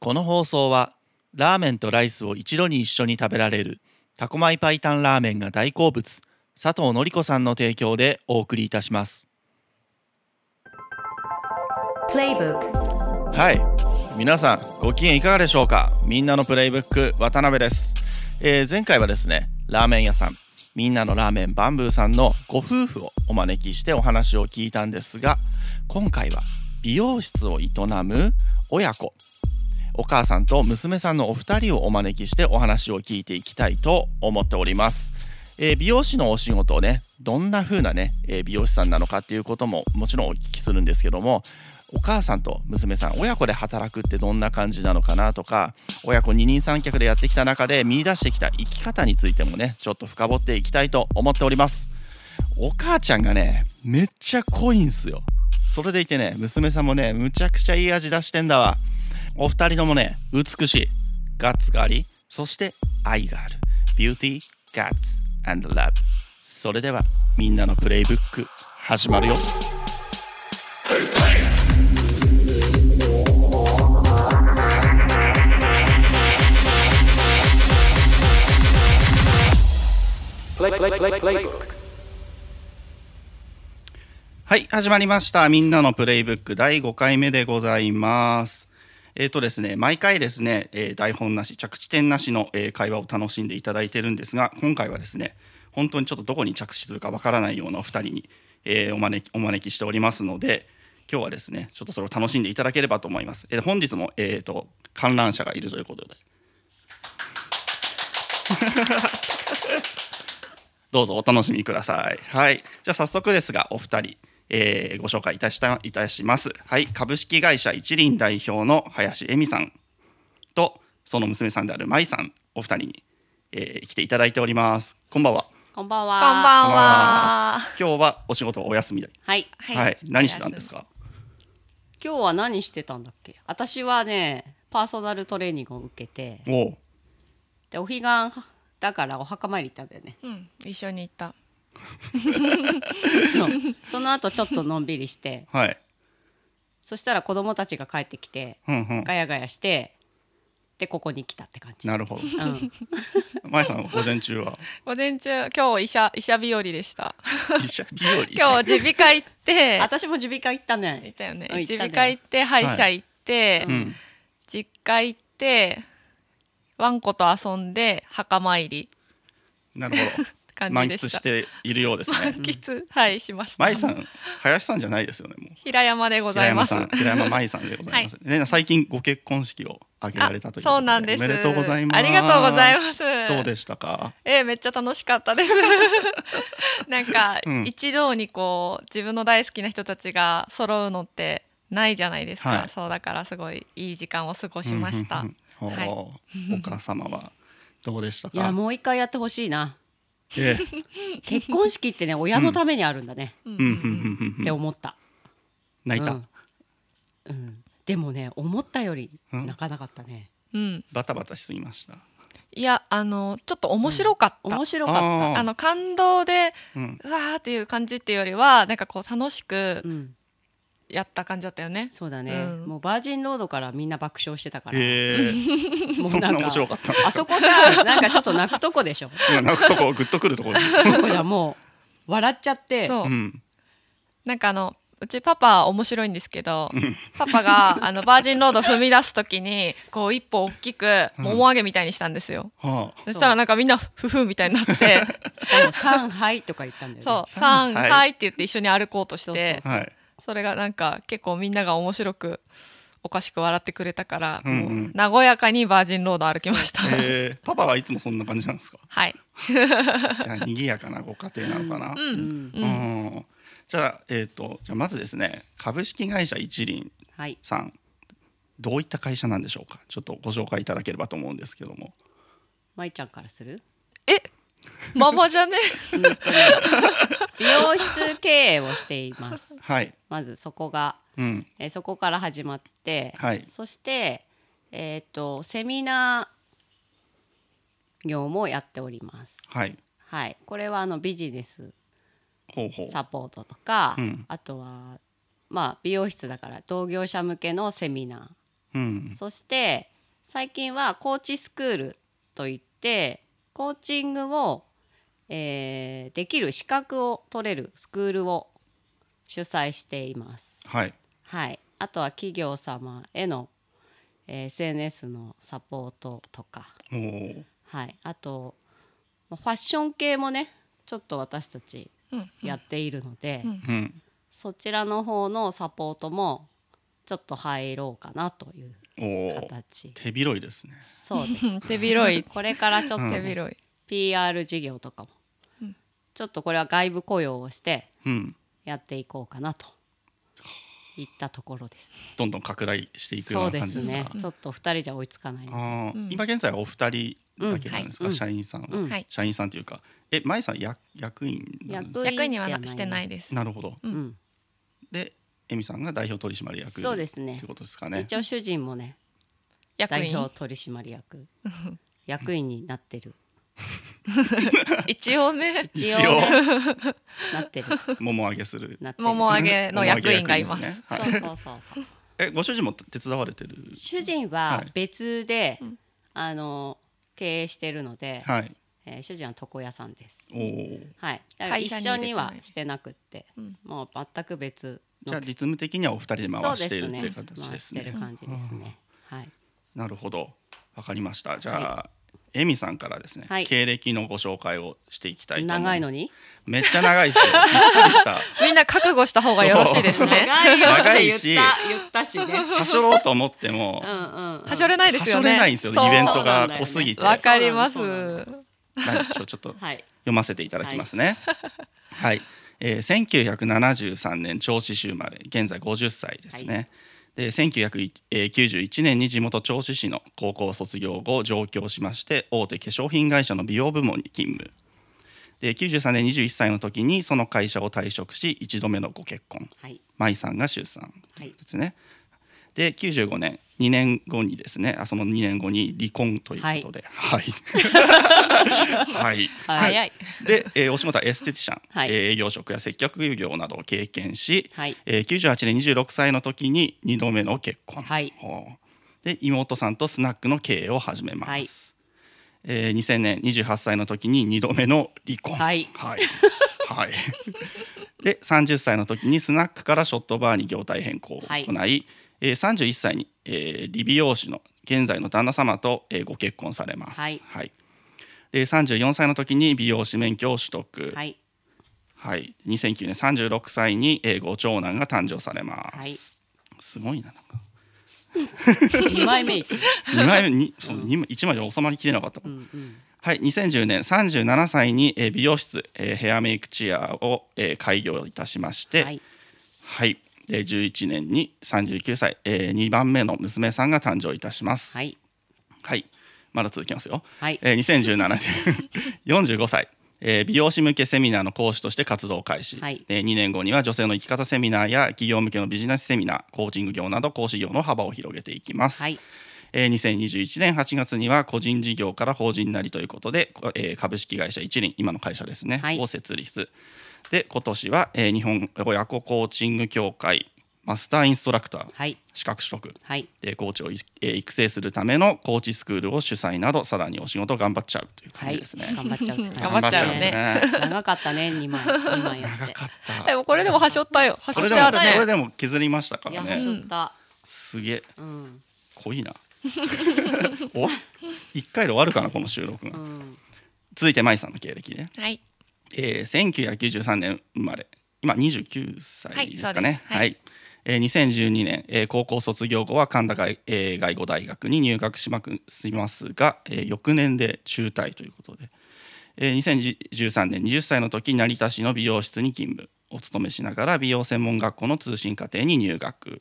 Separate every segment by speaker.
Speaker 1: この放送はラーメンとライスを一度に一緒に食べられるタコマイ白湯ラーメンが大好物佐藤典子さんの提供でお送りいたします
Speaker 2: Playbook.
Speaker 1: はい皆さんご機嫌いかがでしょうかみんなのプレイブック渡辺です、えー前回はですねラーメン屋さんみんなのラーメンバンブーさんのご夫婦をお招きしてお話を聞いたんですが今回は美容室を営む親子お母さんと娘さんのお二人をお招きしてお話を聞いていきたいと思っております、えー美容師のお仕事をねどんな風なね、えー美容師さんなのかっていうことももちろんお聞きするんですけどもお母さんと娘さん親子で働くってどんな感じなのかなとか親子二人三脚でやってきた中で見出してきた生き方についてもねちょっと深掘っていきたいと思っておりますお母ちゃんがねめっちゃ濃いんすよそれでいてね娘さんもねむちゃくちゃいい味出してんだわお二人ともね美しいガッツがありそして愛があるビューティーガッツ and love それではみんなのプレイブック始まるよはい、始まりました。みんなのプレイブック第5回目でございます。えっ、とですね、毎回ですね、えー台本なし、着地点なしの、えー会話を楽しんでいただいてるんですが、今回はですね、本当にちょっとどこに着地するかわからないようなお二人に、えーお招きお招きしておりますので、今日はですね、ちょっとそれを楽しんでいただければと思います。えー本日も、えー、と観覧者がいるということで、どうぞお楽しみください。はい。じゃあ早速ですが、お二人、えーご紹介いたしたいたします。はい。株式会社一輪代表の林恵美さんと、その娘さんである舞さん、お二人に、えー来ていただいております。こんばんは。
Speaker 3: こんばんは。
Speaker 4: こん
Speaker 3: ん。
Speaker 4: ばんは。
Speaker 1: 今日はお仕事お休みで。
Speaker 3: はい。
Speaker 1: はい。何してたんですか
Speaker 3: 今日は何してたんだっけ？私はね、パーソナルトレーニングを受けて、
Speaker 1: おう
Speaker 3: でお彼岸だからお墓参り行ったんだよ ね。
Speaker 4: うん、一緒に行った。
Speaker 3: そう。その後ちょっとのんびりして、
Speaker 1: はい。
Speaker 3: そしたら子供たちが帰ってきて、
Speaker 1: うんうん。
Speaker 3: ガヤガヤして、でここに来たって感じ。
Speaker 1: なるほど。
Speaker 3: うん。
Speaker 1: 舞さん、午前中は
Speaker 4: 午前中、今日医者、医者日和で した。
Speaker 1: 医者日和。
Speaker 4: 今日耳鼻科行 って。
Speaker 3: 私も耳鼻科行った
Speaker 4: 行っ
Speaker 3: ね。
Speaker 4: たよね。
Speaker 3: うん行った
Speaker 4: 耳
Speaker 3: ね
Speaker 4: 鼻科行って、歯医者行って、
Speaker 1: うん。
Speaker 4: 実家行って。ワンコと遊んで、墓参り。
Speaker 1: なるほど。
Speaker 4: 感
Speaker 1: 満
Speaker 4: じで
Speaker 1: 喫
Speaker 4: した
Speaker 1: し。ているようですね。
Speaker 4: 満喫、はい、しました。
Speaker 1: 舞さん、林さんじゃないですよね。もう。
Speaker 4: 平山でございます。
Speaker 1: 平山さん、平山舞さんでございます。ね、最近ご結婚式を挙げられたということで。
Speaker 4: そうなんです。
Speaker 1: おめでとうございます。
Speaker 4: ありがとうございます。
Speaker 1: どうでしたか。
Speaker 4: えーめっちゃ楽しかった です。なんか、
Speaker 1: うん
Speaker 4: 一堂にこう自分の大好きな人たちが揃うのってないじゃないですか。
Speaker 1: はい
Speaker 4: そうだからすごいいい時間を過ごしました。
Speaker 1: うんうんうん
Speaker 4: はい
Speaker 1: おーお母様はどうでしたか。
Speaker 3: いやもう一回やってほしいな。
Speaker 1: ええ
Speaker 3: 結婚式ってね、親のためにあるんだね、
Speaker 4: うん
Speaker 1: うんうん
Speaker 4: うん
Speaker 1: うん
Speaker 3: って
Speaker 1: うん。
Speaker 3: 思った。
Speaker 1: 泣いた、
Speaker 3: うんうんでもね思ったより
Speaker 1: うん
Speaker 3: 泣かなかったね、
Speaker 4: うん
Speaker 1: バタバタしすぎました。
Speaker 4: いやあのちょっと面白かった。
Speaker 3: 面白かっ
Speaker 1: ー
Speaker 4: あの感動で
Speaker 1: うん、
Speaker 4: うわーっていう感じっていうよりはなんかこう楽しく
Speaker 3: た、うん、
Speaker 4: やった感じだったよね。
Speaker 3: そうだね、
Speaker 4: うん
Speaker 3: もうバージンロードからみんな爆笑してたから、
Speaker 1: ええ
Speaker 3: も
Speaker 1: そ
Speaker 3: うん
Speaker 1: な
Speaker 3: なん
Speaker 1: 面白
Speaker 3: か
Speaker 1: かったんですよ
Speaker 3: あそこさなんかちょっと泣くとこでしょ
Speaker 1: 今泣くとこ、グッとくるところ。
Speaker 3: ここじゃもう笑っちゃって
Speaker 4: そう、
Speaker 1: うん、
Speaker 4: なんかあのうちパパ面白いんですけど
Speaker 1: ん
Speaker 4: パパがあのバージンロード踏み出す時にこう一歩大きく
Speaker 1: うん
Speaker 4: もも上げみたいにしたんですよ。
Speaker 1: は
Speaker 4: そしたらなんかみんなふふみたいになって
Speaker 3: しかも「三杯」とか言ったんだよね
Speaker 4: そう「
Speaker 1: さ
Speaker 4: さ
Speaker 1: ん
Speaker 4: ん
Speaker 1: はい
Speaker 4: はい」って言って一緒に歩こうとして
Speaker 1: あ、はい。
Speaker 4: それがなんか結構みんなが面白くおかしく笑ってくれたから
Speaker 1: うんうん
Speaker 4: もう和やかにバージンロード歩きました。
Speaker 1: ええパパはいつもそんな感じなんですか。
Speaker 4: はい、
Speaker 1: じゃあ、賑やかなご家庭なのかな。
Speaker 4: う
Speaker 3: うんん
Speaker 4: う
Speaker 1: うんんじゃあ、えっ、と、じゃあ、まずですね、株式会社一輪
Speaker 3: はい、
Speaker 1: さん。どういった会社なんでしょうか。ちょっとご紹介いただければと思うんですけども。
Speaker 3: 舞ちゃんからする
Speaker 4: ママじゃね
Speaker 3: うんとね美容室経営をしています
Speaker 1: はい。
Speaker 3: まずそこが、
Speaker 1: うん。
Speaker 3: えーそこから始まって、
Speaker 1: はい
Speaker 3: そしてえっ、とセミナー業もやっております
Speaker 1: はい。
Speaker 3: はいこれはあのビジネス
Speaker 1: ほうほう。
Speaker 3: サポートとか、
Speaker 1: うん
Speaker 3: あとはまあ美容室だから同業者向けのセミナ
Speaker 1: うん
Speaker 3: ー。そして最近はコーチスクールといってコーチングを、えーできる資格を取れるスクールを主催しています。
Speaker 1: はい
Speaker 3: はい、あとは企業様への、えー SNS のサポートとか、
Speaker 1: おー
Speaker 3: はい、あとまあファッション系もねちょっと私たち
Speaker 4: うんうん
Speaker 3: やっているので、
Speaker 4: うん
Speaker 1: うん
Speaker 3: そちらの方のサポートもちょっと入ろうかなという
Speaker 1: おお
Speaker 3: 形
Speaker 1: 手広いですね
Speaker 3: そうです
Speaker 4: うん手 広い
Speaker 3: これからちょっと、
Speaker 1: うん
Speaker 4: 手
Speaker 3: ね
Speaker 4: 広い
Speaker 3: PR 事業とかも、
Speaker 4: うん
Speaker 3: ちょっとこれは外部雇用をして
Speaker 1: うん
Speaker 3: やっていこうかなといったところです。
Speaker 1: どんどん拡大していくような
Speaker 3: そうで
Speaker 1: 感じですすか
Speaker 3: ね。ちょっと二人じゃ追いつかないの
Speaker 1: あ
Speaker 3: で。
Speaker 1: ー
Speaker 4: うん
Speaker 1: 今現在はお二人だけなんですか、
Speaker 3: うんはい
Speaker 1: 社員さんは、
Speaker 3: うん
Speaker 4: はい
Speaker 1: 社員さんというかえ舞さん役役員なんです
Speaker 3: 役
Speaker 4: 役にはなしてないです
Speaker 1: なるほど
Speaker 3: う
Speaker 4: うん
Speaker 3: ん、
Speaker 1: でえみさんが代表取締役
Speaker 3: そうです
Speaker 1: っ
Speaker 3: ね
Speaker 1: て。ことですかね
Speaker 3: 一応主人もね、
Speaker 4: 役
Speaker 3: 代
Speaker 4: 員
Speaker 3: 表取締役、役員になってる。
Speaker 4: 一応ね
Speaker 3: 一応,、
Speaker 1: 応
Speaker 3: ね、なってる。
Speaker 1: 桃上げする
Speaker 3: なってる。
Speaker 4: 桃揚げの役員がいま
Speaker 1: 桃揚げ役員ですね
Speaker 4: す
Speaker 3: そうそうそうそう。
Speaker 1: えご主人も手伝われてる
Speaker 3: 主人
Speaker 1: は
Speaker 3: はい別で、
Speaker 4: うん
Speaker 3: あの経営してるので、
Speaker 1: はい
Speaker 3: えー主人は床屋さんです。
Speaker 1: おー
Speaker 3: はい、だから
Speaker 4: 会
Speaker 3: 一
Speaker 4: 社に
Speaker 3: 緒には
Speaker 4: 入れてない
Speaker 3: してなくって、
Speaker 4: うん
Speaker 3: もう全く別の
Speaker 1: じゃあリズム的にはお二人で回しているっていう
Speaker 3: そう
Speaker 1: 形
Speaker 3: ね、
Speaker 1: で
Speaker 3: 回
Speaker 1: す
Speaker 3: して
Speaker 1: ね
Speaker 3: る感じですね。はい、
Speaker 1: なるほどわかりましたじゃあ、えみさんからですね、
Speaker 3: はい
Speaker 1: 経歴のご紹介をしていきたいと思います
Speaker 3: 長いのに
Speaker 1: めっちゃ長い ですよびっくりした
Speaker 4: みんな覚悟した方がよろしいですね
Speaker 3: 長いよって言っ
Speaker 1: 長いした
Speaker 3: 言った しね。
Speaker 1: はしょろうと思っても、
Speaker 3: うんうん、うん。
Speaker 4: はしょれないですよ
Speaker 1: はし
Speaker 4: ね
Speaker 1: ょれないんですよ
Speaker 4: そう
Speaker 1: イベントが濃すぎて、
Speaker 3: そうなんだよ
Speaker 4: わ
Speaker 3: ね
Speaker 4: かります
Speaker 3: そうなんだ
Speaker 1: なんでしょうちょっと
Speaker 3: はい。
Speaker 1: 読ませていただきますね。はい、えー1973年銚子市生まれ、現在50歳ですね。で1991年に地元銚子市の高校を卒業後上京しまして大手化粧品会社の美容部門に勤務で93年21歳の時にその会社を退職し1度目のご結婚
Speaker 3: はい。
Speaker 1: 舞さんが出産
Speaker 3: はい。
Speaker 1: ですね。で95年2年後にですねあその2年後に離婚ということではい はい、
Speaker 3: は
Speaker 4: 早い
Speaker 1: で、えー、お仕事はエステティシャン、
Speaker 3: はい
Speaker 1: えー営業職や接客業などを経験し、
Speaker 3: はい。
Speaker 1: えー、98年26歳の時に2度目の結婚、
Speaker 3: はい
Speaker 1: ほうで妹さんとスナックの経営を始めます、
Speaker 3: はい
Speaker 1: えー、2000年28歳の時に2度目の離婚
Speaker 3: はい
Speaker 1: はい、はいで30歳の時にスナックからショットバーに業態変更を行い、えー、31歳に、えー、理美容師の現在の旦那様と、えー、ご結婚されます、
Speaker 3: はい
Speaker 1: はい、で34歳の時に美容師免許を取得、
Speaker 3: はい。
Speaker 1: はい、2009年36歳に、えー、ご長男が誕生されます。
Speaker 3: はい
Speaker 1: すごいな、なんか。
Speaker 3: 二枚目 いく。
Speaker 1: 2枚目に、そう、二枚、一枚じゃ収まりきれなかった。
Speaker 3: うんうん。
Speaker 1: はい、2010年37歳に、えー、美容室、えー、ヘアメイクチェアを、えー、開業いたしまして。
Speaker 3: は
Speaker 1: はい、
Speaker 3: い。
Speaker 1: で、11年に39歳、えー、2番目の娘さんが誕生いたします。
Speaker 3: は
Speaker 1: はい、
Speaker 3: い。
Speaker 1: まだ続きますよ。
Speaker 3: はい。
Speaker 1: えー、2017年 45歳、えー美容師向けセミナーの講師として活動を開始、
Speaker 3: はい
Speaker 1: えー2年後には女性の生き方セミナーや企業向けのビジネスセミナーコーチング業など講師業の幅を広げていきます、
Speaker 3: はい。
Speaker 1: えー2021年8月には個人事業から法人なりということで、こえー株式会社一輪今の会社ですね、
Speaker 3: はい
Speaker 1: を設立で今年は、えー日本親子コーチング協会マスターインストラクター
Speaker 3: はい。
Speaker 1: 資格取得
Speaker 3: はい。
Speaker 1: でコーチをいえー育成するためのコーチスクールを主催などさらにお仕事頑張っちゃうという感
Speaker 3: は
Speaker 1: じ
Speaker 3: い。
Speaker 1: ですね。
Speaker 3: 頑張っちゃうって感じ。
Speaker 4: 頑張っちゃう
Speaker 1: 頑
Speaker 4: ね
Speaker 1: 張っちゃうんですね
Speaker 3: 長かったね。二枚。二枚やっ
Speaker 1: 長
Speaker 3: て。
Speaker 1: かっ
Speaker 4: で
Speaker 1: た。
Speaker 4: もこれでもはしょったよはし
Speaker 1: こ
Speaker 4: ょ
Speaker 1: れ
Speaker 4: って
Speaker 1: でも
Speaker 4: ある
Speaker 1: これ
Speaker 4: ね
Speaker 1: でも削りましたか
Speaker 3: い
Speaker 1: ら
Speaker 3: や、は
Speaker 1: ね
Speaker 3: し。ょった。
Speaker 1: すげえ
Speaker 3: うん。
Speaker 1: 濃いな。お一回で終わるかなこの収録
Speaker 3: う
Speaker 1: が。
Speaker 3: ん。
Speaker 1: 続いて舞さんの経歴ね。
Speaker 4: はい
Speaker 1: えー、1993年生まれ今29歳ですかね。
Speaker 4: はいそうですはい
Speaker 1: えー2012年、えー高校卒業後は神田外,、えー外語大学に入学しまくしますが、えー翌年で中退ということで、えー2013年20歳の時成田市の美容室に勤務お勤めしながら美容専門学校の通信課程に入学、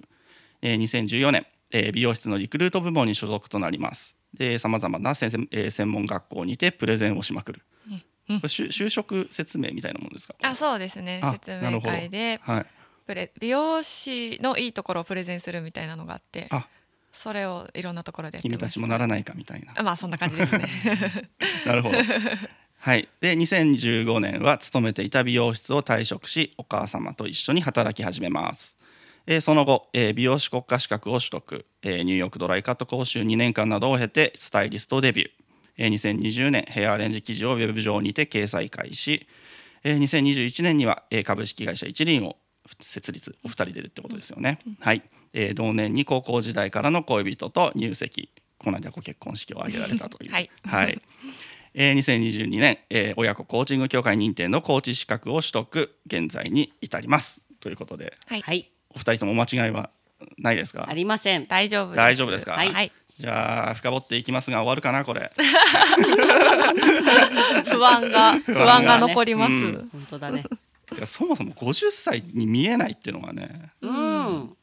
Speaker 1: えー2014年、えー美容室のリクルート部門に所属となりますさまざまな先生、えー専門学校にてプレゼンをしまくる、
Speaker 4: うん
Speaker 1: これ就就職説明みたいなものですか
Speaker 4: あそうですね
Speaker 1: あ
Speaker 4: 説明会で
Speaker 1: はい
Speaker 4: プレ美容師のいいところをプレゼンするみたいなのがあって
Speaker 1: あ
Speaker 4: それをいろんなところでやってま
Speaker 1: 君
Speaker 4: した
Speaker 1: たちもならないかみたい な
Speaker 4: まあそんな感じですね
Speaker 1: なるほど。はい、で2015年は勤めていた美容室を退職しお母様と一緒に働き始めます、えーその後、えー美容師国家資格を取得、えーニューヨークドライカット講習2年間などを経てスタイリストデビュー、えー2020年ヘアアレンジ記事をウェブ上にて掲載開始、えー2021年には、えー株式会社一輪を設立お二人でってことですよね、はい、えー同年に高校時代からの恋人と入籍この間ご結婚式を挙げられたという
Speaker 4: はい
Speaker 1: はいえー2022年、えー親子コーチング協会認定のコーチ資格を取得現在に至りますということで
Speaker 4: はい
Speaker 3: はい、
Speaker 1: お二人ともお間違いはないですか
Speaker 3: ありません。
Speaker 4: 大丈夫です
Speaker 1: 大丈夫ですか
Speaker 4: はい、はい
Speaker 1: じゃあ深掘っていきますが終わるかなこれ
Speaker 4: 不安が不安が残ります、
Speaker 1: うん
Speaker 3: 本当だね。
Speaker 1: てかそもそも50歳に見えないっていうのがね
Speaker 3: うん、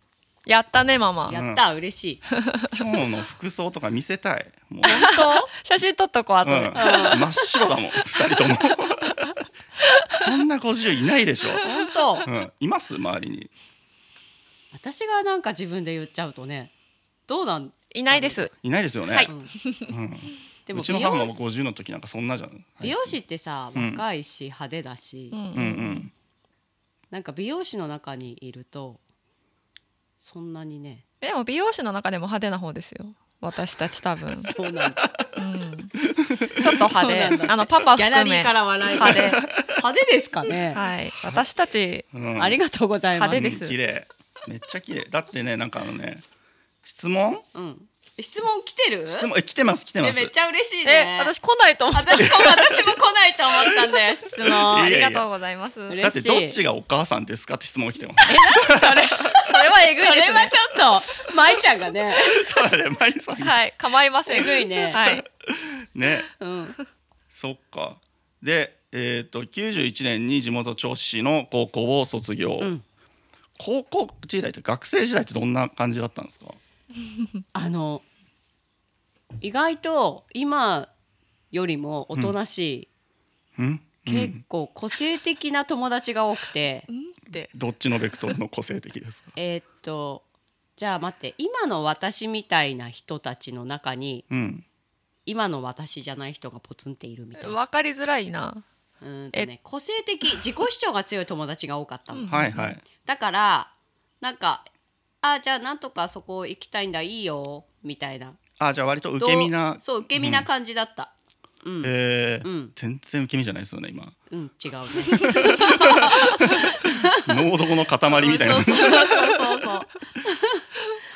Speaker 4: やったねママ
Speaker 3: やった、嬉しい。
Speaker 1: 今日の服装とか見せたいもう、
Speaker 3: 本
Speaker 4: 写真撮っとこう後
Speaker 1: うん、
Speaker 4: で、
Speaker 1: 真っ白だもん二人とも そんな50いないでしょ、
Speaker 3: 当、本当。
Speaker 1: うん、います周りに
Speaker 3: 私がなんか自分で言っちゃうとねどうなん
Speaker 4: いないです
Speaker 1: いないですよね、
Speaker 4: はい
Speaker 3: うん
Speaker 1: うん、
Speaker 3: でも
Speaker 1: うちの
Speaker 3: 美
Speaker 1: 母
Speaker 3: 容
Speaker 1: も
Speaker 3: 師
Speaker 1: 50の時なんかそんなじゃん
Speaker 3: 美容師ってさ
Speaker 1: うん
Speaker 3: 若いし派手だし、
Speaker 4: うん
Speaker 1: うんうん
Speaker 3: なんか美容師の中にいるとそんなにね
Speaker 4: でも美容師の中でも派手な方ですよ私たち多分、うん、ち
Speaker 3: そうなんだ
Speaker 4: ょっと派
Speaker 3: そうなんだ
Speaker 4: 手あのパパ
Speaker 3: ギャ
Speaker 4: 含
Speaker 3: ラリ
Speaker 4: め
Speaker 3: ーから笑いが
Speaker 4: 派手
Speaker 3: 派手ですかね、
Speaker 4: はい私たち
Speaker 1: うん
Speaker 3: ありがとうございます
Speaker 4: 派手です
Speaker 1: 綺麗めっちゃ綺麗だってねなんかあのね質問
Speaker 3: うん、質問来てる
Speaker 1: 質問え来てます来てま
Speaker 3: え
Speaker 1: す
Speaker 3: めっちゃ嬉しいね
Speaker 4: え私来ないと思っ
Speaker 3: 私こ私も来ないと思ったんだよ質問
Speaker 4: たあ
Speaker 1: いや
Speaker 4: り
Speaker 1: いや
Speaker 4: がとうございますそれ
Speaker 3: 嬉
Speaker 4: は
Speaker 1: だ
Speaker 3: 嬉
Speaker 1: って
Speaker 3: しい
Speaker 1: どっちがお母さんですかって質問来てます
Speaker 4: えぐ
Speaker 3: そ
Speaker 4: いで
Speaker 3: れ
Speaker 4: す
Speaker 3: は
Speaker 4: ね
Speaker 3: ちょっと舞ちゃんがね、
Speaker 1: そうだねマリさんが
Speaker 4: はい構いません
Speaker 3: えぐいね
Speaker 4: はい
Speaker 1: ね
Speaker 3: うん、
Speaker 1: そっかでえっ、と91年に地元銚子市の高校を卒業、
Speaker 3: うん
Speaker 1: 高校時代って学生時代ってどんな感じだったんですか
Speaker 3: あの意外と今よりもおとなし
Speaker 1: うん、
Speaker 3: い、
Speaker 1: うん
Speaker 3: 結構個性的な友達が多くて、
Speaker 4: うんって
Speaker 1: どっちのベクトルの個性的ですか
Speaker 3: えーっとじゃあ待って今の私みたいな人たちの中に
Speaker 1: うん
Speaker 3: 今の私じゃない人がポツンっているみたいな
Speaker 4: 分かりづらい な
Speaker 3: うーんと、ね、個性的自己主張が強い友達が多かったの、
Speaker 4: うん
Speaker 1: はいはい
Speaker 3: だからなんか「あじゃあなんとかそこ行きたいんだいいよ」みたいな
Speaker 1: あじゃあ割と受け身な
Speaker 3: どうそう受け身な感じだった、うんうん
Speaker 1: えー
Speaker 3: うん
Speaker 1: 全然受け身じゃないですよね今
Speaker 3: うん、違うね
Speaker 1: 濃度の塊みたいな
Speaker 3: そうそうそ うそう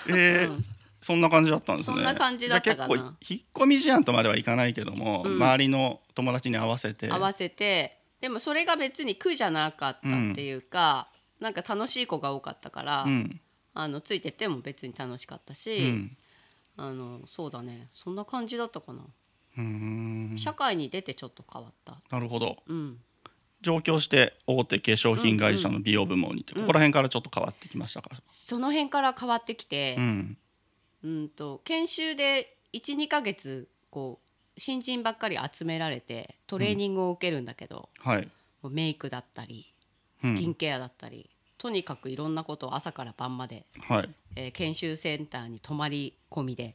Speaker 1: えー
Speaker 3: うん
Speaker 1: そんな感じだったんですね
Speaker 3: そんな感じだったかな
Speaker 1: じゃあ結構引っ込み思案とまではいかないけども、
Speaker 3: うん
Speaker 1: 周りの友達に合わせて
Speaker 3: 合わせてでもそれが別に苦じゃなかったっていうか、なんか楽しい子が多かったから、
Speaker 1: うん
Speaker 3: あのついてっても別に楽しかった
Speaker 1: う
Speaker 3: し、
Speaker 1: ん
Speaker 3: あのそうだねそんな感じだったかな、
Speaker 1: うーん
Speaker 3: 社会に出てちょっと変わった
Speaker 1: なるほど
Speaker 3: うん
Speaker 1: 上京して大手化粧品会社の美容部門にって、
Speaker 3: うんうん
Speaker 1: ここら辺からちょっと変わってきましたか、
Speaker 3: その辺から変わってきて
Speaker 1: う、ん
Speaker 3: うん、と研修で12ヶ月こう新人ばっかり集められてトレーニングを受けるんだけど、
Speaker 1: はい
Speaker 3: もうメイクだったり
Speaker 1: う
Speaker 3: ス
Speaker 1: ん
Speaker 3: キンケアだったり、とにかくいろんなことを朝から晩まで
Speaker 1: はい
Speaker 3: えー研修センターに泊まり込みで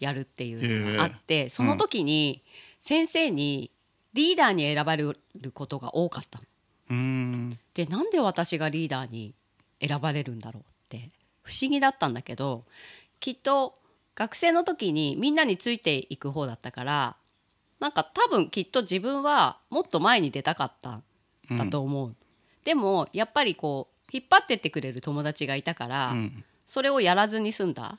Speaker 3: やるっていうのがあって、その時に先生にリーダーに選ばれることが多かったの
Speaker 1: うーん
Speaker 3: でなんで私がリーダーに選ばれるんだろうって不思議だったんだけどきっと学生の時にみんなについていく方だったからなんか多分きっと自分はもっと前に出たかったん
Speaker 1: うん
Speaker 3: だと思う、でもやっぱりこう引っ張ってってくれる友達がいたから、
Speaker 1: うん
Speaker 3: それをやらずに済んだ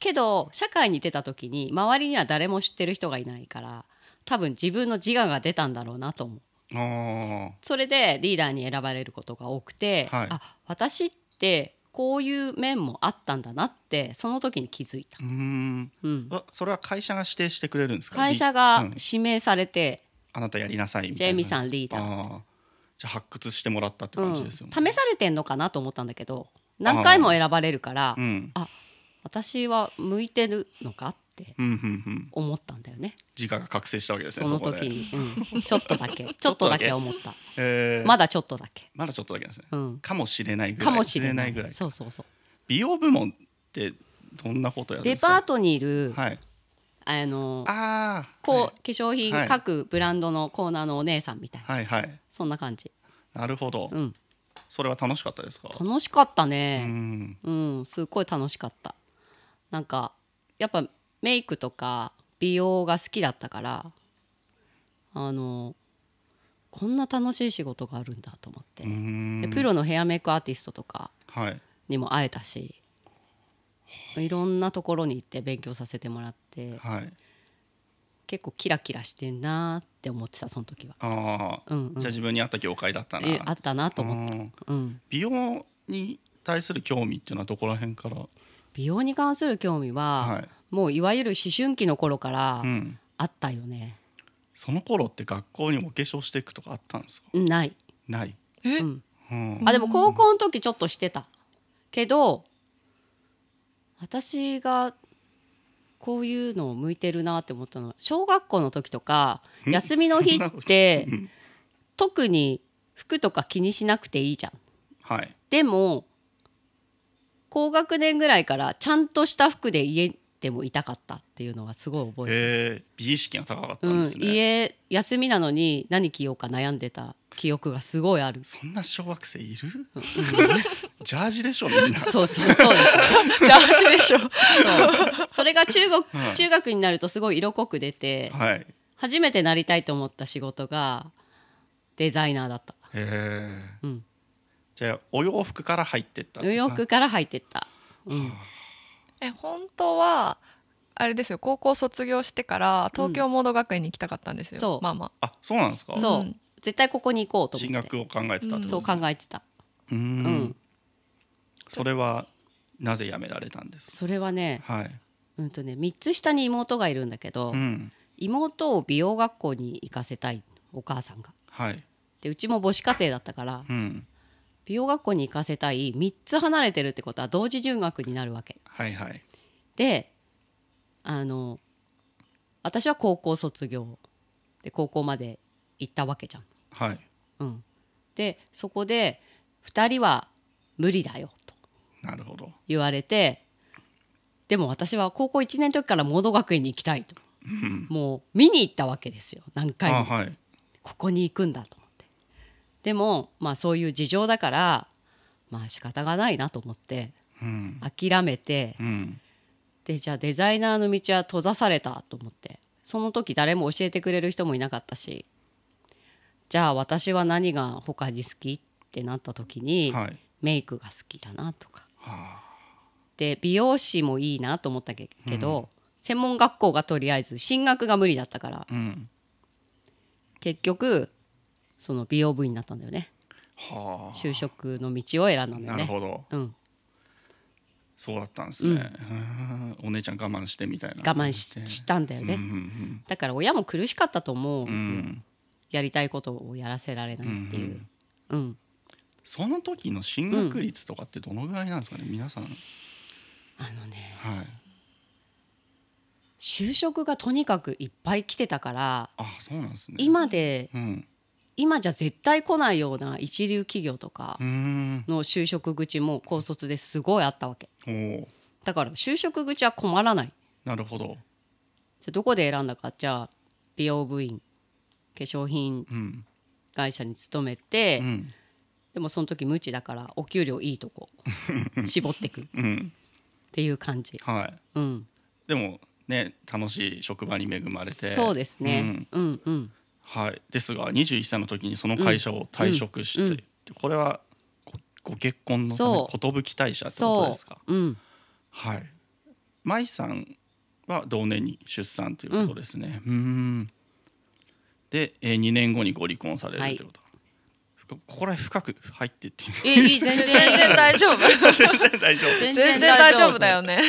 Speaker 3: けど社会に出た時に周りには誰も知ってる人がいないから多分自分の自我が出たんだろうなと思う
Speaker 1: あー
Speaker 3: それでリーダーに選ばれることが多くて、
Speaker 1: はい
Speaker 3: あ私ってこういう面もあったんだなってその時に気づいた
Speaker 1: う、ーん
Speaker 3: うん、
Speaker 1: あそれは会社が指定してくれるんですか
Speaker 3: 会
Speaker 1: リ
Speaker 3: 社が
Speaker 1: うん
Speaker 3: 指名されて、
Speaker 1: あなたやりなさいみ
Speaker 3: ジ
Speaker 1: たい
Speaker 3: ェ
Speaker 1: な
Speaker 3: イミーさんリーダー、
Speaker 1: ああじゃあ発掘してもらったって
Speaker 3: う
Speaker 1: 感
Speaker 3: ん
Speaker 1: じですよね、
Speaker 3: 試されてんのかなと思ったんだけど何回も選ばれるから、
Speaker 1: うん
Speaker 3: 私は向いてるのかって
Speaker 1: うんうんうん
Speaker 3: 思ったんだよね
Speaker 1: 自我が覚醒したわけですね
Speaker 3: その
Speaker 1: こで
Speaker 3: 時に、うん、ちょっ とだけちょっとだけ思った
Speaker 1: えー
Speaker 3: まだちょっとだけ、
Speaker 1: まだちょっとだけですね
Speaker 3: うん、
Speaker 1: かもしれないぐらい
Speaker 3: かもしれない
Speaker 1: ぐらい
Speaker 3: そうそうそ
Speaker 1: 美容部門ってどんなことやるん
Speaker 3: うデ
Speaker 1: ですか
Speaker 3: パートにいる、
Speaker 1: はい
Speaker 3: あの
Speaker 1: ああ
Speaker 3: こう、化粧品、
Speaker 1: はい
Speaker 3: 各ブランドのコーナーのお姉さんみたいな、
Speaker 1: はいはいはい
Speaker 3: そんな感じ、
Speaker 1: なるほど、
Speaker 3: うん、
Speaker 1: それは楽しかったですか
Speaker 3: 楽しかった
Speaker 1: う
Speaker 3: ね
Speaker 1: ん
Speaker 3: うん、すっごい楽しかったなんかやっぱメイクとか美容が好きだったからあのこんな楽しい仕事があるんだと思って、
Speaker 1: うん
Speaker 3: でプロのヘアメイクアーティストとか
Speaker 1: はい
Speaker 3: にも会えたしいろんなところに行って勉強させてもらって
Speaker 1: はい
Speaker 3: 結構キラキラしてんなーって思ってたその時は、
Speaker 1: ああ、
Speaker 3: うんうん、
Speaker 1: じゃあ自分に合った業界だったな
Speaker 3: えあったなと思っ
Speaker 1: うん
Speaker 3: た、うん、
Speaker 1: 美容に対する興味っていうのはどこら辺から
Speaker 3: 美容に関する興味は、
Speaker 1: はい、
Speaker 3: もういわゆる思春期の頃から
Speaker 1: うん、
Speaker 3: あったよね、
Speaker 1: その頃って学校にお化粧していくとかあったんですか
Speaker 3: うんない、
Speaker 1: ない、
Speaker 4: え
Speaker 3: うん、
Speaker 1: うん
Speaker 3: あでも高校の時ちょっとしてたけど私がこういうのを向いてるなって思ったのは小学校の時とか
Speaker 1: うん
Speaker 3: 休みの日
Speaker 1: そんな
Speaker 3: っ
Speaker 1: こと
Speaker 3: て
Speaker 1: うん
Speaker 3: 特に服とか気にしなくていいじゃん。
Speaker 1: はい
Speaker 3: でも高学年ぐらいからちゃんとした服で家でもいたかったっていうのはすごい覚えてる
Speaker 1: えー、美意識が高かった
Speaker 3: うんん
Speaker 1: ですね、
Speaker 3: 家休みなのに何着ようか悩んでた記憶がすごい ある。
Speaker 1: そんな小学生いる ジャージでしょみんな
Speaker 3: そうそうそうでしょ。
Speaker 4: ジャージでしょ
Speaker 3: そうそれが中学
Speaker 1: はい
Speaker 3: 中学になるとすごい色濃く出て、
Speaker 1: はい
Speaker 3: 初めてなりたいと思った仕事がデザイナーだった。
Speaker 1: えー
Speaker 3: うん、
Speaker 1: じゃあお洋服から入ってったっ
Speaker 3: ニ
Speaker 1: て
Speaker 3: ュ
Speaker 1: い
Speaker 3: ー
Speaker 1: う
Speaker 3: ヨー
Speaker 1: か
Speaker 3: クから入ってった。うん、
Speaker 4: え本当はあれですよ高校卒業してから東京モード学園に行きたかったんですよ、
Speaker 3: そう
Speaker 4: まあま
Speaker 1: あそうなんですか
Speaker 4: ん
Speaker 3: そう、絶対ここに行こうと思
Speaker 1: 進
Speaker 3: って。
Speaker 1: 学を考えてたってことですね、
Speaker 3: そう考えてた。
Speaker 1: うーん
Speaker 3: うん、
Speaker 1: それはなぜやめられたんですか
Speaker 3: それはね、
Speaker 1: はい、
Speaker 3: うんとね、三つ下に妹がいるんだけど、
Speaker 1: うん、
Speaker 3: 妹を美容学校に行かせたいお母さんが。
Speaker 1: はい、
Speaker 3: でうちも母子家庭だったから
Speaker 1: うん、
Speaker 3: 美容学校に行かせたい3つ離れてるってことは同時入学になるわけ
Speaker 1: はいはい
Speaker 3: であの私は高校卒業で高校まで行ったわけじゃん。
Speaker 1: はい
Speaker 3: うん、でそこで2人は無理だよと
Speaker 1: なるほど
Speaker 3: 言われてでも私は高校1年の時から盲導学園に行きたいと
Speaker 1: うん
Speaker 3: もう見に行ったわけですよ何回
Speaker 1: あ
Speaker 3: も
Speaker 1: はい
Speaker 3: ここに行くんだと思ってでもまあそういう事情だからまあ仕方がないなと思って
Speaker 1: うん
Speaker 3: 諦めて
Speaker 1: うん
Speaker 3: でじゃあデザイナーの道は閉ざされたと思ってその時誰も教えてくれる人もいなかったしじゃあ私は何が他に好きってなった時に、
Speaker 1: はい
Speaker 3: メイクが好きだなとか
Speaker 1: はあ
Speaker 3: で美容師もいいなと思ったけけど、専門学校がとりあえず進学が無理だったから
Speaker 1: うん
Speaker 3: 結局その美容部になったんだよね
Speaker 1: はあ
Speaker 3: 就職の道を選んだん
Speaker 1: な
Speaker 3: だ
Speaker 1: る
Speaker 3: よね。
Speaker 1: ほど
Speaker 3: うん、
Speaker 1: そうだったんですね、うん お姉ちゃん我慢してみたいな
Speaker 3: 我慢ししたんだよね、
Speaker 1: うんうん
Speaker 3: だから親も苦しかったと思う、
Speaker 1: うんうん
Speaker 3: やりたいことをやらせられないっていう、うん、
Speaker 1: その時の進学率とかってどのぐらいなんですかね、皆さん
Speaker 3: あのね
Speaker 1: はい
Speaker 3: 就職がとにかくいっぱい来てたから
Speaker 1: あそうなんですね
Speaker 3: 今で
Speaker 1: うん
Speaker 3: 今じゃ絶対来ないような一流企業とか
Speaker 1: うーん
Speaker 3: の就職口も高卒ですごいあったわけ
Speaker 1: おー
Speaker 3: だから就職口は困らない
Speaker 1: なるほど
Speaker 3: じゃあどこで選んだかじゃあ美容部員化粧品
Speaker 1: うん
Speaker 3: 会社に勤めて、
Speaker 1: うん
Speaker 3: でもその時無知だからお給料いいと こ絞ってくっ
Speaker 1: うん
Speaker 3: ていう感じ、
Speaker 1: はい
Speaker 3: うん、
Speaker 1: でもね楽しい職場に恵まれて
Speaker 3: そうですね、うん、うん
Speaker 1: うんはいですが21歳の時にその会社を退職して、
Speaker 3: うんうん
Speaker 1: これはごご結婚のた
Speaker 3: そう
Speaker 1: め寿退社ってこと
Speaker 3: そ
Speaker 1: ですか
Speaker 3: う、うん、
Speaker 1: はい舞さんは同年に出産ということですねうーんで、えー、2年後にご離婚されるってこと、ここら辺深く入ってってい
Speaker 3: えい い全然
Speaker 4: 全然大丈夫
Speaker 1: う全然 大丈夫
Speaker 3: 全然
Speaker 4: 全然大
Speaker 3: 大丈夫
Speaker 4: 丈夫だよね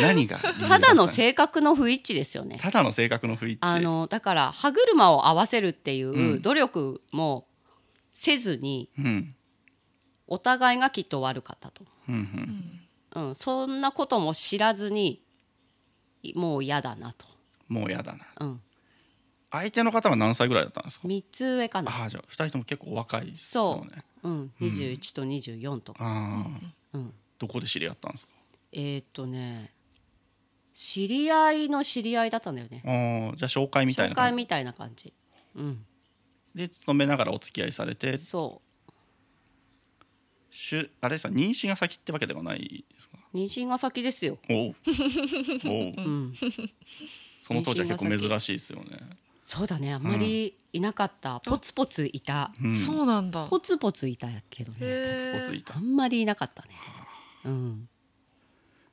Speaker 1: 何が理由だった
Speaker 3: だの
Speaker 1: 格
Speaker 3: 性格の不一致ですよね
Speaker 1: ただの性格の不一致
Speaker 3: あのだから歯車を合わせるってい
Speaker 1: うん
Speaker 3: う努力もせずに
Speaker 1: うん
Speaker 3: お互いがきっと悪かったと、
Speaker 1: うんう
Speaker 4: うん
Speaker 3: う
Speaker 4: ん
Speaker 3: ん、そんなことも知らずにいもう嫌だなと、
Speaker 1: もうやだな
Speaker 3: うん、
Speaker 1: 相手の方は何歳ぐらいだったんですか
Speaker 3: 3つ上かな、
Speaker 1: ああじゃあ2人とも結構お若いですよね
Speaker 3: うん、21と24とか、
Speaker 1: ああ
Speaker 3: うん、
Speaker 1: どこで知り合ったんですか
Speaker 3: えーっとね知り合いの知り合いだったんだよね
Speaker 1: ああじゃあ紹介みたい
Speaker 3: 紹
Speaker 1: な
Speaker 3: 介
Speaker 1: 感
Speaker 3: みたいな感じ、うん、
Speaker 1: じで勤めながらお付き合いされて
Speaker 3: そ
Speaker 1: しゅあれですか妊娠が先ってわけではないですか
Speaker 3: 妊娠が先ですよ、
Speaker 1: おうおう
Speaker 3: うん、
Speaker 1: その当時は結構珍しいですよね
Speaker 3: そうだねあんまりいなかった、ポツポツいた、
Speaker 1: ん
Speaker 4: そうなんだ。
Speaker 3: ポツポツいたけどね
Speaker 1: ポツ
Speaker 4: へ
Speaker 1: ポツ
Speaker 4: ー
Speaker 1: いた
Speaker 3: あんまりいなかったねうん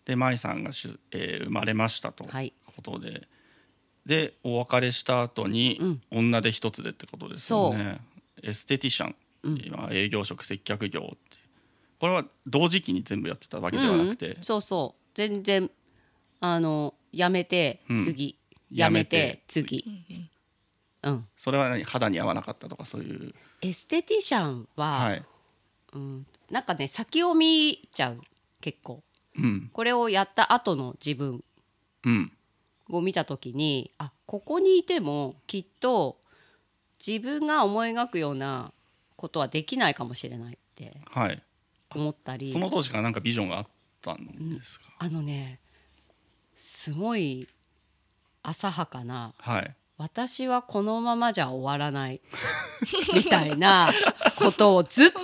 Speaker 1: で舞さんがしゅ、えー生まれましたと
Speaker 3: はいいう
Speaker 1: ことで、でお別れした後に、女で一つでってことですよねエステティシャン、
Speaker 3: うん
Speaker 1: 今営業職接客業ってこれは同時期に全部やってたわけではなくて、
Speaker 3: うんそうそう全然あのやめて
Speaker 1: うん
Speaker 3: 次、
Speaker 1: や
Speaker 3: や
Speaker 1: め
Speaker 3: め
Speaker 1: て
Speaker 3: て次
Speaker 4: うん
Speaker 3: うん
Speaker 1: それは何肌に合わなかったとかそういう
Speaker 3: エステティシャンは、
Speaker 1: はい、
Speaker 3: うん、なんかね先を見ちゃう結構
Speaker 1: うん
Speaker 3: これをやった後の自分
Speaker 1: うん
Speaker 3: を見た時にあここにいてもきっと自分が思い描くようなことはできないかもしれないって
Speaker 1: はい、
Speaker 3: 思ったり
Speaker 1: その当時からなんかビジョンがあったんですか、
Speaker 3: あのねすごい浅はかな
Speaker 1: はい
Speaker 3: 私はこのままじゃ終わらない みたいなことをずっと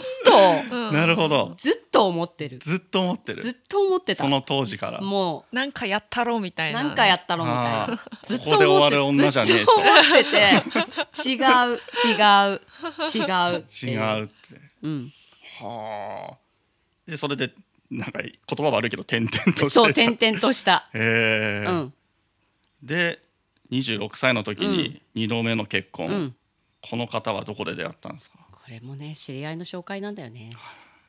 Speaker 4: うん
Speaker 1: なるほど
Speaker 3: ずっと思ってる
Speaker 1: ずっと思ってる
Speaker 3: ずっと思ってた
Speaker 1: その当時から
Speaker 3: も
Speaker 4: なんかやったろみた
Speaker 3: う
Speaker 4: いな。
Speaker 3: なんかやったろみたい
Speaker 1: あ
Speaker 3: な
Speaker 1: ー
Speaker 3: ずっと
Speaker 1: ここで終わる
Speaker 3: 思
Speaker 1: 女
Speaker 3: って
Speaker 1: じゃ
Speaker 3: ず
Speaker 1: ねえ
Speaker 3: っと
Speaker 1: と
Speaker 3: 思ってて違う違う違うってい
Speaker 1: 違うって
Speaker 3: うん、
Speaker 1: はあでそれでなんか言葉悪いけど転々としてた
Speaker 3: そう
Speaker 1: へ
Speaker 3: 転々とした、
Speaker 1: え、
Speaker 3: うん
Speaker 1: で26歳の時に2度目の結婚、
Speaker 3: うん
Speaker 1: この方はどこで出会ったんですか
Speaker 3: これもね知り合いの紹介なんだよね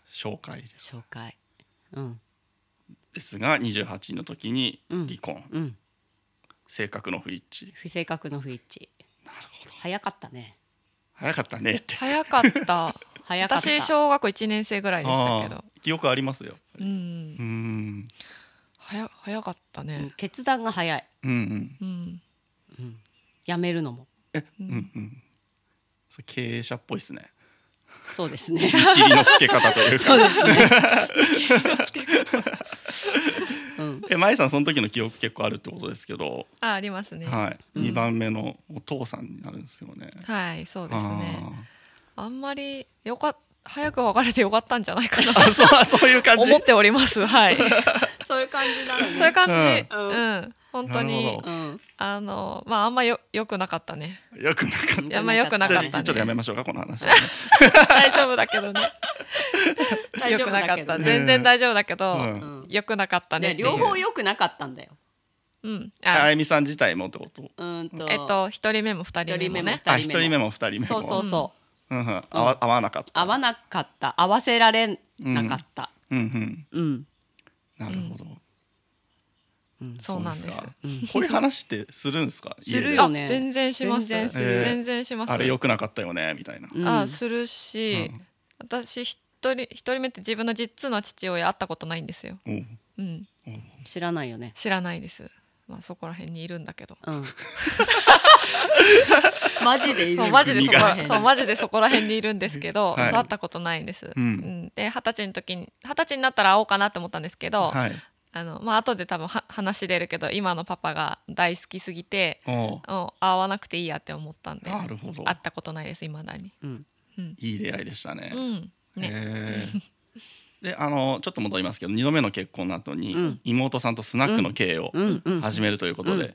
Speaker 1: 紹介です
Speaker 3: 紹介うん
Speaker 1: ですが28の時に離婚、
Speaker 3: うん
Speaker 1: 性格の不一致
Speaker 3: 不正確の不一致
Speaker 1: なるほど
Speaker 3: 早かったね
Speaker 1: 早かったねって
Speaker 4: 早かった。
Speaker 3: 早かった
Speaker 4: 私小学校一年生ぐらいでしたけ
Speaker 1: あ
Speaker 4: ど。
Speaker 1: ー記憶ありますよう
Speaker 4: う。
Speaker 1: んん
Speaker 4: 早早かった
Speaker 3: うん
Speaker 4: ね。
Speaker 3: 決断が早い、
Speaker 1: うんうん
Speaker 4: うん。
Speaker 3: うん、やめるのも
Speaker 1: えう
Speaker 4: うんん
Speaker 1: うんそれ経営者っぽいですね
Speaker 3: そうですね
Speaker 1: 切りのつけ方というか
Speaker 3: そうですねうん、
Speaker 1: えまえさんその時の記憶結構あるってことですけど、
Speaker 4: あありますね。
Speaker 1: はい、
Speaker 3: うん
Speaker 1: 二番目のお父さんになるんですよね。
Speaker 4: はい、そうですね。
Speaker 1: あ
Speaker 4: あんまりよか早く別れてよかったんじゃないかな
Speaker 1: ー。あ、 そうそういう感じ。
Speaker 4: 思っております。はい。
Speaker 3: そういう感じなのね
Speaker 4: そういう感じ。
Speaker 1: う
Speaker 4: うんん。本当
Speaker 1: なる
Speaker 4: に
Speaker 1: ほ
Speaker 3: うん、
Speaker 4: あのまああんまよ良くなかったね。
Speaker 1: よくなかった。
Speaker 4: いやまあ良くな
Speaker 1: じ
Speaker 4: か
Speaker 1: ゃ
Speaker 4: っ
Speaker 1: あ
Speaker 4: た
Speaker 1: ち
Speaker 4: ね
Speaker 1: ょっとやめましょうかこの話、ね。
Speaker 4: 大丈夫だけどね。
Speaker 3: 大
Speaker 4: 良
Speaker 3: 丈
Speaker 4: く
Speaker 3: 夫
Speaker 4: な
Speaker 3: だ
Speaker 4: か
Speaker 3: け
Speaker 4: っ
Speaker 3: ど
Speaker 4: た。
Speaker 1: ね
Speaker 4: 全然大丈夫だけ
Speaker 1: う
Speaker 4: ど、
Speaker 1: ん
Speaker 3: う。ん
Speaker 4: 良くなかったねっ
Speaker 3: ね
Speaker 4: ていう。
Speaker 3: 両方良くなかったんだよ
Speaker 4: うん。
Speaker 1: あ
Speaker 4: あ
Speaker 1: ゆみさん自体もってこと。
Speaker 3: うーんと
Speaker 4: えっと一人目も二
Speaker 3: 一
Speaker 4: 人
Speaker 3: 人
Speaker 4: 目
Speaker 3: 目
Speaker 4: も
Speaker 3: も
Speaker 4: ね。
Speaker 1: あ、
Speaker 3: 二
Speaker 1: 一
Speaker 3: 人目
Speaker 1: 人目
Speaker 3: も
Speaker 1: も二人目も。
Speaker 3: そうそうそう、
Speaker 1: うんうん。合わ合わなかった。
Speaker 3: 合わなかった合わせられなかった
Speaker 1: うんうん。
Speaker 3: うん、
Speaker 1: なるほど。
Speaker 3: うん
Speaker 4: そうなんです。
Speaker 1: か
Speaker 3: うん
Speaker 1: こういう話ってするんですか。
Speaker 3: する
Speaker 1: 家で
Speaker 3: よそう
Speaker 4: あ
Speaker 3: ね
Speaker 4: 全然します。
Speaker 3: 全然
Speaker 4: 全
Speaker 1: する
Speaker 4: 然全然します。
Speaker 1: あれ良くなかったよねみたいな。
Speaker 3: うん
Speaker 4: あするし、
Speaker 1: うん
Speaker 4: 私一人一人目って自分の実の父親会ったことないんですよ。
Speaker 1: おう
Speaker 4: うん、
Speaker 3: 知らないよね
Speaker 4: 知らないです。まあそこら辺にいるんだけど。
Speaker 3: うん マジでいる
Speaker 4: そうマジでそこら
Speaker 3: 国が
Speaker 4: そうマジでそこら辺にいるんですけど、
Speaker 1: はい
Speaker 4: そう会ったことないんです。
Speaker 1: うん
Speaker 4: んで二十歳の時に二十歳になったら会おうかなって思ったんですけど、
Speaker 1: はい。
Speaker 4: あのまあ後で多分は話出るけど今のパパが大好きすぎて。
Speaker 1: おう
Speaker 4: もう会わなくていいやって思ったんで
Speaker 1: な
Speaker 4: 会
Speaker 1: るほど。
Speaker 4: ったことないです未だに
Speaker 3: うん
Speaker 4: うん、
Speaker 1: いい出会いでしたね。
Speaker 4: うん、ね、
Speaker 1: へ えであのちょっと戻りますけど2度目の結婚の後に、
Speaker 3: うん
Speaker 1: 妹さんとスナックの経営を
Speaker 3: うんうん
Speaker 1: 始めるということで、
Speaker 3: うん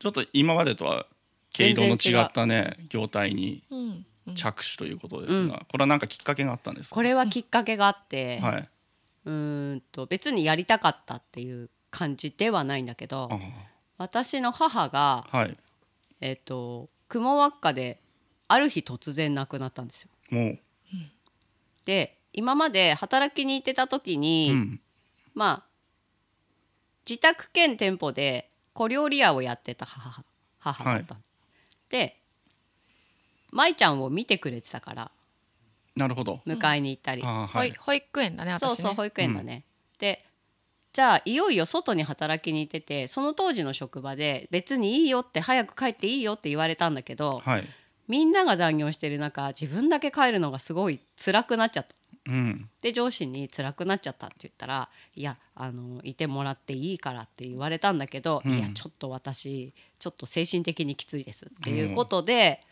Speaker 1: ちょっと今までとは経路の違ったね業態に
Speaker 4: うんうん
Speaker 1: 着手ということですが、
Speaker 3: うん
Speaker 1: これは何かきっかけがあったんですか
Speaker 3: これはきっかけがあって、
Speaker 1: はい、
Speaker 3: うーんと別にやりたかったっていう感じではないんだけど
Speaker 1: あ
Speaker 3: 私の母が、
Speaker 1: はい、
Speaker 3: えっと蜘蛛輪っかである日突然亡くなったんですよ。
Speaker 1: もう、
Speaker 3: で今まで働きに行ってた時に、
Speaker 1: うん
Speaker 3: まあ自宅兼店舗で小料理屋をやってた母母だったの、で舞ちゃんを見てくれてたから
Speaker 1: なるほど、
Speaker 3: 迎えに行ったり、
Speaker 1: あ
Speaker 4: 保
Speaker 1: はい
Speaker 4: 育、保育園だね私ね
Speaker 3: そうそう保育園だね、でじゃあいよいよ外に働きに行っててその当時の職場で別にいいよって早く帰っていいよって言われたんだけど
Speaker 1: はい
Speaker 3: みんなが残業してる中自分だけ帰るのがすごい辛くなっちゃった
Speaker 1: うん、
Speaker 3: で上司に辛くなっちゃったって言ったら「いやあのいてもらっていいから」って言われたんだけど「
Speaker 1: うん
Speaker 3: いやちょっと私ちょっと精神的にきついです」っていうことで、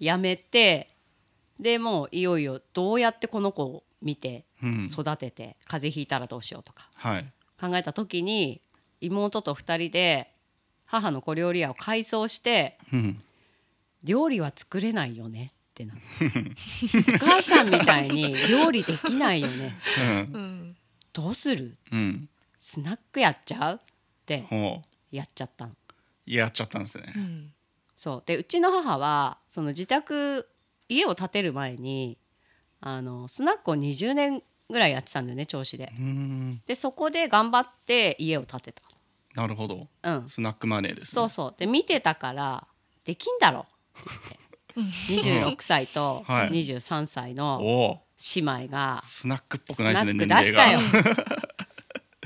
Speaker 3: やめてでもういよいよどうやってこの子を見て
Speaker 1: うん
Speaker 3: 育てて、風邪ひいたらどうしようとか
Speaker 1: はい
Speaker 3: 考えた時に妹と2人で母の小料理屋を改装して
Speaker 1: うん
Speaker 3: 料理は作れないよねっ てなってお母さんみたいに料理できないよね
Speaker 1: うん
Speaker 4: うん
Speaker 3: どうする
Speaker 1: うん
Speaker 3: スナックやっちゃうって
Speaker 1: ほ
Speaker 3: やっちゃったの。
Speaker 1: うやっちゃったんですね
Speaker 4: うん
Speaker 3: そうでうちの母はその自宅家を建てる前にあのスナックを20年ぐらいやってたんだよね調子で。
Speaker 1: うん
Speaker 3: でそこで頑張って家を建て
Speaker 1: なるほど
Speaker 3: た。うん、
Speaker 1: スナックマネーですね
Speaker 3: そうそうで見てたからできんだろ
Speaker 4: うん
Speaker 3: 26歳と
Speaker 1: はい
Speaker 3: 23歳の
Speaker 1: おお
Speaker 3: 姉妹が
Speaker 1: スナックっぽ
Speaker 3: ス
Speaker 1: くないで
Speaker 3: ナ
Speaker 1: すね
Speaker 3: ッ
Speaker 1: 年
Speaker 3: ク出
Speaker 1: 齢
Speaker 3: したよ
Speaker 1: が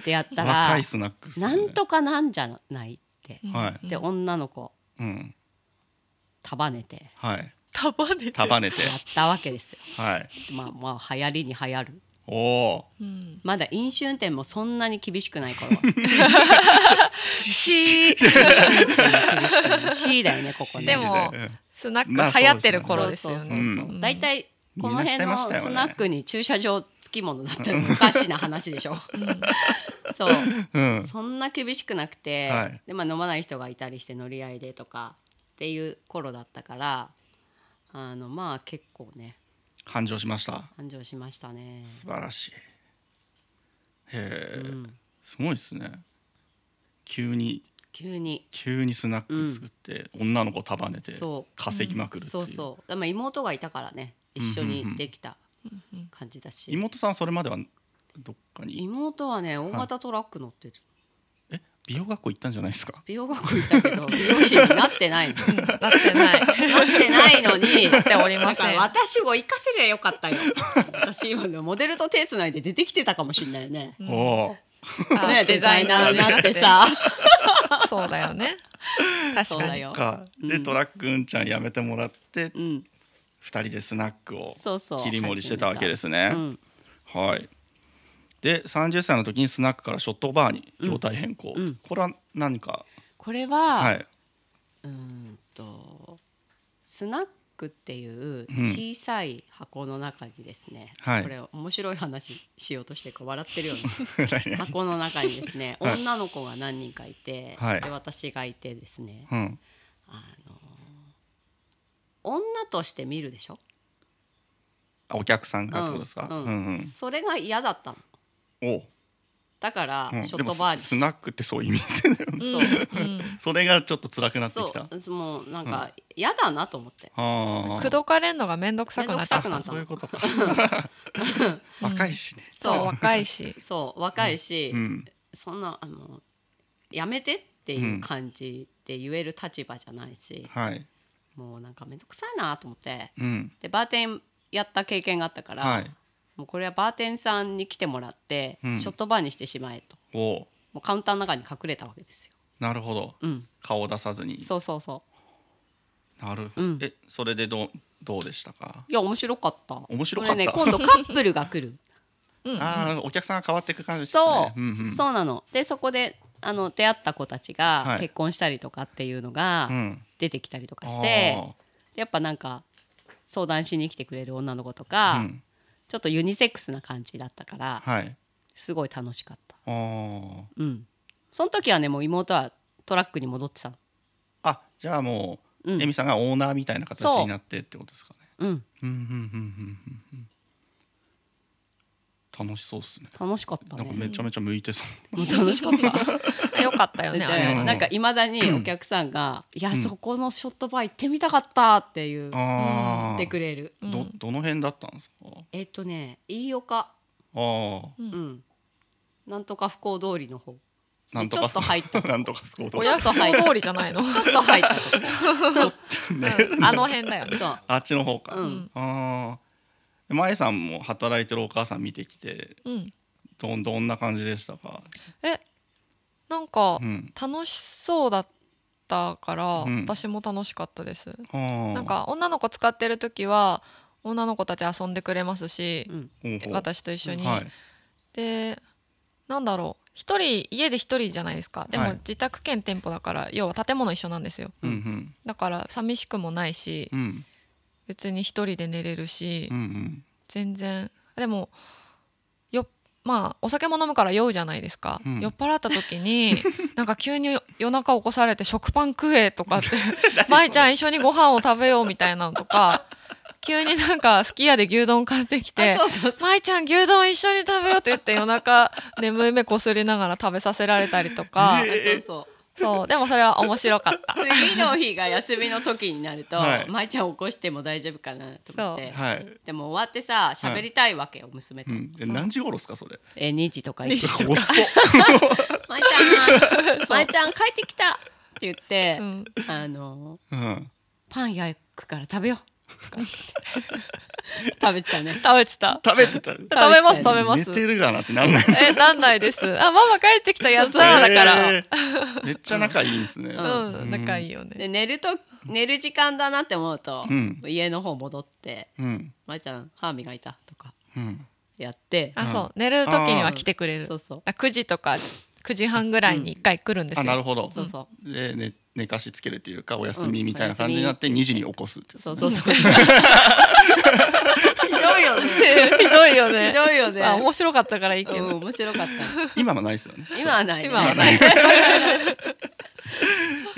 Speaker 3: ってやった
Speaker 1: 若
Speaker 3: ら
Speaker 1: いスナックっすね
Speaker 3: なんとかなんじゃないって
Speaker 1: は
Speaker 4: うん
Speaker 3: で女の子
Speaker 1: うん
Speaker 3: 束ねて
Speaker 1: はい
Speaker 4: 束ねて
Speaker 1: 束ねて
Speaker 3: やったわけですよ。
Speaker 1: はい
Speaker 3: まあまあ流行りに流行る
Speaker 1: おお
Speaker 4: うん
Speaker 3: まだ飲酒運転もそんなに厳しくない頃
Speaker 4: し
Speaker 3: しいだよねここ ね
Speaker 4: でもスナック流行ってる頃ですよ
Speaker 3: そ
Speaker 1: まあ
Speaker 3: うそう
Speaker 1: で
Speaker 4: ね。
Speaker 1: すね
Speaker 3: そうそううん大体この
Speaker 1: みん
Speaker 3: 辺
Speaker 1: なしてました
Speaker 3: の
Speaker 1: よね
Speaker 3: スナックに駐車場付き物だったらおかしな話で しょ
Speaker 4: うん
Speaker 3: そう
Speaker 1: うん
Speaker 3: そんな厳しくなくて、
Speaker 1: はい
Speaker 3: でまあ、飲まない人がいたりして乗り合いでとかっていう頃だったからあのまあ結構ね
Speaker 1: 繁盛しました
Speaker 3: 繁盛しましたね。
Speaker 1: 素晴らしい
Speaker 3: う
Speaker 1: へえ
Speaker 3: ん、
Speaker 1: すごいですね急に
Speaker 3: 急に
Speaker 1: 急にスナック作って、女の子束ねて
Speaker 3: そう
Speaker 1: 稼ぎまくるってい,、
Speaker 3: そううそうでも妹がいたからね一緒
Speaker 1: うんうんうん
Speaker 3: にできた
Speaker 4: うん
Speaker 3: 感じだし、
Speaker 1: 妹さんはそれまではどっかに
Speaker 3: 妹はね大型トラック乗ってる、
Speaker 1: え美容学校行ったんじゃないですか
Speaker 3: 美容学校行ったけど美容師になってないのなっ
Speaker 4: なってない。
Speaker 3: てないのに
Speaker 4: なっておりま
Speaker 3: だ
Speaker 4: せ
Speaker 3: か
Speaker 4: ん
Speaker 3: ら。私を生かせりゃよかったよ私今のモデルと手つないで出てきてたかもしれない ね
Speaker 4: うん
Speaker 1: おお
Speaker 4: あ
Speaker 3: ねデザイナーになって。さ
Speaker 4: そうだよね。
Speaker 3: そ
Speaker 4: 確
Speaker 3: う
Speaker 4: か
Speaker 3: だ
Speaker 4: に。
Speaker 3: よ
Speaker 1: かで、
Speaker 3: うん
Speaker 1: トラックうんちゃん辞めてもらって、
Speaker 3: う
Speaker 1: 二
Speaker 3: ん
Speaker 1: 人でスナックを
Speaker 3: そうそう
Speaker 1: 切り盛りしてたわけですすね、
Speaker 3: うん
Speaker 1: はいで30歳の時にスナックからショットバーに業態変更、
Speaker 3: うんうん
Speaker 1: これは何か、
Speaker 3: これは、
Speaker 1: はい、
Speaker 3: うーんとスナックっていう
Speaker 1: うん
Speaker 3: 小さい箱の中にですね、
Speaker 1: はい
Speaker 3: これ面白い話しようとしてるから笑ってるよう
Speaker 1: 来 年
Speaker 3: な箱の中にですね、
Speaker 1: はい
Speaker 3: 女の子が何人かいて、
Speaker 1: はい
Speaker 3: で私がいてですね
Speaker 1: うん
Speaker 3: あの女として見るでしょ、
Speaker 1: あお客さんがってことですか、
Speaker 3: う
Speaker 1: う
Speaker 3: ん
Speaker 1: んうん
Speaker 3: それが嫌だったの
Speaker 1: おう
Speaker 3: だから、
Speaker 1: うん
Speaker 3: ショットバ
Speaker 1: で
Speaker 3: ーに
Speaker 1: もススナックってそういう意味です よね
Speaker 3: そう
Speaker 4: うん。
Speaker 1: それがちょっと辛くなってきたあ
Speaker 3: そうもうなんか嫌だなと思って、
Speaker 1: あ
Speaker 4: 口説かれんのが面倒くさくなっちゃった
Speaker 3: 面倒くさくな
Speaker 1: あ
Speaker 3: った
Speaker 1: そういう ことか
Speaker 4: うん
Speaker 1: 若いしね
Speaker 4: そう
Speaker 3: そう
Speaker 4: 若いし。
Speaker 3: そう若いし、
Speaker 1: うん
Speaker 3: そんなあのやめてっていう感じで言える立場じゃないし、
Speaker 1: はい
Speaker 3: もうなんか面倒くさいなと思って
Speaker 1: うん
Speaker 3: でバーテンやった経験があったから、
Speaker 1: はい
Speaker 3: もうこれはバーテンさんに来てもらって、
Speaker 1: うん
Speaker 3: ショットバーにしてしまえと
Speaker 1: おう
Speaker 3: もうカウンターの中に隠れたわけですよ。
Speaker 1: なるほど
Speaker 3: うん、
Speaker 1: 顔を出さずに
Speaker 3: そうそうそう
Speaker 1: なるほど、
Speaker 3: うん
Speaker 1: えそれでどうどうでしたか
Speaker 3: いや面白かった
Speaker 1: 面白かった
Speaker 3: これね今度カップルが 来る
Speaker 4: うん
Speaker 1: ああお客さんが変わっていく感じですね
Speaker 3: そう、
Speaker 1: んうん、
Speaker 3: そうなのでそこであの出会った子たち
Speaker 1: は
Speaker 3: が
Speaker 1: い
Speaker 3: 結婚したりとかっていうのが
Speaker 1: うん
Speaker 3: 出てきたりとかし
Speaker 1: あ
Speaker 3: て、
Speaker 1: ー
Speaker 3: やっぱなんか相談しに来てくれる女の子とか、
Speaker 1: うん、
Speaker 3: ちょっとユニセックスな感じだったから
Speaker 1: はい
Speaker 3: すごい楽しかった
Speaker 1: あー
Speaker 3: うんその時はねもう妹はトラックに戻ってたの
Speaker 1: あじゃあも
Speaker 3: う
Speaker 1: う、えみエミ
Speaker 3: ん、
Speaker 1: さんがオーナーみたいな形
Speaker 3: そう
Speaker 1: になってってことですかね
Speaker 3: うん、
Speaker 1: うんうんうんうんうん楽しそうですね
Speaker 3: 楽しかった
Speaker 1: なんか
Speaker 3: ね
Speaker 1: めちゃめちゃ向いてそう、
Speaker 3: もう楽し かった
Speaker 4: よかったよ
Speaker 3: で
Speaker 4: ね。あれ
Speaker 1: う
Speaker 4: は
Speaker 1: ん
Speaker 3: なんかいまだにお客さんが「いやそこのショットバー行ってみたかった」っていう言
Speaker 1: ああ
Speaker 3: ってくれる
Speaker 4: うん
Speaker 1: どどの辺だったんですか
Speaker 3: えっとね飯岡
Speaker 1: ああ
Speaker 4: う
Speaker 3: うんんなんとか不幸通りの方
Speaker 1: な
Speaker 3: で
Speaker 1: ん
Speaker 3: ち
Speaker 1: と
Speaker 3: ょ
Speaker 1: か
Speaker 3: っと入ったと こ
Speaker 1: なんとか不幸と
Speaker 4: 親不孝通りじゃないの。
Speaker 3: ちょっと入ったとこ
Speaker 4: うんあの辺だ よね。
Speaker 3: そう
Speaker 1: あっちの方か、
Speaker 3: うん
Speaker 1: ああ前さんも働いてるお母さん見てきて
Speaker 4: うん。
Speaker 1: どんどんな感じでしたか
Speaker 4: なんか
Speaker 1: うん
Speaker 4: 楽しそうだったから、
Speaker 1: うん
Speaker 4: 私も楽しかったです。
Speaker 1: な
Speaker 4: なんか女の子使ってる時は女の子たち遊んでくれますし、
Speaker 3: うん
Speaker 4: 私と一緒に、
Speaker 1: はい
Speaker 4: でなんだろう一人家で一人じゃないですかで
Speaker 1: は
Speaker 4: も
Speaker 1: い
Speaker 4: 自宅兼店舗だから要は建物一緒なんですよ
Speaker 1: うん
Speaker 4: だから寂しくもないし
Speaker 1: うんうん
Speaker 4: 別に一人で寝れるし、
Speaker 1: うん
Speaker 4: 全然でもよまあお酒も飲むから酔うじゃないですか、
Speaker 1: うん
Speaker 4: 酔っ払った時になんか急に夜中起こされて食パン食えとかって「舞ちゃん一緒にご飯を食べよう」みたいなのとか急になんかすき家で牛丼買ってきて
Speaker 3: そうそう
Speaker 4: 「舞ちゃん牛丼一緒に食べよう」って言って夜中眠い目こすりながら食べさせられたりとか
Speaker 1: え
Speaker 3: そうそう
Speaker 4: そうでもそれは面白かっ た。
Speaker 3: 次の日が休みの時になると、
Speaker 1: はい
Speaker 3: 舞ちゃん起こしても大丈夫かなと思って、
Speaker 1: はい。
Speaker 3: でも終わってさ喋りたいわけよ娘
Speaker 1: う
Speaker 3: と、
Speaker 1: ん、え何時頃ですかそれ？
Speaker 3: え2時とか1時
Speaker 1: 遅っ。
Speaker 3: 舞ち ゃん舞ちゃん帰ってきたって言って、
Speaker 4: うん
Speaker 3: あの
Speaker 1: うん。
Speaker 3: パン焼くから食べようとか言って食べてたね
Speaker 4: 食べてた
Speaker 1: 食べてた。食
Speaker 4: 食べます
Speaker 3: 食
Speaker 4: 食べます
Speaker 1: 寝てるがなってなんない。
Speaker 4: えなんないですあママ帰ってきたやつだから、
Speaker 1: えーめっちゃ仲いいんですね。
Speaker 4: うん、
Speaker 1: うん
Speaker 4: 仲いいよね。
Speaker 3: で寝ると寝る時間だなって思うと、
Speaker 1: うん
Speaker 3: 家の方戻って
Speaker 1: うん。
Speaker 3: 「舞ちゃん歯磨いた」とか
Speaker 1: うん。
Speaker 3: やって
Speaker 4: あ、
Speaker 1: うん
Speaker 4: そう、寝る時には来てくれる
Speaker 3: そ。うそう
Speaker 4: あ9時とか9時半ぐらいに一回来るんです
Speaker 1: あ、なる
Speaker 4: よ。
Speaker 1: ほど。
Speaker 3: そうそ
Speaker 1: で寝寝かしつけるというかお休みみたいな感じになって2時に起こすってやつね
Speaker 3: うそうそうそう ひどいよね
Speaker 4: ひどいよ
Speaker 3: ひ
Speaker 4: ね。
Speaker 3: どいよね
Speaker 4: あ面白かったからいいけ
Speaker 3: うん
Speaker 4: ど。
Speaker 3: 面白かった
Speaker 1: 今はないですよね。
Speaker 3: 今はないね
Speaker 4: 今はない
Speaker 1: い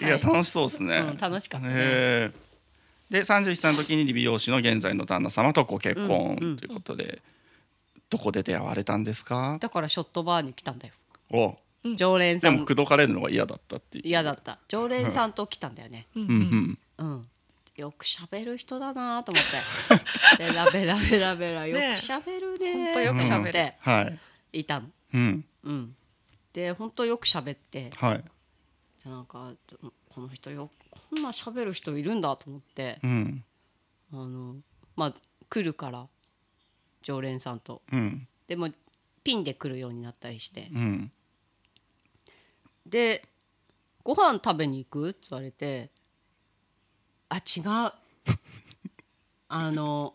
Speaker 1: や楽しそうですね。
Speaker 3: うん楽しかったね
Speaker 1: へーで31歳の時に美容師の現在の旦那様とご結婚
Speaker 3: うんうん
Speaker 1: ということで、どこで出会われたんですか
Speaker 3: だからショットバーに来たんだよ
Speaker 1: お
Speaker 4: うん
Speaker 3: 常連
Speaker 1: で
Speaker 3: さ
Speaker 1: も
Speaker 3: ん
Speaker 1: 口説かれるのが嫌だったっていう
Speaker 3: 嫌だった常連さんと来たんだよね
Speaker 4: う
Speaker 1: うん
Speaker 4: うん
Speaker 1: ん
Speaker 3: うんよく喋る人だなと思 ってベラベラベラベラよく喋るね
Speaker 4: ほんと
Speaker 1: う
Speaker 4: よ
Speaker 1: ん
Speaker 4: く喋る
Speaker 1: うんはい
Speaker 3: いたの
Speaker 1: うん
Speaker 3: うんで本当よく喋って
Speaker 1: はい
Speaker 3: なんかこの人よこんな喋る人いるんだと思って
Speaker 1: うん
Speaker 3: あのまあ来るから常連さんと
Speaker 1: うん
Speaker 3: でもピンで来るようになったりして
Speaker 1: うん
Speaker 3: で「ご飯食べに行く?」って言われて「あ違う」 あの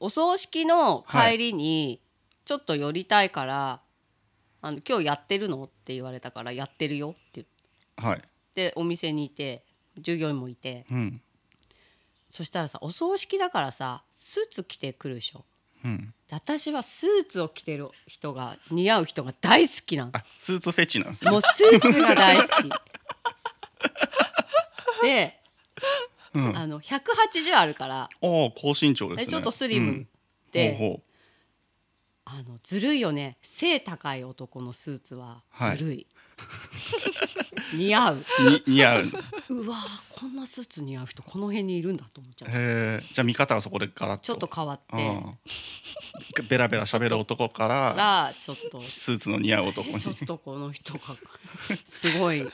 Speaker 3: お葬式の帰りにちょっと寄りたいから「あの今日やってるの?」って言われたから「やってるよ」って言っ
Speaker 1: はい
Speaker 3: てお店にいて従業員もいて
Speaker 1: うん
Speaker 3: そしたらさお葬式だからさスーツ着てくるでしょ。
Speaker 1: うん
Speaker 3: で私はスーツを着てる人が似合う人が大好きなの
Speaker 1: あスーツフェチなんですね
Speaker 3: もうスーツが大好きで
Speaker 1: うん
Speaker 3: あの180あるから
Speaker 1: おお高身長ですね
Speaker 3: でちょっとスリムで、
Speaker 1: ほうほ
Speaker 3: あのずるいよね背高い男のスーツは
Speaker 1: はい
Speaker 3: ずるい、似合う
Speaker 1: うに似合う
Speaker 3: うわーこんなスーツ似合う人この辺にいるんだと思っちゃった
Speaker 1: へえじゃあ見方はそこでガラッと
Speaker 3: ちょっと変わっ
Speaker 1: う
Speaker 3: て
Speaker 1: んベラベラ喋る男から
Speaker 3: らちょっと
Speaker 1: スーツの似合う男に
Speaker 3: ちょっとこの人がすごい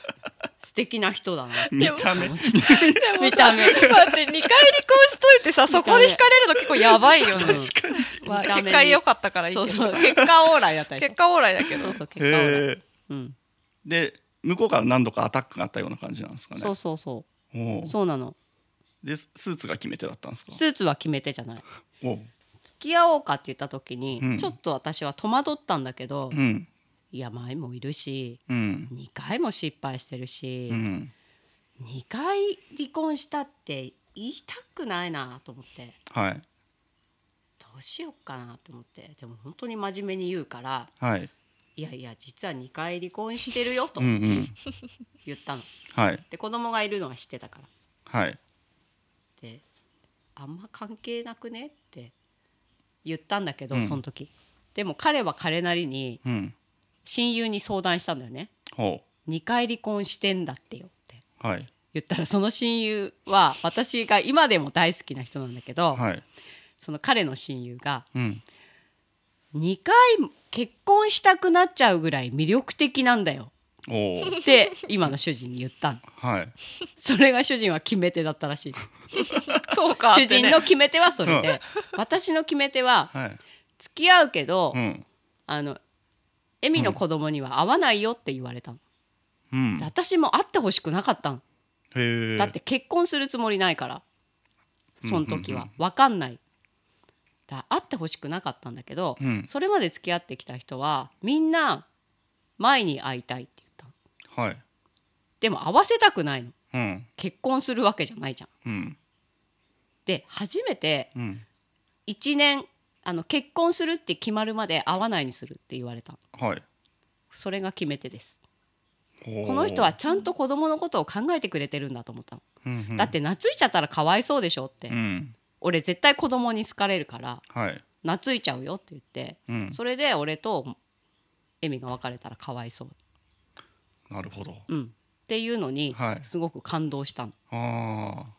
Speaker 3: 素敵な人だなって
Speaker 1: 見た目
Speaker 3: 思っちゃった見た目
Speaker 4: だって2回離婚しといてさそこで惹かれるの結構やばいよね。
Speaker 1: かに
Speaker 4: まあ
Speaker 3: 見た目に
Speaker 4: 結果良かったからいい
Speaker 3: そう
Speaker 4: け
Speaker 3: そう
Speaker 4: ど。
Speaker 3: 結果オーライだったでしょ
Speaker 4: 結果オーライだけど
Speaker 3: そう。そう結果オーライ、
Speaker 1: へえ
Speaker 3: うん
Speaker 1: で向こうから何度かアタックがあったような感じなんですかね
Speaker 3: そうそうそ
Speaker 1: お
Speaker 3: う
Speaker 1: う
Speaker 3: そうなの
Speaker 1: でスーツが決め手だったんですか
Speaker 3: スーツは決め手じゃない
Speaker 1: おう
Speaker 3: 付き合おうかって言った時に、
Speaker 1: うん
Speaker 3: ちょっと私は戸惑ったんだけど、
Speaker 1: うん
Speaker 3: いや前もいるし
Speaker 1: うん
Speaker 3: 2回も失敗してるし、
Speaker 1: うん
Speaker 3: 2回離婚したって言いたくないなと思って
Speaker 1: はい
Speaker 3: どうしよっかなと思ってでも本当に真面目に言うから
Speaker 1: はい
Speaker 3: いやいや実は2回離婚してるよと
Speaker 1: うんうん
Speaker 3: 言ったの、
Speaker 1: はい
Speaker 3: で子供がいるのは知ってたから
Speaker 1: はい
Speaker 3: であんま関係なくねって言ったんだけど、
Speaker 1: うん
Speaker 3: その時でも彼は彼なりに
Speaker 1: うん
Speaker 3: 親友に相談したんだよね
Speaker 1: ほ
Speaker 3: 2回離婚してんだってよって
Speaker 1: うはい
Speaker 3: 言ったらその親友は私が今でも大好きな人なんだけど、
Speaker 1: はい
Speaker 3: その彼の親友が
Speaker 1: うん
Speaker 3: 2回結婚したくなっちゃうぐらい魅力的なんだよ
Speaker 1: おう
Speaker 3: って今の主人に言ったの
Speaker 1: はい
Speaker 3: それが主人は決め手だったらしい
Speaker 4: そうかって
Speaker 3: 主
Speaker 4: ね。
Speaker 3: 人の決め手はそれで、 私の決め手は
Speaker 1: はい
Speaker 3: 付き合うけど、
Speaker 1: うん
Speaker 3: あのエミの子供には会わないよって言われたの、
Speaker 1: うん
Speaker 3: で私も会ってほしくなかったの
Speaker 1: へえ
Speaker 3: だって結婚するつもりないから
Speaker 1: うん
Speaker 3: その時
Speaker 1: うん
Speaker 3: は分かんないだ会ってほしくなかったんだけど、
Speaker 1: うん
Speaker 3: それまで付き合ってきた人はみんな前に会いたいって言ったの
Speaker 1: はい
Speaker 3: でも会わせたくないの
Speaker 1: うん
Speaker 3: 結婚するわけじゃないじゃん
Speaker 1: うん
Speaker 3: で初めて
Speaker 1: うん
Speaker 3: 1年あの結婚するって決まるまで会わないにするって言われた
Speaker 1: はい
Speaker 3: それが決め手です
Speaker 1: こ
Speaker 3: この人はちゃんと子供のことを考えてくれてるんだと思ったの、だって懐いちゃったらかわいそうでしょって、
Speaker 1: うん
Speaker 3: 俺絶対子供に好かれるから
Speaker 1: はい
Speaker 3: 懐いちゃうよって言って、
Speaker 1: うん
Speaker 3: それで俺とエミが別れたらかわいそう、
Speaker 1: なるほど
Speaker 3: うん、っていうのに
Speaker 1: はい
Speaker 3: すごく感動したの、
Speaker 1: ああ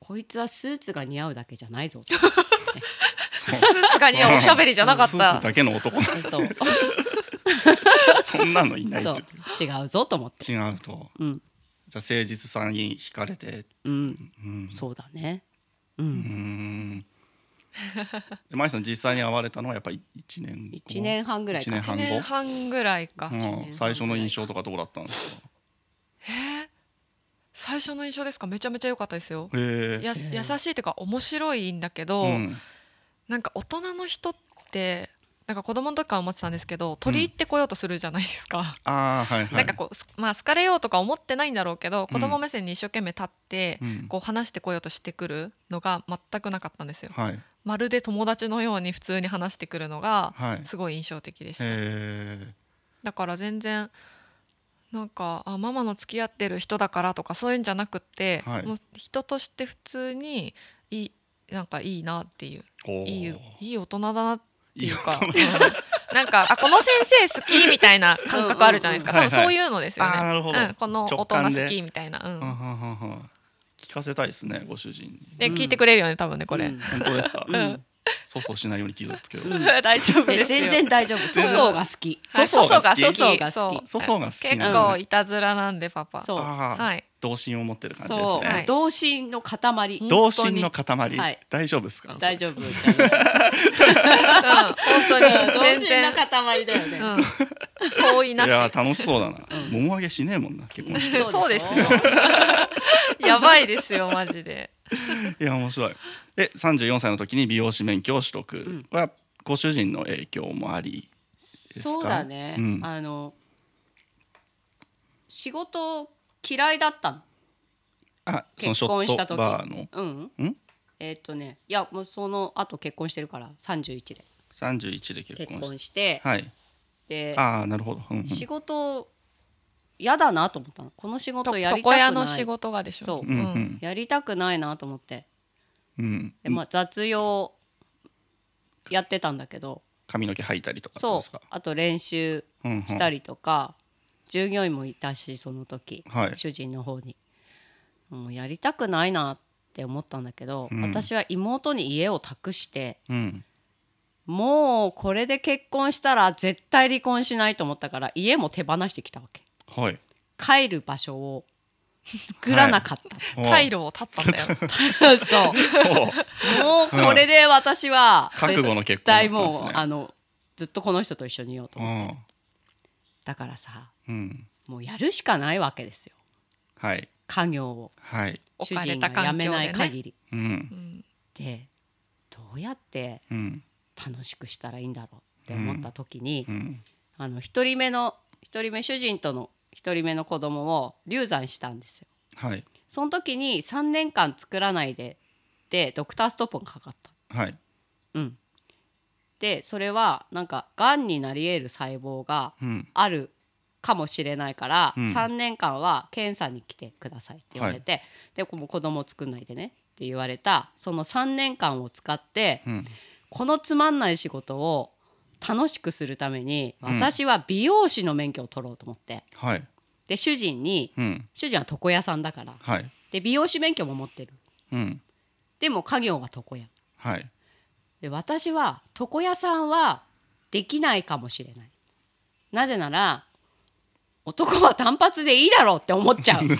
Speaker 3: こいつはスーツが似合うだけじゃないぞ
Speaker 1: そう
Speaker 4: スーツが似合うおしゃべりじゃなかっ
Speaker 1: スー
Speaker 4: た
Speaker 1: ツだけの 男なん
Speaker 3: そうそう
Speaker 1: そんなのいないと
Speaker 3: 違うぞと思って
Speaker 1: 違うと
Speaker 3: うん
Speaker 1: じゃあ誠実さに惹かれて
Speaker 3: うん
Speaker 1: うん
Speaker 3: そうだねう
Speaker 1: うー
Speaker 3: ん、
Speaker 1: んで舞さん実際に会われたのはやっぱり1年後
Speaker 3: 一1年半ぐらいか
Speaker 1: 一年
Speaker 4: 1年半ぐらいか、
Speaker 1: うん最初の印象とかどうだったんですか
Speaker 4: 最初の印象ですかめちゃめちゃ良かったですよ
Speaker 1: へえ
Speaker 4: や
Speaker 3: え
Speaker 4: 優しいっていうか面白いんだけど、
Speaker 1: うん
Speaker 4: なんか大人の人ってなんか子供の時から思ってたんですけど取り入ってこようとするじゃないですか、
Speaker 1: ああはいはい
Speaker 4: なんかこうすまあ好かれようとか思ってないんだろうけど
Speaker 1: うん
Speaker 4: 子供目線に一生懸命立って、
Speaker 1: うん
Speaker 4: こう話してこようとしてくるのが全くなかったんですよ
Speaker 1: はい
Speaker 4: まるで友達のように普通に話してくるのが
Speaker 1: はい
Speaker 4: すごい印象的でした、
Speaker 1: え
Speaker 4: だから全然なんかあママの付き合ってる人だからとかそういうんじゃなくって、
Speaker 1: はい
Speaker 4: もう人として普通にいいなんかいいなっていう
Speaker 1: ー
Speaker 4: いい
Speaker 1: おー
Speaker 4: いい大人だなっていうか
Speaker 1: いい大
Speaker 4: うんなんかあこの先生好きみたいな感覚あるじゃないですか
Speaker 1: うんうんうん
Speaker 4: 多分そういうのですよね、
Speaker 1: はいはいあーなるほど
Speaker 4: うん、この
Speaker 1: 直
Speaker 4: 大
Speaker 1: 感
Speaker 4: 人
Speaker 1: で
Speaker 4: 好きみたいな、うん
Speaker 1: はんはんはんはん聞かせたいですねご主人 に
Speaker 4: で
Speaker 3: うん
Speaker 4: 聞いてくれるよね多分ねこれ、
Speaker 3: うん
Speaker 1: 本当ですか
Speaker 3: うん
Speaker 1: そうそうしないように聞いてますけど
Speaker 3: うん
Speaker 4: 大丈夫
Speaker 3: え
Speaker 4: ですよ
Speaker 3: 全然大丈夫粗
Speaker 1: 全然
Speaker 3: 相が好き
Speaker 4: はい
Speaker 1: 粗相が好き
Speaker 4: 粗
Speaker 3: 粗
Speaker 4: 相
Speaker 3: 相が好き
Speaker 1: そう粗相が好き
Speaker 4: 結
Speaker 1: な
Speaker 4: 構いたずらなんでパパ
Speaker 3: そう
Speaker 1: ああ
Speaker 4: はい
Speaker 1: 童心を持ってる感じです
Speaker 3: そう、
Speaker 4: は
Speaker 1: ね
Speaker 4: い
Speaker 3: 童心の塊
Speaker 4: うん
Speaker 1: 童心の塊
Speaker 3: はい
Speaker 1: 大丈夫ですか
Speaker 3: 大丈夫
Speaker 4: うん本当に
Speaker 3: 童
Speaker 4: 全
Speaker 3: 心の塊
Speaker 4: 然
Speaker 3: だよね、
Speaker 4: うん相違
Speaker 1: い
Speaker 4: なし
Speaker 1: やー楽しそうだな
Speaker 3: うん
Speaker 1: 桃揚げしねえもんな結婚式
Speaker 3: そう
Speaker 4: そう
Speaker 3: でし
Speaker 4: で
Speaker 3: ょ
Speaker 4: すよやばいですよ マジで
Speaker 1: いや面白いで34歳の時に美容師免許を取得
Speaker 3: ん
Speaker 1: はご主人の影響もありですか
Speaker 3: そうだね、
Speaker 1: うん
Speaker 3: あの仕事嫌いだったの
Speaker 1: あそのシ
Speaker 3: 結
Speaker 1: ョ
Speaker 3: 婚
Speaker 1: ッ
Speaker 3: した
Speaker 1: ト
Speaker 3: 時
Speaker 1: バーの
Speaker 3: うん、
Speaker 1: ん
Speaker 3: えーっ、とねいやもうその後結婚してるから31で
Speaker 1: 31で結婚
Speaker 3: 結
Speaker 1: し
Speaker 3: 婚して、
Speaker 1: はい
Speaker 3: で
Speaker 1: ああなるほどうんうん
Speaker 3: 仕事嫌だなと思ったのこの仕事やりたく
Speaker 4: 床
Speaker 3: な
Speaker 4: 屋
Speaker 3: い
Speaker 4: の仕事がでしょ
Speaker 3: そう
Speaker 1: うんうん
Speaker 3: やりたくないなと思って
Speaker 1: うん
Speaker 3: で、まあ、雑用やってたんだけど、
Speaker 1: 髪の毛吐いたりとか
Speaker 3: そ
Speaker 1: です
Speaker 3: う
Speaker 1: か
Speaker 3: あと練習
Speaker 1: うんうん
Speaker 3: したりとか、従業員もいたしその時、
Speaker 1: はい
Speaker 3: 主人の方にもうやりたくないなって思ったんだけど、
Speaker 1: うん
Speaker 3: 私は妹に家を託して
Speaker 1: うん
Speaker 3: もうこれで結婚したら絶対離婚しないと思ったから家も手放してきたわけ
Speaker 1: はい
Speaker 3: 帰る場所を作らなかった、
Speaker 4: 退路を立ったんだよ
Speaker 3: そう
Speaker 1: おう
Speaker 3: もうこれで私は
Speaker 1: 覚悟の結婚
Speaker 3: 絶
Speaker 1: だった
Speaker 3: 対
Speaker 1: んですね
Speaker 3: もうあのずっとこの人と一緒にいようと
Speaker 1: う
Speaker 3: 思って、
Speaker 1: ん
Speaker 3: だからさ
Speaker 1: うん
Speaker 3: もうやるしかないわけですよ
Speaker 1: はい
Speaker 3: 家業を
Speaker 1: はい
Speaker 4: 置
Speaker 3: 主
Speaker 4: かれ
Speaker 3: 人
Speaker 4: た
Speaker 3: が辞
Speaker 4: 環
Speaker 3: め
Speaker 4: 境で
Speaker 3: ない
Speaker 4: ね
Speaker 3: 限り
Speaker 1: うん
Speaker 4: うん
Speaker 3: でどうやって
Speaker 1: うん
Speaker 3: 楽しくしたらいいんだろうって思った時に、
Speaker 1: うん
Speaker 3: あの一人目の一人目主人との一人目の子供を流産したんですよ
Speaker 1: はい
Speaker 3: その時に3年間作らないででドクターストップがかかった
Speaker 1: はい
Speaker 3: うんでそれはなんかがんになり得る細胞が
Speaker 1: うん
Speaker 3: あるかもしれないから、
Speaker 1: うん
Speaker 3: 3年間は検査に来てくださいって言われて、でこうもう子供を作んないでねって言われたその3年間を使って、
Speaker 1: うん
Speaker 3: このつまんない仕事を楽しくするために
Speaker 1: うん
Speaker 3: 私は美容師の免許を取ろうと思って
Speaker 1: はい
Speaker 3: で主人に
Speaker 1: うん
Speaker 3: 主人は床屋さんだから
Speaker 1: はい
Speaker 3: で美容師免許も持ってる
Speaker 1: うん
Speaker 3: でも家業は床屋
Speaker 1: はい
Speaker 3: で私は床屋さんはできないかもしれないなぜなら男は単発でいいだろうって思 っちゃうね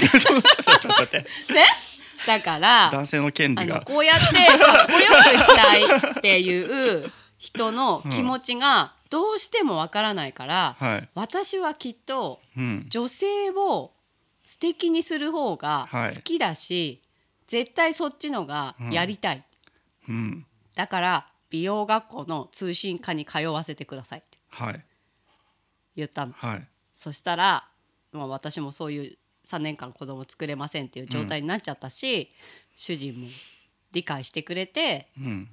Speaker 3: だから
Speaker 1: 男性の権
Speaker 3: あ
Speaker 1: 利
Speaker 3: の
Speaker 1: が
Speaker 3: こうやってかっこよくしたいっていう人の気持ちがどうしてもわからないから、
Speaker 1: はい
Speaker 3: 私はきっと
Speaker 1: うん
Speaker 3: 女性を素敵にする方が好きだし、絶対そっちのがやりたい、
Speaker 1: うん
Speaker 3: だから美容学校の通信課に通わせてくださいって
Speaker 1: はい
Speaker 3: 言ったの
Speaker 1: はい
Speaker 3: そしたら、まあ、私もそういう3年間子供作れませんっていう状態になっちゃったし、主人も理解してくれて
Speaker 1: うん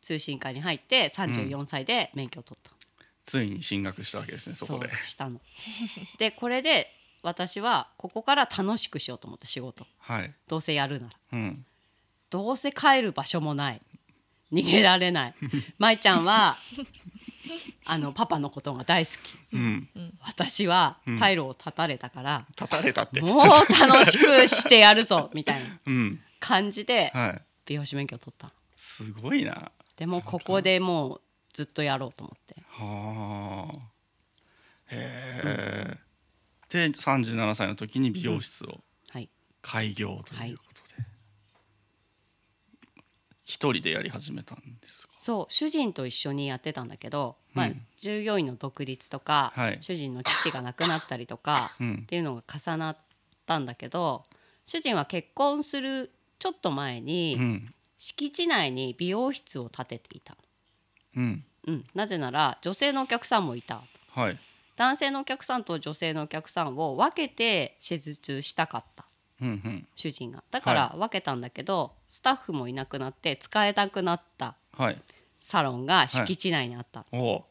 Speaker 3: 通信課に入って34歳で免許を取った、
Speaker 1: ついに進学したわけですねそこで
Speaker 3: うしたのでこれで私はここから楽しくしようと思った仕事
Speaker 1: はい、
Speaker 3: どうせやるなら
Speaker 1: うん、
Speaker 3: どうせ帰る場所もない逃げられない舞ちゃんはあのパパのことが大好き
Speaker 1: うん、
Speaker 3: 私は
Speaker 1: うん
Speaker 3: 退路を断たれたから、
Speaker 1: 立たれたって
Speaker 3: もう楽しくしてやるぞみたいな
Speaker 1: うん
Speaker 3: 感じで
Speaker 1: はい
Speaker 3: 美容師免許を取ったの
Speaker 1: すごいな
Speaker 3: でもここでもうずっとやろうと思って
Speaker 1: はあへえで37歳の時に美容室を
Speaker 3: はい
Speaker 1: 開業ということで、一人でやり始めたんですか
Speaker 3: そう主人と一緒にやってたんだけど、まあ
Speaker 1: うん
Speaker 3: 従業員の独立とか、
Speaker 1: はい
Speaker 3: 主人の父が亡くなったりと か
Speaker 1: う
Speaker 3: っ
Speaker 1: ん
Speaker 3: ていうのが重なったんだけど主人は結婚するちょっと前に、
Speaker 1: うん
Speaker 3: 敷地内に美容室を建てていた、
Speaker 1: うん
Speaker 3: うん、なぜなら女性のお客さんもいた
Speaker 1: はい
Speaker 3: 男性のお客さんと女性のお客さんを分けて施術したかった
Speaker 1: うんうん
Speaker 3: 主人がだから分けたんだけど、スタッフもいなくなって使えなくなった
Speaker 1: はい
Speaker 3: サロンが敷地内にあった、
Speaker 1: おお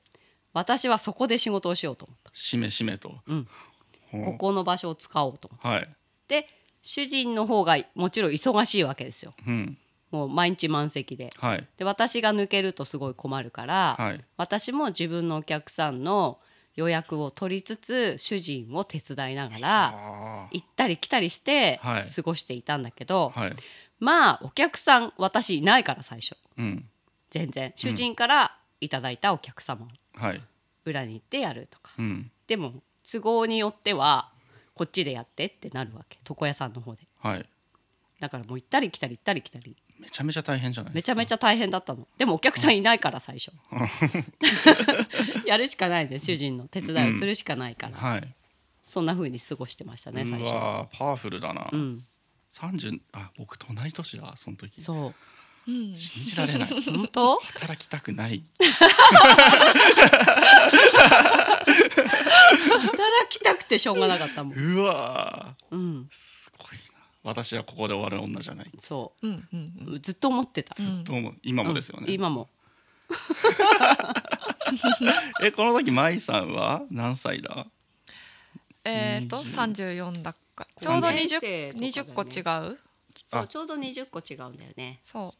Speaker 3: 私はそこで仕事をしようと思っ
Speaker 1: しめしめと、
Speaker 3: うん
Speaker 1: ほう
Speaker 3: たここの場所を使おうと思っ
Speaker 1: はい
Speaker 3: てで主人の方がもちろん忙しいわけですよ
Speaker 1: うん
Speaker 3: もう毎日満席で
Speaker 1: はい
Speaker 3: で私が抜けるとすごい困るから、
Speaker 1: はい
Speaker 3: 私も自分のお客さんの予約を取りつつ主人を手伝いながら
Speaker 1: あ
Speaker 3: 行ったり来たりして
Speaker 1: はい
Speaker 3: 過ごしていたんだけど、
Speaker 1: ーはい
Speaker 3: まあお客さん私いないから最初
Speaker 1: うん
Speaker 3: 全然主人からいただいたお客様を
Speaker 1: はい
Speaker 3: 裏に行ってやるとか、
Speaker 1: うん
Speaker 3: でも都合によってはこっちでやってってなるわけ床屋さんの方で
Speaker 1: はい
Speaker 3: だからもう行ったり来たり行ったり来たり
Speaker 1: めちゃめちゃ大変じゃない
Speaker 3: め
Speaker 1: です
Speaker 3: ちゃ
Speaker 1: か
Speaker 3: めちゃ大変だったのでもお客さんいないから最初やるしかないで主人の手伝いをするしかないから、
Speaker 1: はい
Speaker 3: そんな風に過ごしてましたね最
Speaker 1: う
Speaker 3: 初
Speaker 1: わーパワフルだな、
Speaker 3: うん
Speaker 1: 30あ僕と同い年だその時
Speaker 3: そう
Speaker 4: うん
Speaker 1: 信じられない
Speaker 3: 本当
Speaker 1: 働きたくない
Speaker 3: 働きたくてしょうがなかったもん
Speaker 1: うわ
Speaker 3: うん
Speaker 1: ーすごいな私はここで終わる女じゃない
Speaker 3: そ
Speaker 4: うんうん
Speaker 3: うずっと思ってた
Speaker 4: ずっ
Speaker 1: と思う今もですよ
Speaker 3: うん
Speaker 1: ね、
Speaker 3: 今も
Speaker 1: えこの時舞さんは何歳だ
Speaker 4: えっと三十四だっかちょうど二十二十個違う
Speaker 3: そ
Speaker 1: あ
Speaker 3: うちょうど20個違うんだよね
Speaker 4: そ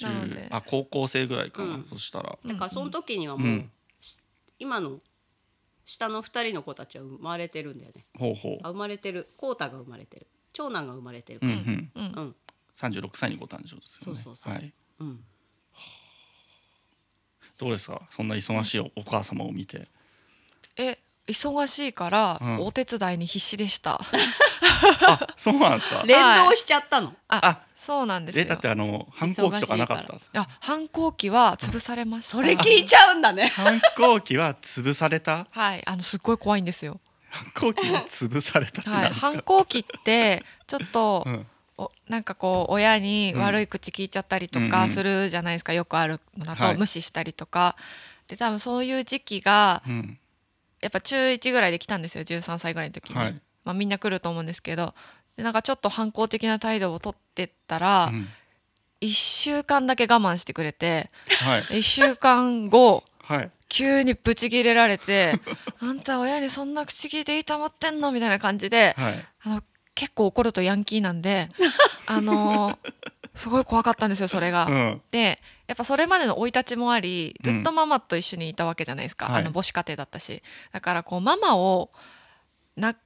Speaker 4: うなの
Speaker 1: 10
Speaker 4: で
Speaker 1: あ高校生ぐらいかな、
Speaker 3: うん
Speaker 1: そしたら
Speaker 3: だからその時には
Speaker 1: う
Speaker 3: もう、
Speaker 1: ん
Speaker 3: 今の下の2人の子たちは生まれてるんだよね
Speaker 1: ほうほ
Speaker 3: あ生まれてるコウタが生まれてる長男が生まれてる
Speaker 1: う、うんうん、
Speaker 4: うん
Speaker 3: うん
Speaker 1: 36歳にご誕生ですよね
Speaker 3: そうそうそう
Speaker 1: はい、
Speaker 3: うん
Speaker 1: どうですかそんな忙しいお母様を見て
Speaker 4: え忙しいから、
Speaker 1: うん
Speaker 4: お手伝いに必死 でした。
Speaker 1: あそうなんですか
Speaker 3: 連動しちゃったの、
Speaker 1: あ
Speaker 4: そうなんです
Speaker 1: え
Speaker 4: よ。
Speaker 1: だってあの反抗期とかなかったんですか
Speaker 4: あ反抗期は潰されました。
Speaker 3: それ聞いちゃうんだね
Speaker 1: 反抗期は潰された
Speaker 4: はいあのすっごい怖いんですよ。
Speaker 1: 反抗期は潰されたって
Speaker 4: は
Speaker 1: ないんですか、
Speaker 4: 反抗期ってちょっと、
Speaker 1: うん
Speaker 4: おなんかこう親に悪い口聞いちゃったりと
Speaker 1: うんう
Speaker 4: か
Speaker 1: ん
Speaker 4: するじゃないですか、よくあるのだ
Speaker 1: は
Speaker 4: と
Speaker 1: い
Speaker 4: 無視したりとか。で多分そういう時期が
Speaker 1: うん
Speaker 4: やっぱ中1ぐらいで来たんですよ13歳ぐらいの時に、
Speaker 1: はい
Speaker 4: まあ、みんな来ると思うんですけどでなんかちょっと反抗的な態度をとってったら、
Speaker 1: うん
Speaker 4: 1週間だけ我慢してくれて
Speaker 1: はい
Speaker 4: 1週間後
Speaker 1: はい
Speaker 4: 急にブチギレられて 「あんた親にそんな口聞いていいと思ってんの?」みたいな感じで
Speaker 1: はい
Speaker 4: あの結構怒るとヤンキーなんであのすごい怖かったんですよそれが。
Speaker 1: うん
Speaker 4: でやっぱそれまでの生い立ちもありずっとママと一緒にいたわけじゃないですか、
Speaker 1: はい
Speaker 4: あの母子家庭だったしだからこうママをな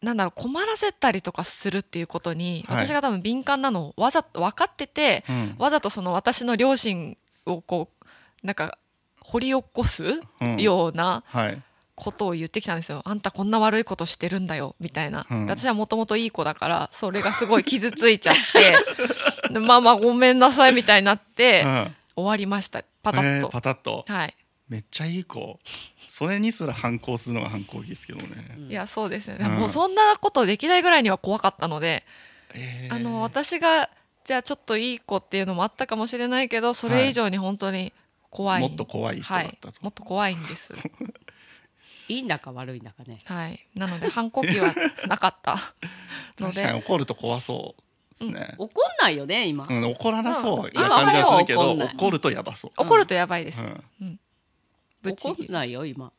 Speaker 4: なんだろう困らせたりとかするっていうことに、
Speaker 1: はい
Speaker 4: 私が多分敏感なのをわざと分かってて
Speaker 1: うん
Speaker 4: わざとその私の両親をこうなんか掘り起こす
Speaker 1: うん
Speaker 4: ような
Speaker 1: はい
Speaker 4: ことを言ってきたんですよ、あんたこんな悪いことしてるんだよみたいな、
Speaker 1: うん
Speaker 4: で私はもともといい子だからそれがすごい傷ついちゃっ てでママごめんなさいみたいになって、
Speaker 1: うん
Speaker 4: 終わりましたパタ
Speaker 1: え
Speaker 4: ッ
Speaker 1: ー
Speaker 4: と、
Speaker 1: パタッと
Speaker 4: はい、
Speaker 1: めっちゃいい子それにすら反抗するのが反抗期ですけどね、
Speaker 4: いやそうですよね、
Speaker 1: うん
Speaker 4: もうそんなことできないぐらいには怖かったので、
Speaker 1: えー
Speaker 4: あの私がじゃあちょっといい子っていうのもあったかもしれないけどそれ以上に本当に怖い、
Speaker 1: もっと怖い人だ
Speaker 4: は
Speaker 1: っ
Speaker 4: い
Speaker 1: たと、
Speaker 4: もっと怖い んです、
Speaker 3: いいんだか悪いんだかね
Speaker 4: はい、なので反抗期はなかったの
Speaker 1: 確かに
Speaker 4: で、
Speaker 1: 怒ると怖そですね。
Speaker 3: 怒んないよね今、
Speaker 1: うん、怒らなそう
Speaker 4: うん
Speaker 1: な感じがするけ
Speaker 3: 今は
Speaker 1: ど、
Speaker 3: もう怒んない
Speaker 1: 怒るとやばそう。
Speaker 4: 怒るとやばいです
Speaker 1: う。ん、
Speaker 4: ぶっち
Speaker 3: 怒
Speaker 4: ぎ
Speaker 3: ん
Speaker 4: り。
Speaker 3: ないよ今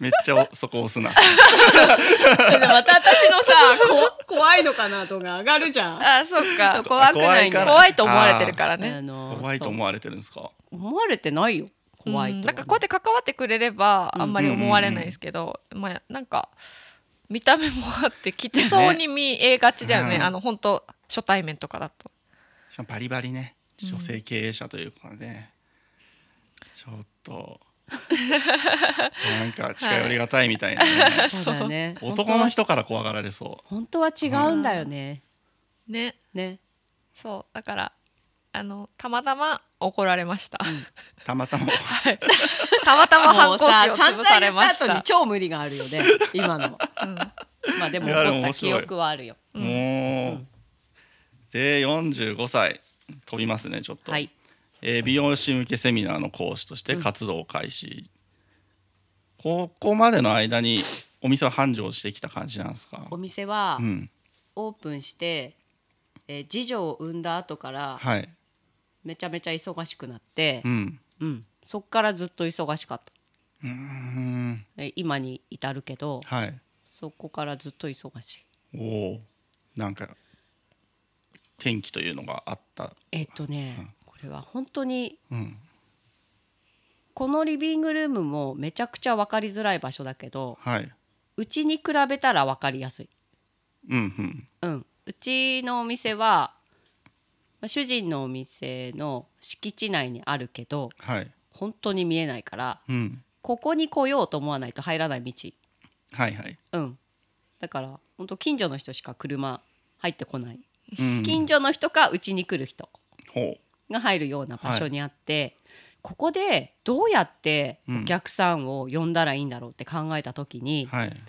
Speaker 1: めっちゃおそこ押すな。
Speaker 3: で また私のさこ怖いのかなとが上がるじゃん
Speaker 4: あ、そっ
Speaker 3: そ
Speaker 4: か
Speaker 3: う。怖くないんだ
Speaker 1: 怖から
Speaker 3: よ
Speaker 4: 怖いと思われてるから
Speaker 3: あ
Speaker 4: ね。
Speaker 3: の
Speaker 1: 怖いと思われてるんですか。
Speaker 3: そう思われてないよ怖いと、
Speaker 4: うんなんかこうやって関わってくれれば
Speaker 3: うん
Speaker 4: あんまり思われないですけど、まあなんか見た目もあってきつそうに見えがちだよね。
Speaker 1: うん
Speaker 4: あの本当初対面とかだと。
Speaker 1: しかもバリバリね、
Speaker 4: うん
Speaker 1: 女性経営者というかね、ちょっとなんか近寄りがたいみたいな、ね
Speaker 3: そうだよね
Speaker 1: 男の人から怖がられそ
Speaker 3: 本当は違うんだよね、
Speaker 4: ね、
Speaker 3: ね、
Speaker 4: そうだからあのたまたま怒られました。
Speaker 1: う。たまたま。
Speaker 4: たまたま
Speaker 3: も
Speaker 4: 反
Speaker 3: う
Speaker 4: 抗期
Speaker 3: さ
Speaker 4: を
Speaker 3: 散
Speaker 4: 潰
Speaker 3: 々
Speaker 4: さ
Speaker 3: 言
Speaker 4: れ
Speaker 3: っ
Speaker 4: ま
Speaker 3: た
Speaker 4: し
Speaker 3: 後に
Speaker 4: た。
Speaker 3: 超無理があるよね今のまあでも
Speaker 1: いやでも
Speaker 3: 怒った
Speaker 1: 面白
Speaker 3: 記
Speaker 1: い
Speaker 3: 憶はあるよ
Speaker 4: うんうん
Speaker 1: もう、
Speaker 3: ん
Speaker 1: で45歳飛びますねちょっと、
Speaker 3: はい
Speaker 1: えー美容師向けセミナーの講師として活動を開始、ここまでの間にお店は繁盛してきた感じなんですか
Speaker 3: お店は
Speaker 1: うん
Speaker 3: オープンして、えー次女を産んだ後から
Speaker 1: はい
Speaker 3: めちゃめちゃ忙しくなって
Speaker 1: う、ん
Speaker 3: うん、そっからずっと忙しかった
Speaker 1: うーん
Speaker 3: え今に至るけど
Speaker 1: はい
Speaker 3: そこからずっと忙しい
Speaker 1: おおなんか天気というのがあった
Speaker 3: えっとね、これは本当に
Speaker 1: うん
Speaker 3: このリビングルームもめちゃくちゃ分かりづらい場所だけど
Speaker 1: はいう
Speaker 3: ちに比べたら分かりやすい、
Speaker 1: うんうん
Speaker 3: うん、うちのお店はまあ主人のお店の敷地内にあるけど
Speaker 1: はい
Speaker 3: 本当に見えないから
Speaker 1: うん
Speaker 3: ここに来ようと思わないと入らない道
Speaker 1: はいはい、
Speaker 3: うんだから本当近所の人しか車入ってこない
Speaker 1: うん、
Speaker 3: 近所の人かうちに来る人
Speaker 1: ほ
Speaker 3: が入るような場所にあって、ここでどうやってお客さんを呼んだらいいんだろうって考えた時
Speaker 1: う
Speaker 3: に、
Speaker 1: はい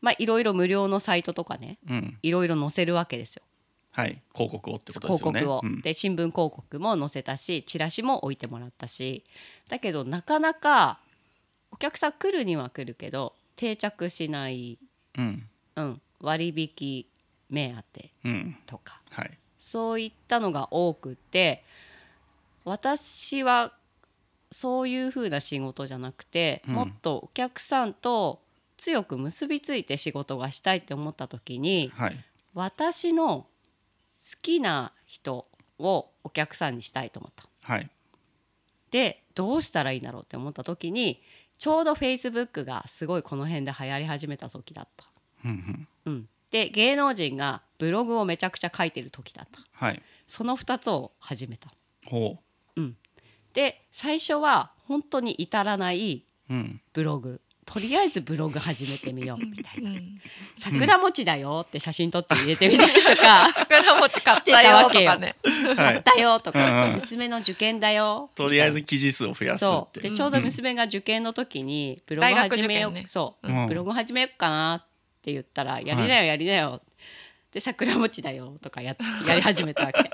Speaker 3: まあいろいろ無料のサイトとかね
Speaker 1: うん
Speaker 3: いろいろ載せるわけですよ
Speaker 1: はい広告をってことで
Speaker 3: 広
Speaker 1: すよね
Speaker 3: 告を。
Speaker 1: うん
Speaker 3: で新聞広告も載せたしチラシも置いてもらったしだけどなかなかお客さん来るには来るけど定着しない、
Speaker 1: うん
Speaker 3: うん、割引目当て
Speaker 1: うん
Speaker 3: とか
Speaker 1: はい
Speaker 3: そういったのが多くて私はそういう風な仕事じゃなくて、
Speaker 1: うん
Speaker 3: もっとお客さんと強く結びついて仕事がしたいって思った時に
Speaker 1: はい
Speaker 3: 私の好きな人をお客さんにしたいと思った。
Speaker 1: はい
Speaker 3: でどうしたらいいんだろうって思った時にちょうど Facebook がすごいこの辺で流行り始めた時だった。
Speaker 1: うんうん
Speaker 3: うん、で芸能人がブログをめちゃくちゃ書いてる時だった。
Speaker 1: はい
Speaker 3: その2つを始めた。
Speaker 1: ほ
Speaker 3: で最初は本当に至らないう
Speaker 1: うん
Speaker 3: ブログとりあえずブログ始めてみようみたいな
Speaker 4: うん
Speaker 3: 桜餅だよって写真撮って入れてみたりとか
Speaker 4: 桜餅買ったよとかね。
Speaker 1: は
Speaker 3: 買っ
Speaker 1: い
Speaker 3: たよとか、
Speaker 1: うんうん
Speaker 3: 娘の受験だよ
Speaker 1: とりあえず記事数を増やすっ
Speaker 3: そう
Speaker 1: て
Speaker 3: で
Speaker 1: いう
Speaker 3: ちょうど娘が受験の時にブログ
Speaker 4: 大学受
Speaker 3: 始
Speaker 4: 験ね
Speaker 3: めよう、そう、
Speaker 1: うん
Speaker 3: ブログ始めようかなって言ったら「やりなよやりなよ」で桜餅だよと かややり始めたわけで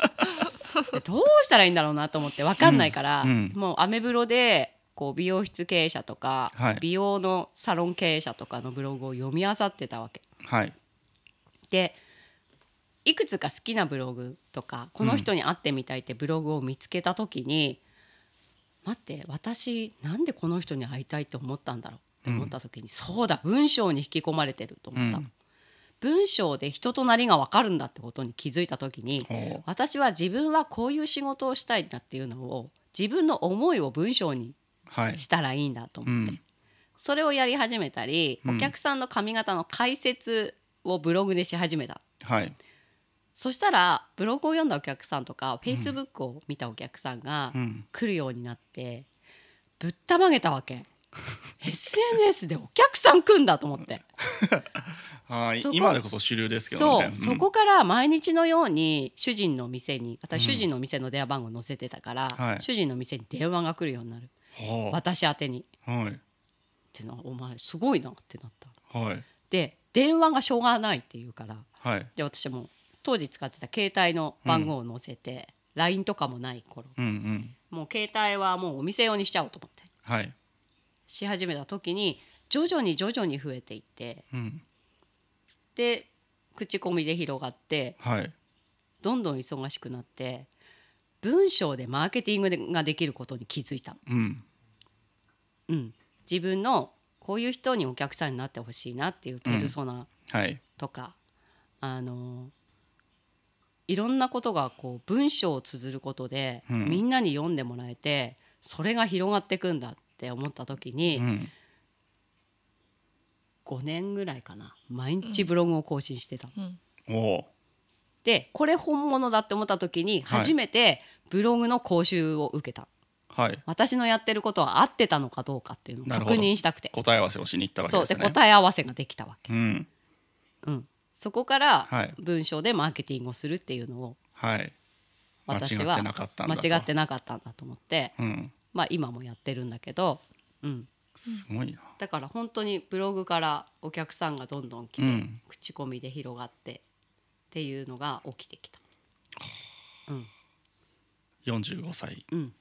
Speaker 3: どうしたらいいんだろうなと思って分かんないから、
Speaker 1: うんうん
Speaker 3: もうアメブロでこう美容室経営者とか、
Speaker 1: はい
Speaker 3: 美容のサロン経営者とかのブログを読み漁ってたわけ
Speaker 1: はい
Speaker 3: でいくつか好きなブログとかこの人に会ってみたいってブログを見つけた時に、待って私なんでこの人に会いたいと思ったんだろうって思った時に、そうだ文章に引き込まれてると思った、
Speaker 1: うん
Speaker 3: 文章で人となりが分かるんだってことに気づいた時に
Speaker 1: ほう
Speaker 3: 私は自分はこういう仕事をしたいんだっていうのを自分の思いを文章に
Speaker 1: はい
Speaker 3: したらいいんだと
Speaker 1: う
Speaker 3: 思って、
Speaker 1: ん
Speaker 3: それをやり始めたり、
Speaker 1: うん
Speaker 3: お客さんの髪型の解説をブログでし始めた
Speaker 1: はい
Speaker 3: そしたらブログを読んだお客さんとかフェイスブックを見たお客さんが
Speaker 1: うん
Speaker 3: 来るようになってぶったまげたわけ SNS でお客さん来んだと思って
Speaker 1: はい
Speaker 3: そこ
Speaker 1: 今でこそ主流ですけど
Speaker 3: そう、
Speaker 1: ね
Speaker 3: そこから毎日のように主人の店に私主人の店の電話番号載せてたから、
Speaker 1: はい
Speaker 3: 主人の店に電話が来るようになる
Speaker 1: うんほ
Speaker 3: 私宛てにっ
Speaker 1: うはい
Speaker 3: てのお前すごいなってなった
Speaker 1: はい
Speaker 3: で電話がしょうがないって言うから
Speaker 1: はい
Speaker 3: で私も当時使ってた携帯の番号を載せて、LINE とかもない頃
Speaker 1: うんうん
Speaker 3: もう携帯はもうお店用にしちゃおうと思って
Speaker 1: はい
Speaker 3: し始めた時に徐々に徐々に増えていって
Speaker 1: うん
Speaker 3: で口コミで広がって
Speaker 1: はい
Speaker 3: どんどん忙しくなって文章でマーケティングができることに気づいた、
Speaker 1: うん
Speaker 3: うん、自分のこういう人にお客さんになってほしいなっていうペルソナ
Speaker 1: はい
Speaker 3: とか、あのいろんなことがこう文章を綴ることで、
Speaker 1: うん
Speaker 3: みんなに読んでもらえてそれが広がっていくんだって思った時に、
Speaker 1: うん
Speaker 3: 5年ぐらいかな毎日ブログを更新してたの、
Speaker 4: うん
Speaker 1: おお
Speaker 3: でこれ本物だって思った時に
Speaker 1: はい
Speaker 3: 初めてブログの講習を受けた、
Speaker 1: はい
Speaker 3: 私のやってることは合ってたのかどうかっていうのを
Speaker 1: なるほ
Speaker 3: 確
Speaker 1: ど
Speaker 3: 認したくて、
Speaker 1: 答え合わせをしに行ったわけ
Speaker 3: そう
Speaker 1: です
Speaker 3: で
Speaker 1: ね
Speaker 3: 答え合わせができたわけ、
Speaker 1: うん
Speaker 3: うん、そこから
Speaker 1: はい
Speaker 3: 文章でマーケティングをするっていうのを
Speaker 1: はい
Speaker 3: 私
Speaker 1: 間違っ
Speaker 3: は
Speaker 1: てなかったん
Speaker 3: 間
Speaker 1: だと
Speaker 3: 違ってなかったんだと思って
Speaker 1: うん
Speaker 3: まあ今もやってるんだけど、うん、
Speaker 1: すごいな
Speaker 3: だから本当にブログからお客さんがどんどん来て、
Speaker 1: うん
Speaker 3: 口コミで広がってっていうのが起きてきた。うん
Speaker 1: 45歳
Speaker 3: うん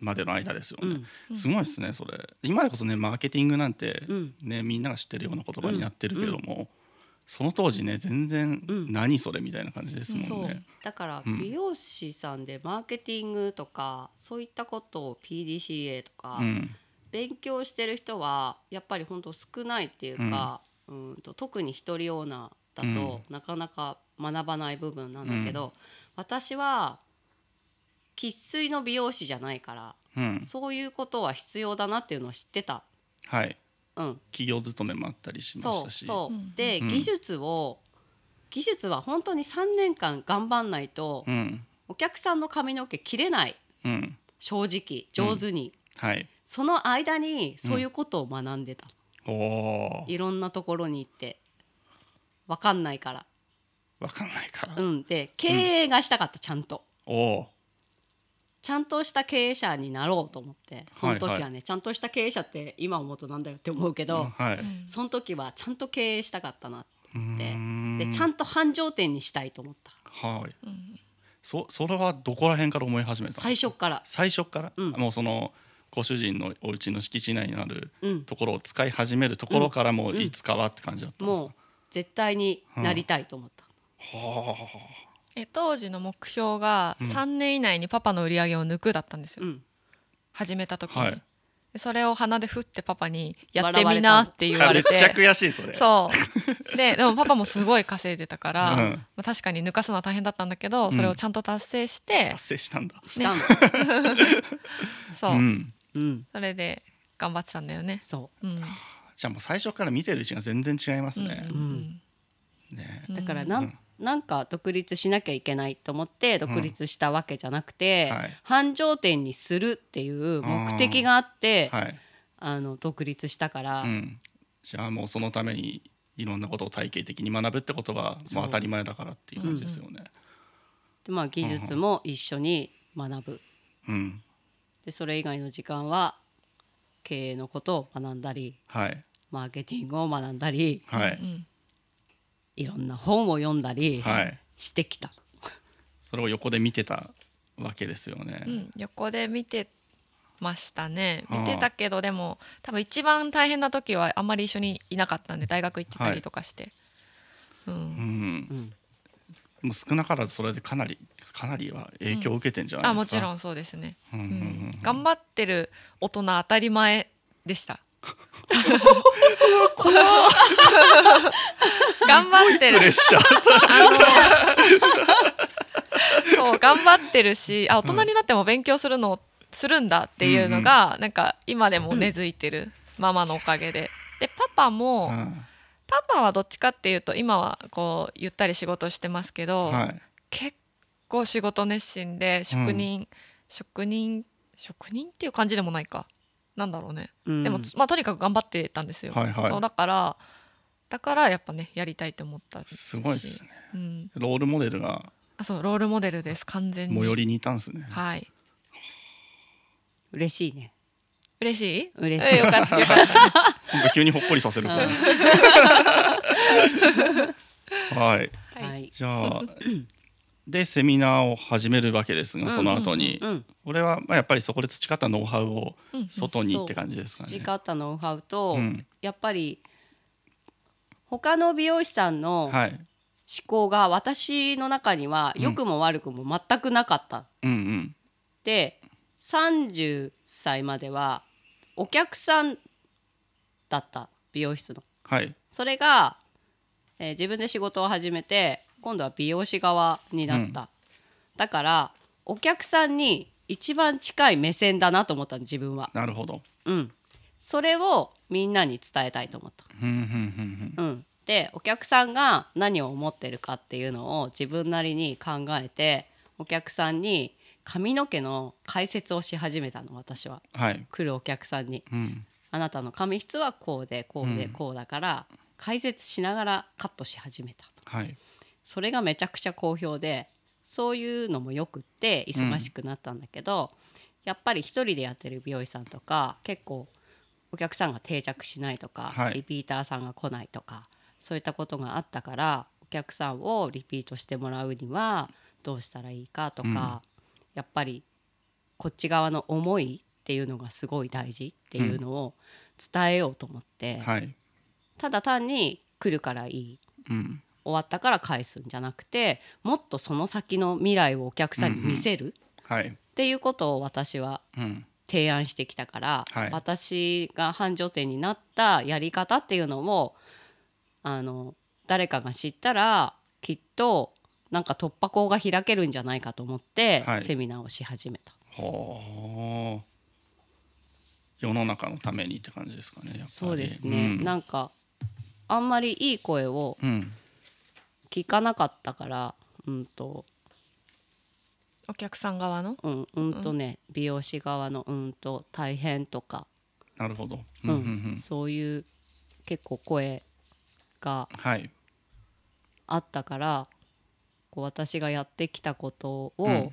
Speaker 1: までの間ですよ
Speaker 3: う
Speaker 1: ね、
Speaker 3: ん
Speaker 1: すごいですねそれ今でこそねマーケティングなんて
Speaker 3: うん
Speaker 1: ね、みんなが知ってるような言葉になってるけども、その当時ね全然
Speaker 3: うん
Speaker 1: 何それみたいな感じですもんね、
Speaker 4: そう
Speaker 3: だから
Speaker 1: うん
Speaker 3: 美容師さんでマーケティングとかそういったことを PDCA とか
Speaker 1: うん
Speaker 3: 勉強してる人はやっぱり本当少ないっていうか、うん、と特に一人オーナーだとなかなか学ばない部分なんだけど、私は生粋の美容師じゃないから
Speaker 1: うん、
Speaker 3: そういうことは必要だなっていうのを知ってた。
Speaker 1: はい
Speaker 3: うん、
Speaker 1: 企業勤めもあったりしまし
Speaker 3: そ
Speaker 1: た
Speaker 3: う
Speaker 1: し
Speaker 3: そう、
Speaker 4: うん
Speaker 3: で、
Speaker 1: うん
Speaker 3: 技術を技術は本当に3年間頑張んないと、
Speaker 1: うん
Speaker 3: お客さんの髪の毛切れない
Speaker 1: うん
Speaker 3: 正直上手に、
Speaker 1: はい
Speaker 3: その間にそういうことを学んでた、
Speaker 1: おお
Speaker 3: いろんなところに行って分かんないから
Speaker 1: わかんないから、
Speaker 3: うんで経営がしたかったちゃんと
Speaker 1: おお
Speaker 3: ちゃんとした経営者になろうと思ってその時はね、
Speaker 1: は
Speaker 3: ちゃんとした経営者って今思うとなんだよって思うけど、
Speaker 1: はい、
Speaker 3: その時はちゃんと経営したかったな
Speaker 1: うーん
Speaker 3: でちゃんと繁盛店にしたいと思った
Speaker 1: はい
Speaker 4: うん
Speaker 1: そそれはどこら辺から思い始めたの
Speaker 3: 最初から
Speaker 1: 最初から、
Speaker 3: うん
Speaker 1: もうそのご主人のお家の敷地内にある
Speaker 3: うん
Speaker 1: ところを使い始めるところからも
Speaker 3: う
Speaker 1: うんいつかはって感じだったんですか、
Speaker 3: もう絶対になりたいと思った、
Speaker 1: は
Speaker 4: え当時の目標が
Speaker 1: うん
Speaker 4: 3年以内にパパの売り上げを抜くだったんですよ、
Speaker 3: うん
Speaker 4: 始めた時に、
Speaker 1: はい
Speaker 4: でそれを鼻でふってパパに「やってみな」って言
Speaker 1: あ、
Speaker 4: わ
Speaker 1: め
Speaker 4: れ
Speaker 1: っちゃ
Speaker 4: て
Speaker 1: 悔しいそれ
Speaker 4: そうででもパパもすごい稼いでたから、
Speaker 1: うん
Speaker 4: まあ、確かに抜かすのは大変だったんだけどそれをちゃんと達成して
Speaker 1: 達、成したんだ
Speaker 3: したの、
Speaker 4: そう、
Speaker 1: ん、
Speaker 3: うん
Speaker 4: それで頑張ってたんだよね、
Speaker 3: そ
Speaker 4: うん
Speaker 1: じゃあもう最初から見てるうちが全然違いますね、
Speaker 4: うんうん
Speaker 1: ね
Speaker 3: うだから
Speaker 1: う
Speaker 3: なん、
Speaker 1: ん
Speaker 3: なんか独立しなきゃいけないと思って独立したわけじゃなくて、
Speaker 1: はい
Speaker 3: 繁盛店にするっていう目的があってあ
Speaker 1: はい、
Speaker 3: の独立したから、
Speaker 1: うん、じゃあもうそのためにいろんなことを体系的に学ぶってことは
Speaker 3: そ
Speaker 1: も
Speaker 3: う
Speaker 1: う当たり前だからっていう感じですよね
Speaker 3: でまあ、技術も一緒に学ぶ
Speaker 1: うん、
Speaker 3: でそれ以外の時間は経営のことを学んだり
Speaker 1: はい
Speaker 3: マーケティングを学んだり
Speaker 1: は
Speaker 4: う
Speaker 1: い、
Speaker 4: ん
Speaker 3: いろんな本を読んだり
Speaker 1: はい
Speaker 3: してきた。
Speaker 1: それを横で見てたわけですよね、
Speaker 4: うん横で見てましたね
Speaker 1: はあ
Speaker 4: 見てたけどでも多分一番大変な時はあんまり一緒にいなかったんで大学行ってたりとかして、う、
Speaker 1: うんん
Speaker 3: う、ん
Speaker 1: もう少なからずそれでかなりかなりは影響を受けてんじゃな
Speaker 4: あ
Speaker 1: いで
Speaker 4: も
Speaker 1: すか、
Speaker 4: ちろ
Speaker 1: ん、
Speaker 4: んそうですね、
Speaker 1: うんう
Speaker 4: うんん
Speaker 1: うん、
Speaker 4: 頑張ってる大人当たり前でした頑張ってる
Speaker 1: プレッシャー
Speaker 4: そう頑張ってるしあ大人になっても勉強するのするんだっていうのが、なんか今でも根付いてる、ママのおかげで。でパパも、
Speaker 1: う
Speaker 4: パパはどっちかっていうと今はこうゆったり仕事してますけど、
Speaker 1: ん、はい
Speaker 4: 結構仕事熱心で職人、職人職人っていう感じでもないかなんだろうね、
Speaker 3: うん
Speaker 4: でもまあとにかく頑張ってたんですよ、
Speaker 1: はいはい
Speaker 4: そうだからだからやっぱねやりたいって思ったし
Speaker 1: すごいですね
Speaker 4: うん、
Speaker 1: ロールモデルが
Speaker 4: あそうロールモデルです完全に
Speaker 1: 最寄りにいたんですね、
Speaker 4: はい
Speaker 3: 嬉しいね
Speaker 4: 嬉しい
Speaker 3: 嬉し
Speaker 4: え
Speaker 3: い
Speaker 4: よかったよかった
Speaker 1: なんか急にほっこりさせるから。 はい。
Speaker 4: はい
Speaker 3: はい
Speaker 1: じゃあ。でセミナーを始めるわけですが、その後に、
Speaker 3: うん、
Speaker 1: これはまあやっぱりそこで培ったノウハウを
Speaker 4: うん
Speaker 1: 外にって感じですかね。
Speaker 3: 培ったノウハウと、
Speaker 1: うん
Speaker 3: やっぱり他の美容師さんの
Speaker 1: はい。
Speaker 3: 考が私の中には
Speaker 1: うん
Speaker 3: 良くも悪くも全くなかった、
Speaker 1: うん
Speaker 3: で30歳まではお客さんだった美容室の
Speaker 1: はい
Speaker 3: それが、えー自分で仕事を始めて今度は美容師側になった、だからお客さんに一番近い目線だなと思ったの自分は
Speaker 1: なるほど
Speaker 3: うんそれをみんなに伝えたいと思った
Speaker 1: ふんふんふん
Speaker 3: うん、でお客さんが何を思ってるかっていうのを自分なりに考えてお客さんに髪の毛の解説をし始めたの私は
Speaker 1: ふんはい
Speaker 3: 来るお客さんに
Speaker 1: うん
Speaker 3: あなたの髪質はこうでこうで
Speaker 1: うん
Speaker 3: こうだから、解説しながらカットし始めた
Speaker 1: はい
Speaker 3: それがめちゃくちゃ好評でそういうのもよくって忙しくなったんだけど、やっぱり一人でやってる美容師さんとか結構お客さんが定着しないとか、
Speaker 1: はい
Speaker 3: リピーターさんが来ないとかそういったことがあったからお客さんをリピートしてもらうにはどうしたらいいかとか、
Speaker 1: うん
Speaker 3: やっぱりこっち側の思いっていうのがすごい大事っていうのを伝えようと思って、
Speaker 1: はい
Speaker 3: ただ単に来るからいい
Speaker 1: うん
Speaker 3: 終わったから返すんじゃなくてもっとその先の未来をお客さんに見せる
Speaker 1: はい
Speaker 3: っていうことを私は
Speaker 1: うん
Speaker 3: 提案してきたから、
Speaker 1: はい
Speaker 3: 私が繁盛店になったやり方っていうのをあの誰かが知ったらきっとなんか突破口が開けるんじゃないかと思って、
Speaker 1: はい
Speaker 3: セミナーをし始めた
Speaker 1: ほう世の中のためにって感じですかねやっぱり
Speaker 3: そうですね、
Speaker 1: うん、
Speaker 3: なんかあんまりいい声を
Speaker 1: うん
Speaker 3: 聞かなかったからうんと
Speaker 4: お客さん側の
Speaker 3: うん、うんとね、美容師側のうんと大変とか、
Speaker 1: なるほど
Speaker 3: うん
Speaker 1: うんうん
Speaker 3: そういう結構声が
Speaker 1: はい
Speaker 3: あったからこう私がやってきたこと
Speaker 1: う
Speaker 3: を
Speaker 1: ん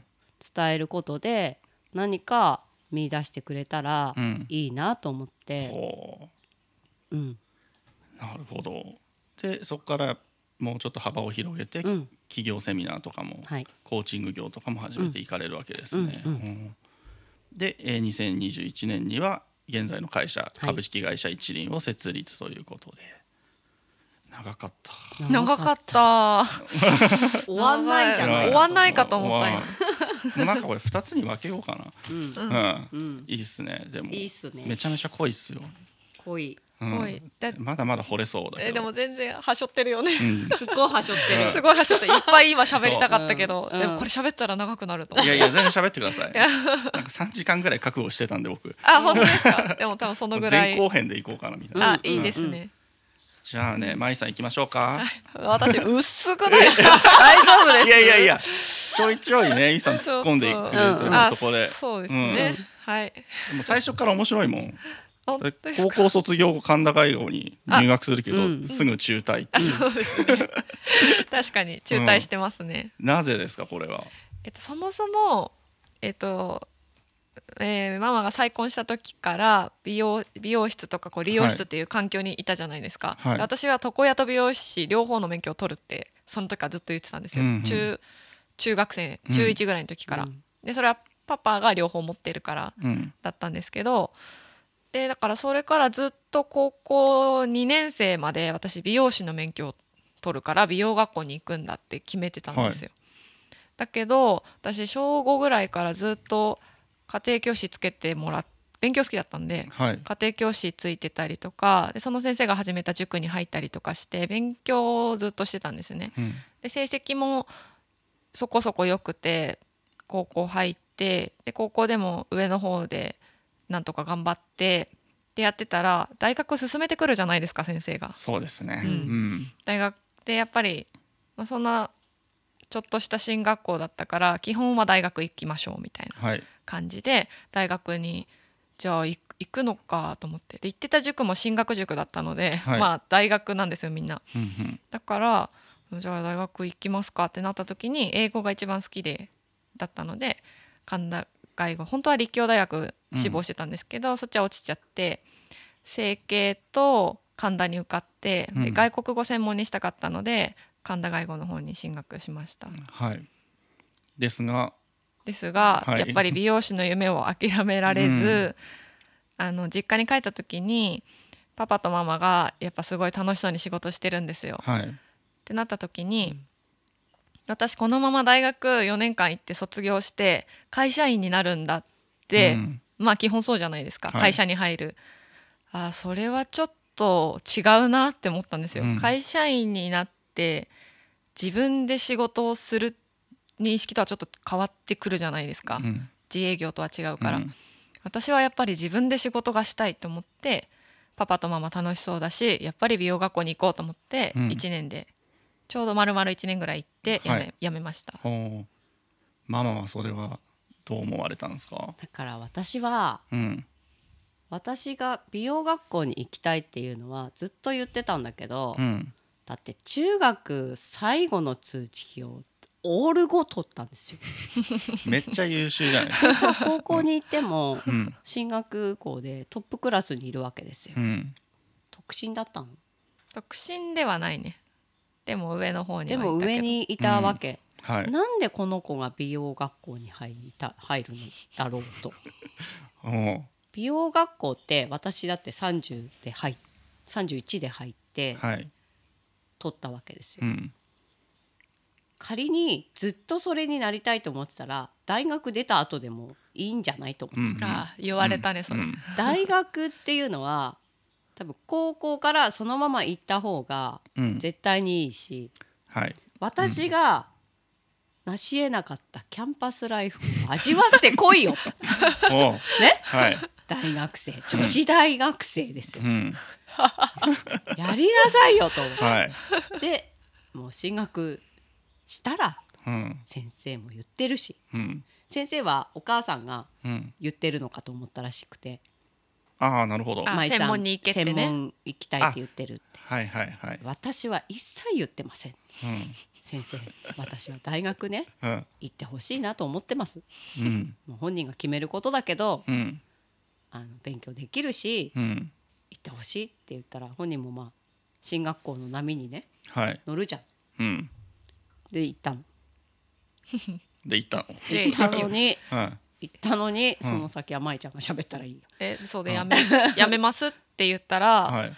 Speaker 3: 伝えることで何か見出してくれたら
Speaker 1: うん
Speaker 3: いいなと思って、
Speaker 1: ほう
Speaker 3: うん
Speaker 1: なるほどでそこからもうちょっと幅を広げて、
Speaker 3: うん
Speaker 1: 企業セミナーとかも、
Speaker 3: はい、
Speaker 1: コーチング業とかも始めていかれるわけですね。
Speaker 3: うんうん
Speaker 1: うんでえー2021年には現在の会社
Speaker 3: い
Speaker 1: 株式会社一輪を設立ということで、長かった。
Speaker 4: 長かった
Speaker 3: 終わんないんじゃない
Speaker 4: 終
Speaker 3: か
Speaker 4: わんないかと思ったよ
Speaker 1: たなんかこれ2つに分けようか
Speaker 3: と、うん
Speaker 4: うん
Speaker 1: な、うん
Speaker 3: うん、
Speaker 1: いいっすねでも
Speaker 3: いいっす
Speaker 1: め
Speaker 3: ね
Speaker 1: ちゃめちゃ濃いっすよ、
Speaker 3: 濃い
Speaker 1: うん
Speaker 4: 濃いだ
Speaker 1: まだまだ惚れそうだけど
Speaker 4: えでも全然はしょってるよね
Speaker 1: うん
Speaker 3: すっごいはしょってる
Speaker 1: うん
Speaker 4: すごいはしょっていっぱい今喋りたかったけど、
Speaker 3: そううん
Speaker 4: でもこれ喋ったら長くなると思う
Speaker 1: いやいや全然喋ってください
Speaker 4: いや
Speaker 1: なんか3時間ぐらい覚悟してたんで僕
Speaker 4: あ本当ですかでも多分そのぐら
Speaker 1: 前
Speaker 4: い
Speaker 1: 後編で行こうかなみたいな
Speaker 4: あいいですね、
Speaker 1: じゃあね舞さん行きましょうか
Speaker 4: 私薄くないですか大丈夫です
Speaker 1: いやいやいやちょいちょいねイさん突っ込んでいくれてる
Speaker 3: ちょっとうん
Speaker 1: そこで
Speaker 4: そうですね、はい
Speaker 1: でも最初から面白いもん
Speaker 4: 本当です
Speaker 1: 高
Speaker 4: か
Speaker 1: 校卒業後神田外語に入学するけど
Speaker 3: あうん
Speaker 1: すぐ中退って
Speaker 4: あ
Speaker 1: いう
Speaker 4: そうですね確かに中退してますね、
Speaker 1: なぜですかこれは
Speaker 4: えっとそもそもえっとえーママが再婚した時から美容美容室とかこう理容室っていう環境にいたじゃないですか、
Speaker 1: はい
Speaker 4: で私は床屋と美容師両方の免許を取るってその時からずっと言ってたんですよ、
Speaker 1: うんうん
Speaker 4: 中中学生
Speaker 1: うん
Speaker 4: 中1ぐらいの時から、
Speaker 3: うん
Speaker 4: でそれはパパが両方持ってるから
Speaker 1: うん
Speaker 4: だったんですけどでだからそれからずっと高校2年生まで私美容師の免許を取るから美容学校に行くんだって決めてたんですよ。だけど私小5ぐらいからずっと家庭教師つけてもらっ勉強好きだったんで
Speaker 1: はい
Speaker 4: 家庭教師ついてたりとかでその先生が始めた塾に入ったりとかして勉強をずっとしてたんですね。
Speaker 1: うん
Speaker 4: で成績もそこそこ良くて高校入ってで高校でも上の方でなんとか頑張ってでやってたら大学進めてくるじゃないですか先生が。
Speaker 1: そうですねう
Speaker 4: うん
Speaker 1: ん
Speaker 4: 大学でやっぱり、まあ、そんなちょっとした進学校だったから基本は大学行きましょうみたいな
Speaker 1: はい
Speaker 4: 感じで大学にじゃあ行く行くのかと思ってで行ってた塾も進学塾だったので、
Speaker 1: はい
Speaker 4: まあ大学なんですよみんな。
Speaker 1: うんうん
Speaker 4: だからじゃあ大学行きますかってなった時に英語が一番好きでだったので神田外語本当は立教大学志望してたんですけど、そっちは落ちちゃって整形と神田に受かって、
Speaker 1: う
Speaker 4: で
Speaker 1: ん
Speaker 4: 外国語専門にしたかったので神田外語の方に進学しました
Speaker 1: はいですが
Speaker 4: ですが、
Speaker 1: はい
Speaker 4: やっぱり美容師の夢を諦められず、あの実家に帰った時にパパとママがやっぱすごい楽しそうに仕事してるんですよ。
Speaker 1: はい
Speaker 4: ってなった時に、私このまま大学4年間行って卒業して会社員になるんだって、
Speaker 1: うん
Speaker 4: まあ基本そうじゃないですか、
Speaker 1: はい
Speaker 4: 会社に入るあーそれはちょっと違うなって思ったんですよ、
Speaker 1: うん
Speaker 4: 会社員になって自分で仕事をする認識とはちょっと変わってくるじゃないですか、
Speaker 1: うん
Speaker 4: 自営業とは違うから、
Speaker 1: うん
Speaker 4: 私はやっぱり自分で仕事がしたいと思ってパパとママ楽しそうだしやっぱり美容学校に行こうと思って
Speaker 1: うん
Speaker 4: 1年で、ちょうど丸々1年ぐらい行ってやめ,、
Speaker 1: はい
Speaker 4: やめました
Speaker 1: ほうママはそれはどう思われたんですか
Speaker 3: だから私は
Speaker 1: うん
Speaker 3: 私が美容学校に行きたいっていうのはずっと言ってたんだけど、
Speaker 1: うん
Speaker 3: だって中学最後の通知表オール5取ったんですよ。
Speaker 1: めっちゃ優秀じゃない
Speaker 3: さ高校に行って も
Speaker 1: うん
Speaker 3: 進学校でトップクラスにいるわけですよ
Speaker 1: う。ん
Speaker 3: 特進だったの。
Speaker 4: 独身ではないねでも上の方に
Speaker 3: で
Speaker 4: はいた
Speaker 3: も
Speaker 4: けど
Speaker 3: 上にいたわけ。
Speaker 1: はい
Speaker 3: なんでこの子が美容学校に入りた入るのだろうと。
Speaker 1: ほ
Speaker 3: 美容学校って私だって30で入っ31で入っ
Speaker 1: う
Speaker 3: て
Speaker 1: はい
Speaker 3: 取ったわけですよ
Speaker 1: う。ん
Speaker 3: 仮にずっとそれになりたいと思ってたら大学出た後でもいいんじゃないと思
Speaker 1: う
Speaker 3: う、
Speaker 1: ん
Speaker 4: あー言われたねそれ、
Speaker 1: うん
Speaker 3: 大学っていうのは多分高校からそのまま行った方が
Speaker 1: うん
Speaker 3: 絶対にいいし
Speaker 1: はい
Speaker 3: 私が成し得なかったキャンパスライフを味わってこいよと
Speaker 1: ほう
Speaker 3: ね
Speaker 1: はい
Speaker 3: 大学生女子大学生です
Speaker 1: う
Speaker 3: よ
Speaker 1: ん
Speaker 3: やりなさいよと思
Speaker 1: はい
Speaker 3: ってもう進学したら
Speaker 1: うん
Speaker 3: 先生も言ってるし
Speaker 1: うん
Speaker 3: 先生はお母さんが
Speaker 1: うん
Speaker 3: 言ってるのかと思ったらしくて
Speaker 1: ああなるほど
Speaker 4: あ
Speaker 1: は
Speaker 3: 舞さん
Speaker 4: 専門に行けってね
Speaker 3: 専門行きたいって言ってるって
Speaker 1: いはいはい
Speaker 3: 私は一切言ってません
Speaker 1: う
Speaker 3: 先生私は大学ね
Speaker 1: んうん
Speaker 3: 行ってほしいなと思ってます
Speaker 1: うん
Speaker 3: もう本人が決めることだけど
Speaker 1: うん
Speaker 3: あの勉強できるし
Speaker 1: うん
Speaker 3: 行ってほしいって言ったら本人もまあ進学校の波にね
Speaker 1: はい
Speaker 3: 乗るじゃん
Speaker 1: うん
Speaker 3: で行ったの
Speaker 1: で行ったの
Speaker 4: で
Speaker 3: 行ったのに
Speaker 1: はい
Speaker 3: 行ったのに
Speaker 1: うん
Speaker 3: その先は舞ちゃんが喋ったらいいよ
Speaker 4: えそうでやめやめますって言ったら、
Speaker 1: はい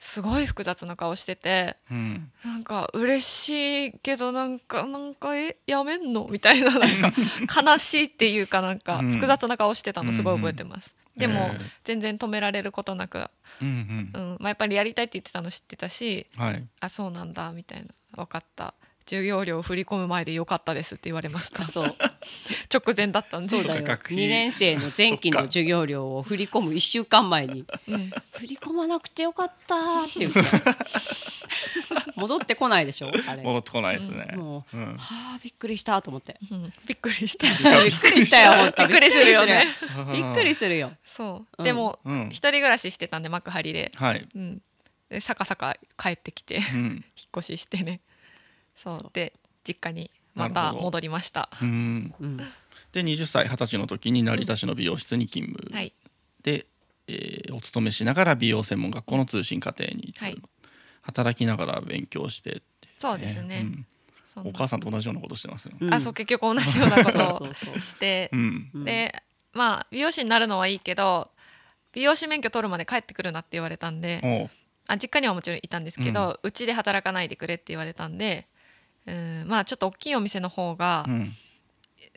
Speaker 4: すごい複雑な顔してて
Speaker 1: うん
Speaker 4: なんか嬉しいけどなんかなんかえやめんのみたいななん か悲しいっていうかなんか
Speaker 1: うん
Speaker 4: 複雑な顔してた
Speaker 1: うんう
Speaker 4: の
Speaker 1: ん
Speaker 4: すごい覚えてます、でも、
Speaker 1: えー
Speaker 4: 全然止められることなく、
Speaker 1: うん
Speaker 4: うんまあ、やっぱりやりたいって言ってたの知ってたし
Speaker 1: うんはい
Speaker 4: あそうなんだみたいな分かった授業料振り込む前でよかったですって言われました
Speaker 3: あそう
Speaker 4: 直前だったんで
Speaker 3: そうだよ
Speaker 1: そうか学費
Speaker 3: 2年生の前期の授業料を振り込む1週間前に
Speaker 4: うん
Speaker 3: 振り込まなくてよかったーって言って戻ってこないでしょあれ
Speaker 1: 戻ってこないですね
Speaker 3: もう、
Speaker 1: うん
Speaker 3: はあびっくりしたと思って
Speaker 4: うんびっくりした
Speaker 3: びっくりしたよ本当
Speaker 4: びっくりするよね
Speaker 3: びっくりするよ
Speaker 4: そううんでも、
Speaker 1: うん
Speaker 4: 一人暮らししてたんで幕張で,、
Speaker 1: はい
Speaker 4: うん、でさかさか帰ってきて
Speaker 1: うん
Speaker 4: 引っ越ししてねそう
Speaker 3: そう
Speaker 4: で実家にま
Speaker 1: なる
Speaker 4: た
Speaker 1: ほど
Speaker 4: 戻りました
Speaker 1: うん
Speaker 3: うん
Speaker 1: で20歳20歳の時に成田市の美容室に勤務、
Speaker 4: はい
Speaker 1: で、えーお勤めしながら美容専門学校の通信課程に、
Speaker 4: はい
Speaker 1: 働きながら勉強してって
Speaker 4: そうですね、そ
Speaker 1: うんん
Speaker 4: な
Speaker 1: お母さんと同じようなことしてますよ、
Speaker 3: ん
Speaker 4: あそう結局同じような
Speaker 3: そ
Speaker 4: こ
Speaker 3: う
Speaker 4: と
Speaker 3: そうそう
Speaker 4: をして
Speaker 1: うん
Speaker 3: うん
Speaker 4: でまあ美容師になるのはいいけど美容師免許取るまで帰ってくるなって言われたんで、
Speaker 1: おう
Speaker 4: あ実家にはもちろんいたんですけどうち、で働かないでくれって言われたんでうんまあちょっと大きいお店の方が
Speaker 1: う、ん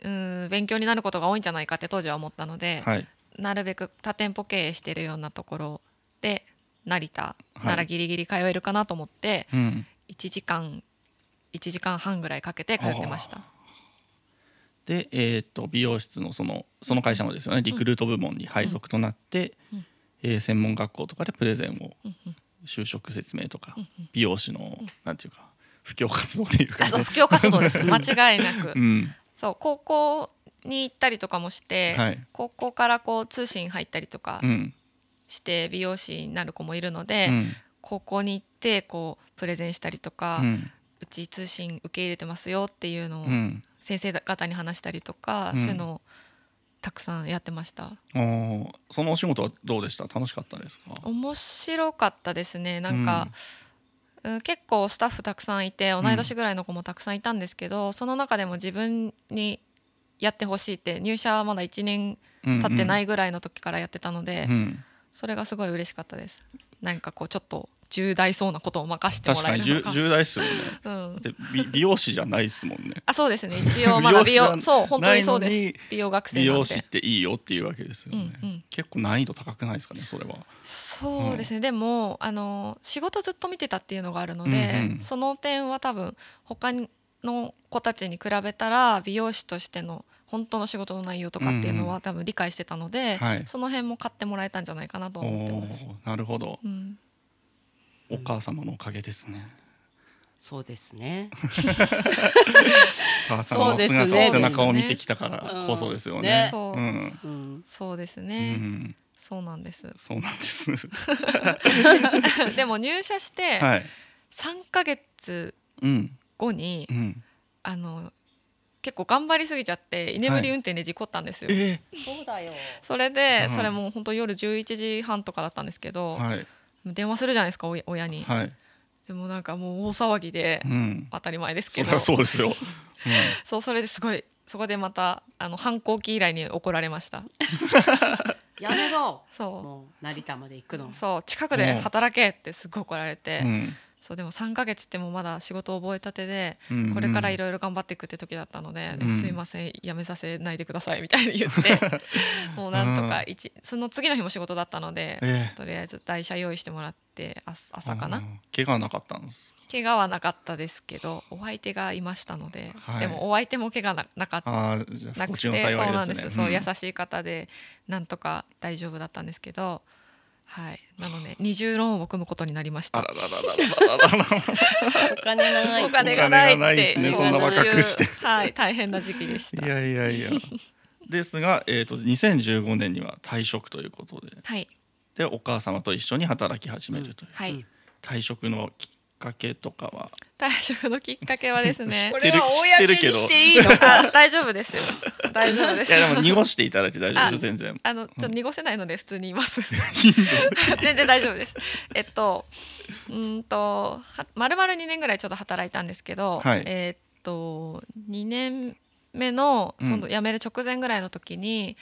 Speaker 4: うん、勉強になることが多いんじゃないかって当時は思ったので、
Speaker 1: はい
Speaker 4: なるべく多店舗経営してるようなところで成田
Speaker 1: い
Speaker 4: ならギリギリ通えるかなと思って、
Speaker 1: うん
Speaker 4: 1時間1時間半ぐらいかけて通ってました。
Speaker 1: で、えー、と美容室のそのその会社のですよねリクルート部門に配属となって、
Speaker 4: うん
Speaker 1: えー専門学校とかでプレゼンを
Speaker 4: うんうん
Speaker 1: 就職説明とか、
Speaker 4: うんうん
Speaker 1: 美容師の、なんていうか布教活動っていうか
Speaker 4: あそう
Speaker 1: ね
Speaker 4: 布教活 動です間違いなく
Speaker 1: うん
Speaker 4: そう高校に行ったりとかもして、
Speaker 1: はい
Speaker 4: 高校からこう通信入ったりとか
Speaker 1: うん
Speaker 4: して美容師になる子もいるので、
Speaker 1: うん
Speaker 4: 高校に行ってこうプレゼンしたりとか、
Speaker 1: う
Speaker 4: うんち通信受け入れてますよっていうのを
Speaker 1: うん
Speaker 4: 先生方に話したりとか、
Speaker 1: うん
Speaker 4: そういうのをたくさんやってました
Speaker 1: おーそのお仕事はどうでした楽しかったですか、
Speaker 4: 面白かったですねなんか、うん結構スタッフたくさんいて同い年ぐらいの子もたくさんいたんですけど、その中でも自分にやってほしいって入社まだ1年経ってないいぐらいの時からやってたので、
Speaker 1: うん
Speaker 4: それがすごい嬉しかったですなんかこうちょっと重大そうなことを任せても
Speaker 1: 確
Speaker 4: ら
Speaker 1: か
Speaker 4: え
Speaker 1: に
Speaker 4: るの
Speaker 1: 重
Speaker 4: か
Speaker 1: 重大ですよね
Speaker 4: うん、
Speaker 1: で美美容師じゃないですもんね
Speaker 4: あそうで すね一応まだ美
Speaker 1: 美容師じゃ
Speaker 4: 容そう本当にそう
Speaker 1: ないのに
Speaker 4: です美容学生
Speaker 1: 美
Speaker 4: なん
Speaker 1: 容師っ
Speaker 4: で
Speaker 1: ていいよっていうわけですよね、
Speaker 4: うんうん
Speaker 1: 結構難易度高くないですかねそれは
Speaker 4: そうですね、でもあの仕事ずっと見てたっていうのがあるので、
Speaker 1: うんうん
Speaker 4: その点は多分他の子たちに比べたら美容師としての本当の仕事の内容とかっていうの
Speaker 1: うんう
Speaker 4: は多分理解してたので、
Speaker 1: はい
Speaker 4: その辺も買ってもらえたんじゃないかなと
Speaker 1: お
Speaker 4: 思って
Speaker 1: お
Speaker 4: ます。
Speaker 1: ーなるほど
Speaker 4: うん、
Speaker 1: お母様のおかげですね
Speaker 3: そうですね。
Speaker 1: 母さんの
Speaker 3: そう
Speaker 1: 姿
Speaker 3: ですね
Speaker 1: 背中を見てきたからこそですよね
Speaker 4: うん
Speaker 1: う
Speaker 4: ね
Speaker 1: ん
Speaker 3: うん。
Speaker 4: そうです
Speaker 1: う
Speaker 4: ね、
Speaker 1: ん
Speaker 4: そうなんです
Speaker 1: そうなんです
Speaker 4: でも入社し て
Speaker 1: はい
Speaker 4: 3ヶ月
Speaker 1: うん
Speaker 4: 後に、
Speaker 1: うん
Speaker 4: あの結構頑張りすぎちゃって居眠り運転で事故ったんですよ、
Speaker 1: え
Speaker 3: そうだよ。
Speaker 4: それで、
Speaker 1: うん
Speaker 4: それも本当夜11時半とかだったんですけ
Speaker 1: ー
Speaker 4: ど、
Speaker 1: はい
Speaker 4: 電話するじゃないですかお親に、
Speaker 1: はい
Speaker 4: でもなんかもう大騒ぎで、
Speaker 1: うん
Speaker 4: 当たり前です
Speaker 1: そ
Speaker 4: け
Speaker 1: り
Speaker 4: ど
Speaker 1: ゃそうですようん
Speaker 4: そうそれですごいそこでまたあの反抗期以来に怒られました
Speaker 3: やめろ。
Speaker 4: そ
Speaker 3: もう成田まで行くの
Speaker 4: う。 そう近くで働けってすごい怒られて、
Speaker 1: うん
Speaker 4: そうでも3ヶ月ってもうまだ仕事を覚えたてで
Speaker 1: うんうん
Speaker 4: これからいろいろ頑張っていくって時だったので、
Speaker 1: うん
Speaker 4: すいません辞めさせないでくださいみたいに言って もうなんとか一その次の日も仕事だったので
Speaker 1: え
Speaker 4: とりあえず台車用意してもらってあ
Speaker 1: ー
Speaker 4: 朝かな
Speaker 1: あー怪我はなかったんです
Speaker 4: 怪我はなかったですけどお相手がいましたので、
Speaker 1: はい
Speaker 4: でもお相手も怪我ななかった
Speaker 1: ああじゃあ
Speaker 4: な
Speaker 1: 不
Speaker 4: く
Speaker 1: 幸中
Speaker 4: て、
Speaker 1: の
Speaker 4: そう
Speaker 1: 幸
Speaker 4: ないん
Speaker 1: で
Speaker 4: ですす
Speaker 1: ね
Speaker 4: そう
Speaker 1: うん
Speaker 4: 優しい方でなんとか大丈夫だったんですけどはいなので二重ローンを組むことになりまし
Speaker 1: あ
Speaker 4: た
Speaker 1: らららららららら
Speaker 3: お金がない。
Speaker 4: お金がない
Speaker 1: お金がない
Speaker 4: っ
Speaker 1: で
Speaker 4: て
Speaker 1: すね
Speaker 3: そんな若
Speaker 1: くして
Speaker 4: そういうはい大変な時期でした
Speaker 1: いやいやいやですが、えー、と2015年には退職ということで
Speaker 4: はい
Speaker 1: でお母様と一緒に働き始めるという、
Speaker 4: はい、
Speaker 3: うん
Speaker 1: 退職のきっかけとかは
Speaker 4: 退職のきっかけはですね
Speaker 3: こ
Speaker 1: 知
Speaker 3: れ
Speaker 1: ってる
Speaker 3: は公に
Speaker 1: 知ってるけど
Speaker 3: していいのか。
Speaker 4: あ大丈夫ですよ大丈夫で
Speaker 1: い
Speaker 4: す
Speaker 1: やでも濁していただいて大丈夫です
Speaker 4: あ
Speaker 1: 全然
Speaker 4: あのちょっと濁せないので普通に言います。 全然大丈夫です。えっと、うーんと、はまるまる2年ぐらいちょっと働いたんですけど、
Speaker 1: はい
Speaker 4: えっと2年目の
Speaker 1: うん
Speaker 4: その辞める直前ぐらいの時に。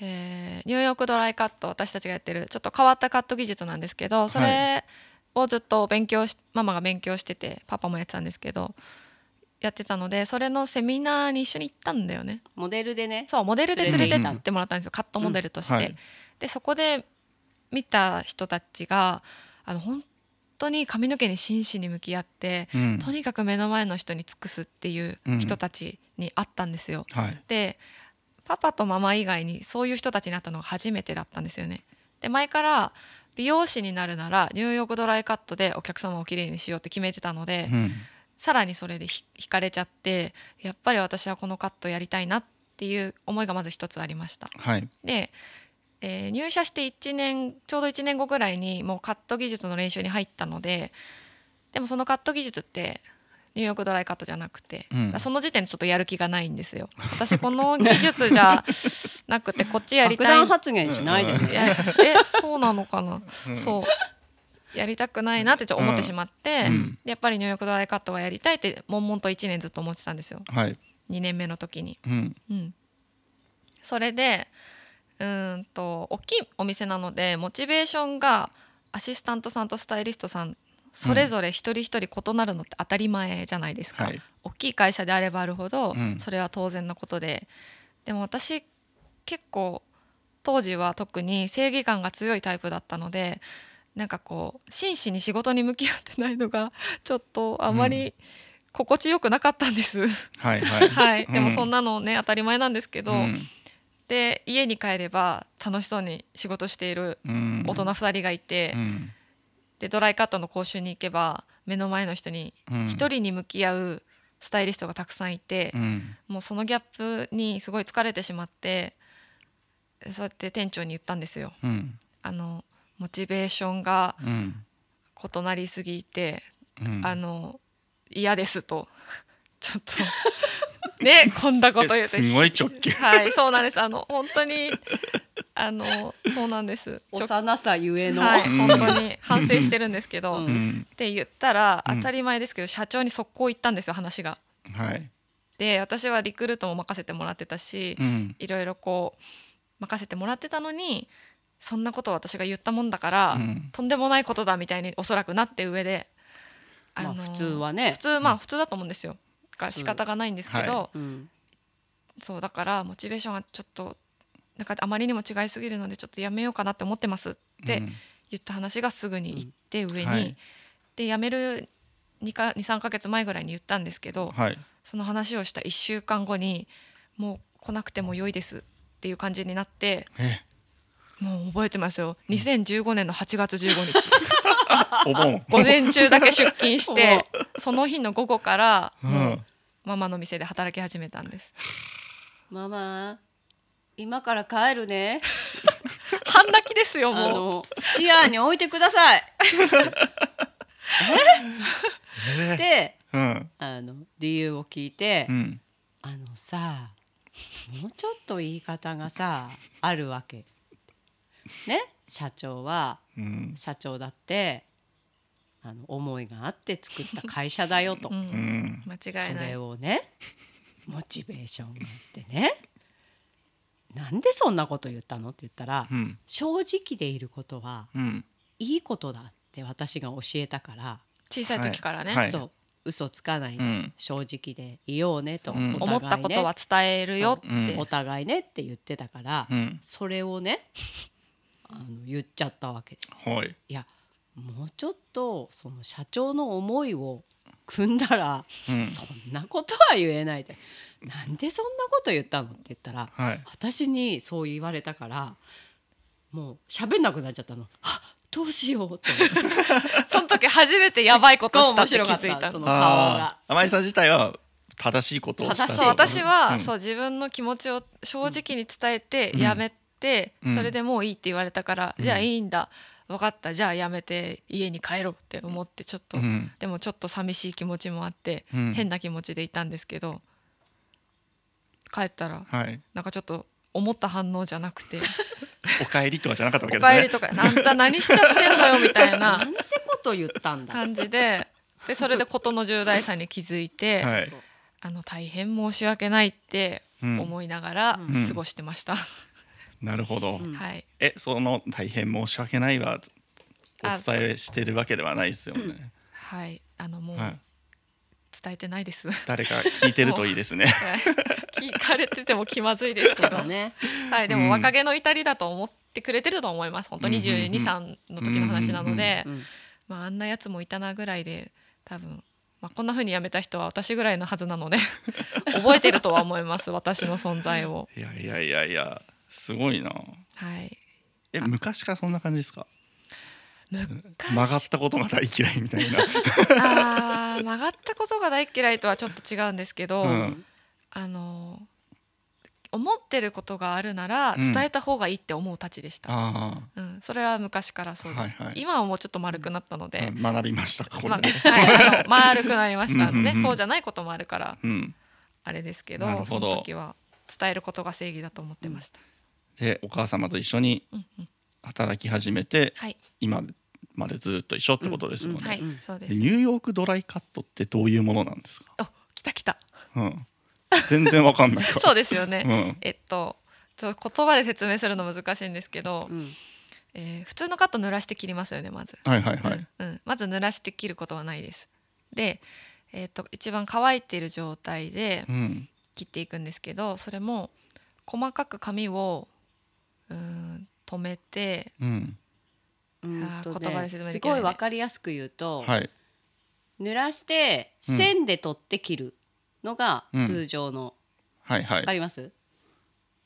Speaker 4: えーニューヨークドライカット私たちがやってるちょっと変わったカット技術なんですけどそれをずっと勉強しママが勉強しててパパもやってたんですけどやってたのでそれのセミナーに一緒に行ったんだよね
Speaker 3: モデルでね。
Speaker 4: そうモデルで連れてってもらったんですよ、カットモデルとして、
Speaker 1: はい
Speaker 4: でそこで見た人たちがあの本当に髪の毛に真摯に向き合って、
Speaker 1: うん
Speaker 4: とにかく目の前の人に尽くすっていう
Speaker 1: うん
Speaker 4: 人たちに会ったんですよ、
Speaker 1: はい
Speaker 4: でパパとママ以外にそういう人たちに会ったのが初めてだったんですよねで前から美容師になるならニューヨークドライカットでお客様をきれいにしようって決めてたので、
Speaker 1: うん
Speaker 4: さらにそれでひ惹かれちゃってやっぱり私はこのカットやりたいなっていう思いがまず一つありました
Speaker 1: はい
Speaker 4: で、えー入社して1年ちょうど1年後ぐらいにもうカット技術の練習に入ったのででもそのカット技術ってニューヨークドライカットじゃなくて、
Speaker 1: うん
Speaker 4: その時点でちょっとやる気がないんですよ私この技術じゃなく てこっちやり
Speaker 3: 爆
Speaker 4: たい
Speaker 3: 弾発言しないで
Speaker 1: うん
Speaker 4: い
Speaker 3: ね。
Speaker 4: やえそうなのかな
Speaker 1: うん
Speaker 4: そうやりたくないなってちょっと思ってしまって、
Speaker 1: うん
Speaker 4: やっぱりニューヨークドライカットはやりたいって悶々と1年ずっと思ってたんですよ
Speaker 1: はい
Speaker 4: 2年目の時に。
Speaker 1: うん
Speaker 4: うん、それでうーんと大きいお店なのでモチベーションがアシスタントさんとスタイリストさんそれぞれ一人一人異なるのって当たり前じゃないですか、
Speaker 1: はい
Speaker 4: 大きい会社であればあるほど
Speaker 1: うん
Speaker 4: それは当然のことで、でも私結構当時は特に正義感が強いタイプだったのでなんかこう真摯に仕事に向き合ってないのがちょっとあま
Speaker 1: う
Speaker 4: り心地よくなかったんです、
Speaker 1: はいはい
Speaker 4: はい、で
Speaker 1: う
Speaker 4: も
Speaker 1: ん
Speaker 4: そんなのね当たり前なんですけど、
Speaker 1: うん
Speaker 4: で家に帰れば楽しそうに仕事している
Speaker 1: うん
Speaker 4: 大人2人がいて、
Speaker 1: うん
Speaker 4: でドライカットの講習に行けば目の前の人に
Speaker 1: うん
Speaker 4: 一人に向き合うスタイリストがたくさんいて、
Speaker 1: うん
Speaker 4: もうそのギャップにすごい疲れてしまってそうやって店長に言ったんですよ。
Speaker 1: うん
Speaker 4: あのモチベーションが
Speaker 1: うん
Speaker 4: 異なりすぎて
Speaker 1: うん
Speaker 4: あの嫌ですとちょっとねこんなこと言って
Speaker 1: すすごい直球
Speaker 4: はいそうなんですあの本当にあのそうなんですちょ
Speaker 3: 幼さゆえの。
Speaker 4: はい
Speaker 1: うん
Speaker 4: 本当に反省してるんですけど、
Speaker 3: うん
Speaker 1: うん
Speaker 4: って言ったら
Speaker 1: うん
Speaker 4: 当たり前ですけど社長に速攻行ったんですよ話が。
Speaker 1: はい
Speaker 4: で私はリクルートも任せてもらってたし、
Speaker 1: うん
Speaker 4: いろいろこう任せてもらってたのにそんなことを私が言ったもんだから、
Speaker 1: うん
Speaker 4: とんでもないことだみたいにおそらくなって上で、
Speaker 3: まあ
Speaker 4: の
Speaker 3: 普通はね
Speaker 4: 普通まあ普通だと思うんですよが仕方がないんですけど、
Speaker 3: うん
Speaker 4: そうだからモチベーションがちょっとなんかあまりにも違いすぎるのでちょっとやめようかなって思ってますって
Speaker 1: うん
Speaker 4: 言った話がすぐに行って上に、
Speaker 1: はい
Speaker 4: で辞める2か23か月前ぐらいに言ったんですけど、
Speaker 1: はい
Speaker 4: その話をした1週間後にもう来なくても良いですっていう感じになって
Speaker 1: え
Speaker 4: もう覚えてますよ2015年の8月15日
Speaker 1: お盆
Speaker 4: 午前中だけ出勤してその日の午後から
Speaker 1: う
Speaker 4: もうんママの店で働き始めたんです
Speaker 3: ママ今から帰るね
Speaker 4: 半泣きですよ
Speaker 3: あ
Speaker 4: もう
Speaker 3: のチアに置いてください
Speaker 1: え
Speaker 3: で
Speaker 1: うん
Speaker 3: あの理由を聞いて、
Speaker 1: うん
Speaker 3: あのさもうちょっと言い方がさあるわけね社長は
Speaker 1: うん
Speaker 3: 社長だってあの思いがあって作った会社だよと
Speaker 4: うん
Speaker 1: うん
Speaker 4: 間
Speaker 3: そ
Speaker 4: 違いな
Speaker 3: れ
Speaker 4: い
Speaker 3: をねモチベーションがあってねなんでそんなこと言ったのって言ったら
Speaker 1: うん
Speaker 3: 正直でいることは
Speaker 1: うん
Speaker 3: いいことだって私が教えたから、
Speaker 4: 小さい時からね、
Speaker 1: はい
Speaker 3: そう嘘つかないで、
Speaker 1: うん
Speaker 3: 正直でいようねと、
Speaker 1: うん
Speaker 4: 思
Speaker 3: お
Speaker 4: った
Speaker 3: 互い
Speaker 4: こ
Speaker 3: ね
Speaker 4: とは伝えるよって、
Speaker 1: そううん
Speaker 3: お互いねって言ってたから、
Speaker 1: うん
Speaker 3: それをねあの言っちゃったわけですよ
Speaker 1: はい
Speaker 3: いやもうちょっとその社長の思いを組んだら、
Speaker 1: うん
Speaker 3: そんなことは言えないでなんでそんなこと言ったのって言ったら
Speaker 1: はい
Speaker 3: 私にそう言われたからもう喋んなくなっちゃったの。あどうしようって思って
Speaker 4: その時初めてやばいことした
Speaker 3: 面
Speaker 4: って気
Speaker 3: 白かっ
Speaker 4: づいた
Speaker 3: た
Speaker 4: の
Speaker 3: その顔が
Speaker 1: あ。ー甘井さん自体は正しいことをした
Speaker 3: 正しい
Speaker 4: そう私は、そうう自分の気持ちを正直に伝えて
Speaker 1: うん
Speaker 4: やめて、
Speaker 1: うん
Speaker 4: それでもういいって言われたから、
Speaker 1: うん
Speaker 4: じゃあいいんだ分かったじゃあやめて家に帰ろうって思ってちょっと、
Speaker 1: ん
Speaker 4: でもちょっと寂しい気持ちもあって、
Speaker 1: うん
Speaker 4: 変な気持ちでいたんですけど帰ったら
Speaker 1: はい
Speaker 4: なんかちょっと思った反応じゃなくて「
Speaker 1: お帰りとかじゃなかった
Speaker 4: お
Speaker 1: わけですね
Speaker 4: 帰り」とか「あんた何しちゃってんのよ」みたい
Speaker 3: な
Speaker 4: なん
Speaker 3: てこと言ったんだ。
Speaker 4: 感じででそれで事の重大さに気づいて、
Speaker 1: はい
Speaker 4: あの大変申し訳ないって
Speaker 1: うん
Speaker 4: 思いながら
Speaker 1: うん
Speaker 4: 過ごしてました。
Speaker 1: なるほど
Speaker 3: うん
Speaker 4: はい。
Speaker 1: えその大変申し訳ないは
Speaker 4: あ
Speaker 1: お伝えしてるわけではないですよね
Speaker 4: はい。あのもう
Speaker 1: はい
Speaker 4: 伝えてないです。
Speaker 1: 誰か聞いてるといいですね
Speaker 4: 聞かれてても気まずいですけど。
Speaker 3: ね。
Speaker 4: はい。で
Speaker 1: うん
Speaker 4: も若気の至りだと思ってくれてると思います。本当
Speaker 1: うんうん
Speaker 4: 二
Speaker 1: うん
Speaker 4: 十二三の時の話なので
Speaker 3: う、ん
Speaker 4: まああんなやつもいたなぐらいで多分。まあ、こんな風に辞めた人は私ぐらいのはず なので覚えてるとは思います私の存在を
Speaker 1: いやいやいやいやすごいな
Speaker 4: はい
Speaker 1: え
Speaker 4: あ
Speaker 1: 昔からそんな感じですか
Speaker 4: 昔
Speaker 1: 曲がったことが大嫌いみたいな
Speaker 4: あー曲がったことが大嫌いとはちょっと違うんですけど、
Speaker 1: うん
Speaker 4: あの思ってることがあるなら
Speaker 1: うん
Speaker 4: 伝えた方がいいって思うたちでした、
Speaker 1: あ
Speaker 4: うんそれは昔からそうです、
Speaker 1: はいはい
Speaker 4: 今はもうちょっと丸くなったの
Speaker 1: あ、
Speaker 4: で、
Speaker 1: うん学びましたかこ
Speaker 4: ま
Speaker 1: れで、
Speaker 4: はい、あの丸くなりましたね
Speaker 1: うんうんうん
Speaker 4: そうじゃないこともあるから
Speaker 1: うん
Speaker 4: あれですけど
Speaker 1: なる
Speaker 4: そ
Speaker 1: ほど
Speaker 4: の時は伝えることが正義だと思ってました、
Speaker 1: でお母様と一緒に
Speaker 4: うんうん
Speaker 1: 働き始めて
Speaker 4: はい、
Speaker 1: 今までずっと一緒ってことですよね、
Speaker 3: うん
Speaker 4: はいそうで
Speaker 1: ですニューヨークドライカットってどういうものなんですか、
Speaker 4: お来た来た
Speaker 1: うん、全然わかんないから
Speaker 4: そうですよね、
Speaker 1: うん
Speaker 4: えっとちょっと言葉で説明するの難しいんですけど、
Speaker 3: うん
Speaker 4: えー普通のカット濡らして切りますよねまず
Speaker 1: はいはいはい、
Speaker 4: うん、まず濡らして切ることはないです。で、えー、と一番乾いている状態で
Speaker 1: うん、
Speaker 4: 切っていくんですけどそれも細かく紙をうーん止めて
Speaker 1: うん、
Speaker 3: うんとね
Speaker 4: 言葉で説明できないね
Speaker 3: すごいわかりやすく言うと、
Speaker 1: はい、
Speaker 3: 濡らして
Speaker 1: うん
Speaker 3: 線で取って切るのが通常の、
Speaker 1: はいは
Speaker 3: わか
Speaker 1: い。
Speaker 3: ります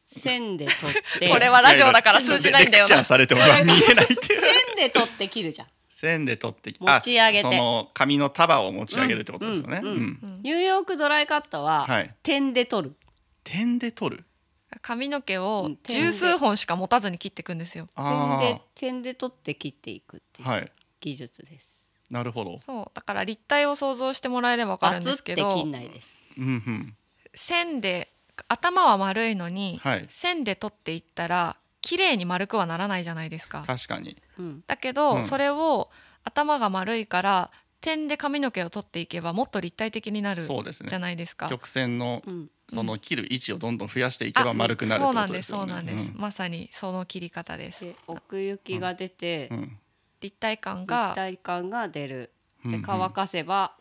Speaker 3: 線で取っ て
Speaker 4: これはラジオだから通じないんだよ
Speaker 1: レクチャ
Speaker 4: な
Speaker 1: ーされてもらう見えないっていう。
Speaker 3: 線で取って切るじゃん
Speaker 1: 線で取ってき
Speaker 3: 持ち上げて
Speaker 1: あその紙の束を持ち上げるってことですよね。
Speaker 3: う
Speaker 1: うんん
Speaker 3: うんニューヨークドライカットは、
Speaker 1: はい。
Speaker 3: 点で取る
Speaker 1: 点で取る。
Speaker 4: 髪の毛
Speaker 3: う
Speaker 4: を
Speaker 3: ん
Speaker 4: 十数本しか持たずに切っていくんですよ。
Speaker 3: 点
Speaker 1: あ
Speaker 3: で点で取って切っていくって
Speaker 1: あ。
Speaker 3: いう
Speaker 1: はい。
Speaker 3: 技術です、
Speaker 1: なるほど。
Speaker 4: そうだから立体を想像してもらえればわか
Speaker 3: バ
Speaker 4: るん
Speaker 3: ツ
Speaker 4: で
Speaker 3: っ
Speaker 4: すけ
Speaker 3: て
Speaker 4: ど
Speaker 3: 切んないです
Speaker 1: うん
Speaker 4: 線で頭は丸いの
Speaker 1: うん。
Speaker 4: に、
Speaker 1: はい。
Speaker 4: 線で取っていったら綺麗に丸くはならないじゃないですか。
Speaker 1: 確かに。
Speaker 3: うん
Speaker 4: だけど、
Speaker 1: うん
Speaker 4: それを頭が丸いから点で髪の毛を取っていけばもっと立体的になる
Speaker 1: そうですね
Speaker 4: じゃないですか。
Speaker 1: 曲線の
Speaker 3: うん
Speaker 1: その切る位置をどんどん増やしていけ
Speaker 4: あ
Speaker 1: ば丸くなるって
Speaker 4: そう
Speaker 1: こ
Speaker 4: な
Speaker 1: と
Speaker 4: ん
Speaker 1: で
Speaker 4: ですすそ
Speaker 1: よ
Speaker 4: う
Speaker 1: ね。
Speaker 4: なんです、まさにその切り方です。
Speaker 3: で奥行きが出て、
Speaker 1: うんうん
Speaker 4: 立体感
Speaker 3: 立
Speaker 4: が
Speaker 3: 体感が出る
Speaker 1: うんう
Speaker 3: で
Speaker 1: ん
Speaker 3: 乾かせば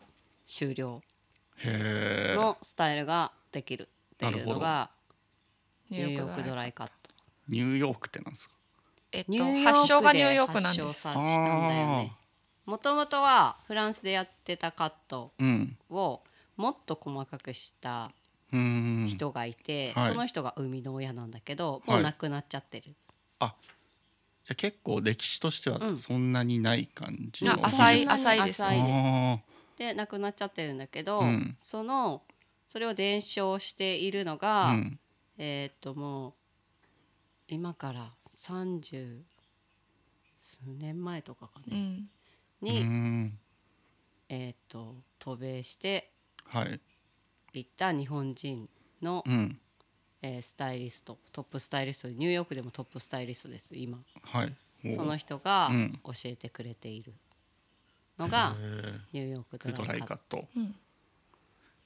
Speaker 3: 終了
Speaker 1: へー
Speaker 3: のスタイルができるっていうのがニ
Speaker 4: ニ
Speaker 3: ュ
Speaker 4: ュ
Speaker 3: ー
Speaker 4: ー
Speaker 3: ヨ
Speaker 4: ヨ
Speaker 3: ー
Speaker 4: ー
Speaker 3: ク
Speaker 4: ク
Speaker 3: ド
Speaker 4: ドラ
Speaker 3: ラ
Speaker 4: イ
Speaker 3: イカット
Speaker 1: ニューヨークってなんですか。
Speaker 4: えっ
Speaker 3: ニューヨー
Speaker 4: と
Speaker 3: ク
Speaker 4: 発祥がニューヨークなん
Speaker 3: で
Speaker 4: で
Speaker 3: 発祥
Speaker 4: す。
Speaker 3: さしたんだよねもともとはフランスでやってたカット
Speaker 1: うん。
Speaker 3: をもっと細かくした
Speaker 1: うん。
Speaker 3: 人がいて、
Speaker 1: うんはい
Speaker 3: その人が生みの親なんだけど、
Speaker 1: はい
Speaker 3: もう亡くなっちゃってる、
Speaker 1: じゃあ結構歴史としては
Speaker 3: うん
Speaker 1: そんなにない感じの、
Speaker 4: あ浅い
Speaker 1: あ
Speaker 4: 浅いです
Speaker 1: あ
Speaker 3: 浅いです
Speaker 1: ー
Speaker 3: で亡くなっちゃってるんだけど、
Speaker 1: うん
Speaker 3: そのそれを伝承しているのが、
Speaker 1: うん
Speaker 3: えーっともう今から30数年前とかか
Speaker 4: う
Speaker 3: ね、
Speaker 4: ん、
Speaker 1: う
Speaker 3: に、
Speaker 1: ん
Speaker 3: えーっと渡米して
Speaker 1: はい
Speaker 3: いった日本人の、
Speaker 1: うん
Speaker 3: えースタイリストトップスタイリストニューヨークでもトップスタイリストです今
Speaker 1: はいおー
Speaker 3: その人が
Speaker 1: うん
Speaker 3: 教えてくれているのが
Speaker 1: へー
Speaker 3: ニューヨークド
Speaker 1: ド
Speaker 3: ラ
Speaker 1: ラ
Speaker 3: イ
Speaker 1: イ
Speaker 3: カ
Speaker 1: カ
Speaker 3: ッ
Speaker 1: ット
Speaker 4: うん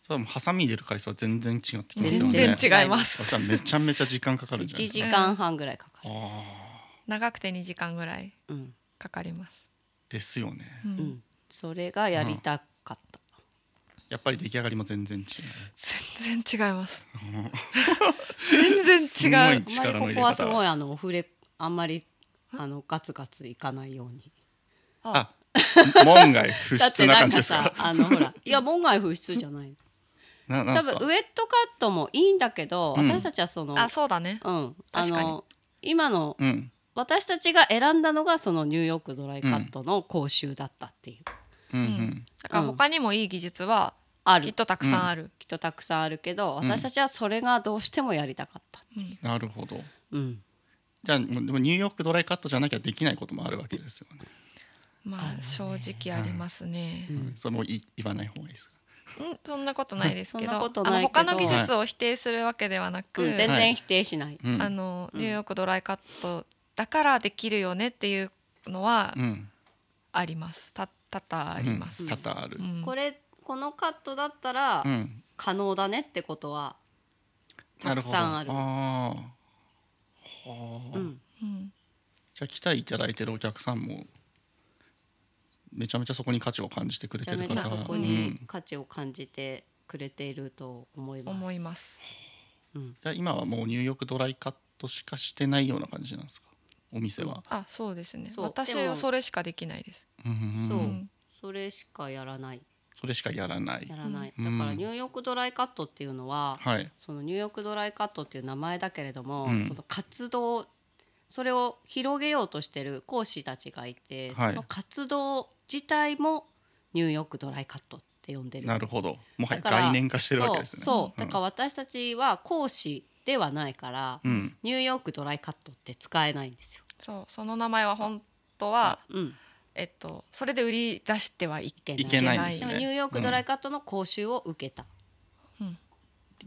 Speaker 1: それもハサミ入れる回数は全然違ってきますよ
Speaker 4: 全
Speaker 1: ね
Speaker 4: 然
Speaker 3: う
Speaker 4: 違います
Speaker 1: そ。したらめちゃめちゃ時間かか
Speaker 3: ト
Speaker 1: るんじゃない
Speaker 3: 1
Speaker 1: です
Speaker 3: 時
Speaker 1: か、ね、
Speaker 3: 間半ぐらいかかる、
Speaker 1: あ
Speaker 4: 長くて2時間ぐらい
Speaker 3: うん
Speaker 4: かかります。
Speaker 1: ーですよね
Speaker 4: う
Speaker 3: うんん、それがやりたかった、
Speaker 1: やっぱり出来上がりも全然違う
Speaker 4: 全然違い ます。全然違
Speaker 1: す
Speaker 4: う。
Speaker 1: ごい
Speaker 3: あ
Speaker 1: 力の入
Speaker 3: んまり
Speaker 1: れ
Speaker 3: ここ
Speaker 1: 方
Speaker 3: はすごいあのお触れあんまりあのガツガツいかないように
Speaker 1: あ門外不
Speaker 3: だっ
Speaker 1: 出
Speaker 3: て
Speaker 1: な
Speaker 3: な
Speaker 1: 感
Speaker 3: ん
Speaker 1: じ
Speaker 3: か
Speaker 1: です
Speaker 3: さ
Speaker 1: か
Speaker 3: あのほらいや門外不出じゃない
Speaker 1: なな
Speaker 3: 多
Speaker 1: んですか
Speaker 3: 分ウエットカットもいいんだけど、
Speaker 1: うん
Speaker 3: 私たちはその
Speaker 4: あ、そうだね。
Speaker 3: うんあ
Speaker 4: 確かに
Speaker 3: の今の
Speaker 1: うん
Speaker 3: 私たちが選んだのがそのニューヨークドライカットの講習だったっていう、
Speaker 1: うんう
Speaker 4: うんだから他にもいい技術は
Speaker 3: あ
Speaker 4: き
Speaker 3: る
Speaker 4: っとたくさんある。
Speaker 3: きっとたくさんあるけど
Speaker 1: うん
Speaker 3: 私たちはそれがどうしてもやりたかったっていう、
Speaker 1: なるほど
Speaker 3: うん
Speaker 1: じゃあもうでもニューヨークドライカットじゃなきゃできないこともあるわけですよね、
Speaker 4: まあ正直ありますね
Speaker 3: う。ん
Speaker 1: それもい言わない方がいいですか
Speaker 4: うん、そんなことないですけ
Speaker 3: そんなこ
Speaker 4: ど、
Speaker 3: と
Speaker 4: あ
Speaker 3: ない
Speaker 4: の
Speaker 3: けど
Speaker 4: 他の技術を否定するわけではなく、
Speaker 3: うん全然否定しない、
Speaker 1: うん
Speaker 4: あの
Speaker 3: うん
Speaker 4: ニューヨークドライカットだからできるよねっていうのは
Speaker 1: うん
Speaker 4: あります。た多々あります。
Speaker 1: うん多々ある、
Speaker 4: うん
Speaker 3: これこのカットだったら
Speaker 1: うん
Speaker 3: 可能だねってことはた
Speaker 1: な
Speaker 3: く
Speaker 1: るほど
Speaker 3: さんある
Speaker 1: あーはあ、
Speaker 3: うん
Speaker 4: うん
Speaker 1: じゃあ来ていただいてるお客さんもめちゃめちゃそこに価値を感じてく
Speaker 3: め
Speaker 1: れ
Speaker 3: ち
Speaker 1: て
Speaker 3: ゃ
Speaker 1: る
Speaker 3: め
Speaker 1: 方
Speaker 3: ちゃそ
Speaker 1: が
Speaker 3: こ
Speaker 1: う
Speaker 3: に
Speaker 1: ん
Speaker 3: 価値を感じてくれていると思います。
Speaker 4: 思います。
Speaker 3: うん
Speaker 1: じゃあ今はもうニューヨークドライカットしかしてないような感じなんですかお店は、
Speaker 4: あ、そうですね。
Speaker 3: そう
Speaker 4: 私
Speaker 3: でも
Speaker 4: はそれしかできないです。
Speaker 1: うんうんん
Speaker 3: そう
Speaker 4: うん
Speaker 3: それしかやらない
Speaker 1: それしかやらない
Speaker 3: やらない、
Speaker 1: うん
Speaker 3: だからニューヨークドライカットっていうのは、
Speaker 1: はい
Speaker 3: そのニューヨークドライカットっていう名前だけれども、
Speaker 1: うん
Speaker 3: その活動それを広げようとしてる講師たちがいて、
Speaker 1: はい
Speaker 3: その活動自体もニューヨークドライカットって呼んでる
Speaker 1: なるほどもはや
Speaker 3: だから
Speaker 1: 概念化してるわけですね
Speaker 3: そうそう、
Speaker 1: うん
Speaker 3: だから私たちは講師ではないから、
Speaker 1: うん
Speaker 3: ニューヨークドライカットって使えないんですよ。
Speaker 4: そう、その名前は本当は、
Speaker 3: うん、
Speaker 4: えっと、それで売り出してはいけない。
Speaker 3: いけ
Speaker 1: ない
Speaker 4: け
Speaker 1: です
Speaker 3: で
Speaker 1: ね
Speaker 3: もニューヨークドライカットの講習を受けた、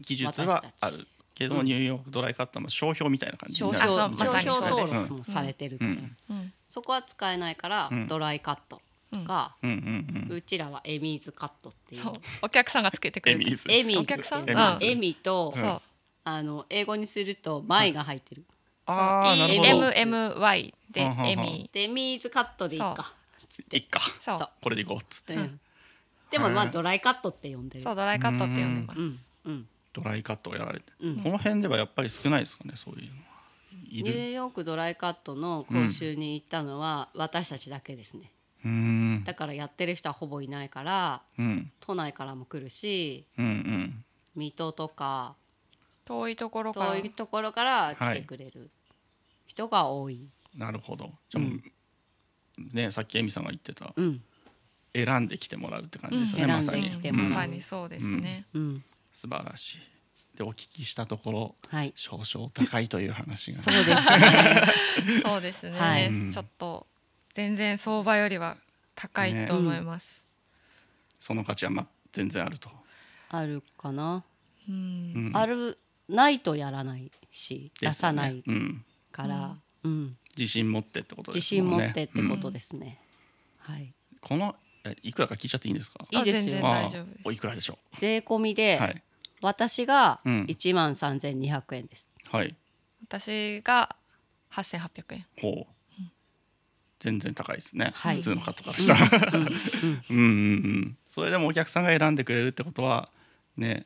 Speaker 1: 技術は
Speaker 3: 私
Speaker 1: あ
Speaker 3: たち
Speaker 1: るけど、
Speaker 3: うん
Speaker 1: ニューヨークドライカットの商標みたいな感じ
Speaker 3: 商
Speaker 1: にな
Speaker 3: 標
Speaker 1: る
Speaker 4: あそう
Speaker 3: 商
Speaker 4: まさに
Speaker 3: 標
Speaker 4: そう
Speaker 3: 登
Speaker 4: です
Speaker 3: 録もされてる
Speaker 1: う
Speaker 3: から、
Speaker 1: ん
Speaker 4: うん
Speaker 3: そこは使えないから、
Speaker 1: うん
Speaker 3: ドライカット
Speaker 4: うん
Speaker 3: が、
Speaker 1: うんうんうん
Speaker 3: うちらはエミーズカットっていう
Speaker 4: そう、お客さんがつけてく
Speaker 1: エ
Speaker 4: れ
Speaker 1: ミ
Speaker 4: る。
Speaker 1: ーズ
Speaker 3: エミーズ
Speaker 4: お客さん
Speaker 3: っていう
Speaker 1: あ
Speaker 3: エミと、
Speaker 1: うん
Speaker 4: そう、
Speaker 3: あの英語にすると「マイ」が入ってる、
Speaker 1: ああなるほど
Speaker 4: M. M. Y. で、
Speaker 1: はんはんはん
Speaker 4: エミ。
Speaker 3: でエミーズカットでいいか
Speaker 1: いっか
Speaker 4: そう
Speaker 3: そう
Speaker 1: これでいこうっつって
Speaker 3: う
Speaker 4: うん
Speaker 3: んでもまあ
Speaker 1: へー
Speaker 3: ドライカットって呼んでる
Speaker 4: そう、ドライカットって呼んでます
Speaker 3: う。んうん
Speaker 1: ドライカットをやられて、
Speaker 3: うん
Speaker 1: この辺ではやっぱり少ないですかねそういうのは
Speaker 3: ニ
Speaker 1: い
Speaker 3: ュ
Speaker 1: る
Speaker 3: ーヨークドライカットの講習に行ったのは私たちだけですね、
Speaker 1: うーん
Speaker 3: だからやってる人はほぼいないから
Speaker 1: うん
Speaker 3: 都内からも来るし
Speaker 1: うんうん
Speaker 3: 水戸とか
Speaker 4: 遠いところから
Speaker 3: 遠いところから来てくれる人が多い、
Speaker 1: なるほどじゃあもう、ねさっきエミさんが言ってた
Speaker 3: うん
Speaker 1: 選んできてもらうって感じですよね、
Speaker 3: うん
Speaker 1: まさ
Speaker 3: 選ん
Speaker 1: に
Speaker 3: できて
Speaker 1: う
Speaker 3: もら
Speaker 1: ん
Speaker 3: う
Speaker 4: まさにそうですね。
Speaker 3: うん
Speaker 1: 素晴らしいでお聞きしたところ
Speaker 3: はい
Speaker 1: 少々高いという話が
Speaker 3: そうですね
Speaker 4: そうですね、
Speaker 3: はい
Speaker 1: うん
Speaker 4: ちょっと全然相場よりは高いと思います。
Speaker 1: その価値はま全然あると、
Speaker 3: あるかな、
Speaker 4: うん
Speaker 1: うん
Speaker 3: あるないとやらないし
Speaker 1: で
Speaker 3: 出
Speaker 1: すよ
Speaker 3: さ
Speaker 1: ね
Speaker 3: ない
Speaker 1: うん、
Speaker 3: から、うん
Speaker 1: 自信持ってってことで
Speaker 3: 自
Speaker 1: すもん
Speaker 3: 信
Speaker 1: ね
Speaker 3: 持ってってこ
Speaker 1: うん
Speaker 3: とですね、はい
Speaker 1: このえいくらか聞いちゃっていいんですか
Speaker 3: いいですよ
Speaker 4: あ全然
Speaker 1: あ
Speaker 4: 大丈夫です
Speaker 1: おいくらでしょ
Speaker 3: 税込み
Speaker 1: う
Speaker 3: で、
Speaker 1: はい
Speaker 3: 私が
Speaker 1: うん
Speaker 3: 1万3200円です、
Speaker 1: はい
Speaker 4: 私が8800円
Speaker 1: ほう全然高いですね、
Speaker 3: はい
Speaker 1: 普通の方からしたら
Speaker 3: うんう
Speaker 1: う
Speaker 3: ん
Speaker 1: んうんうん、それでもお客さんが選んでくれるってことはね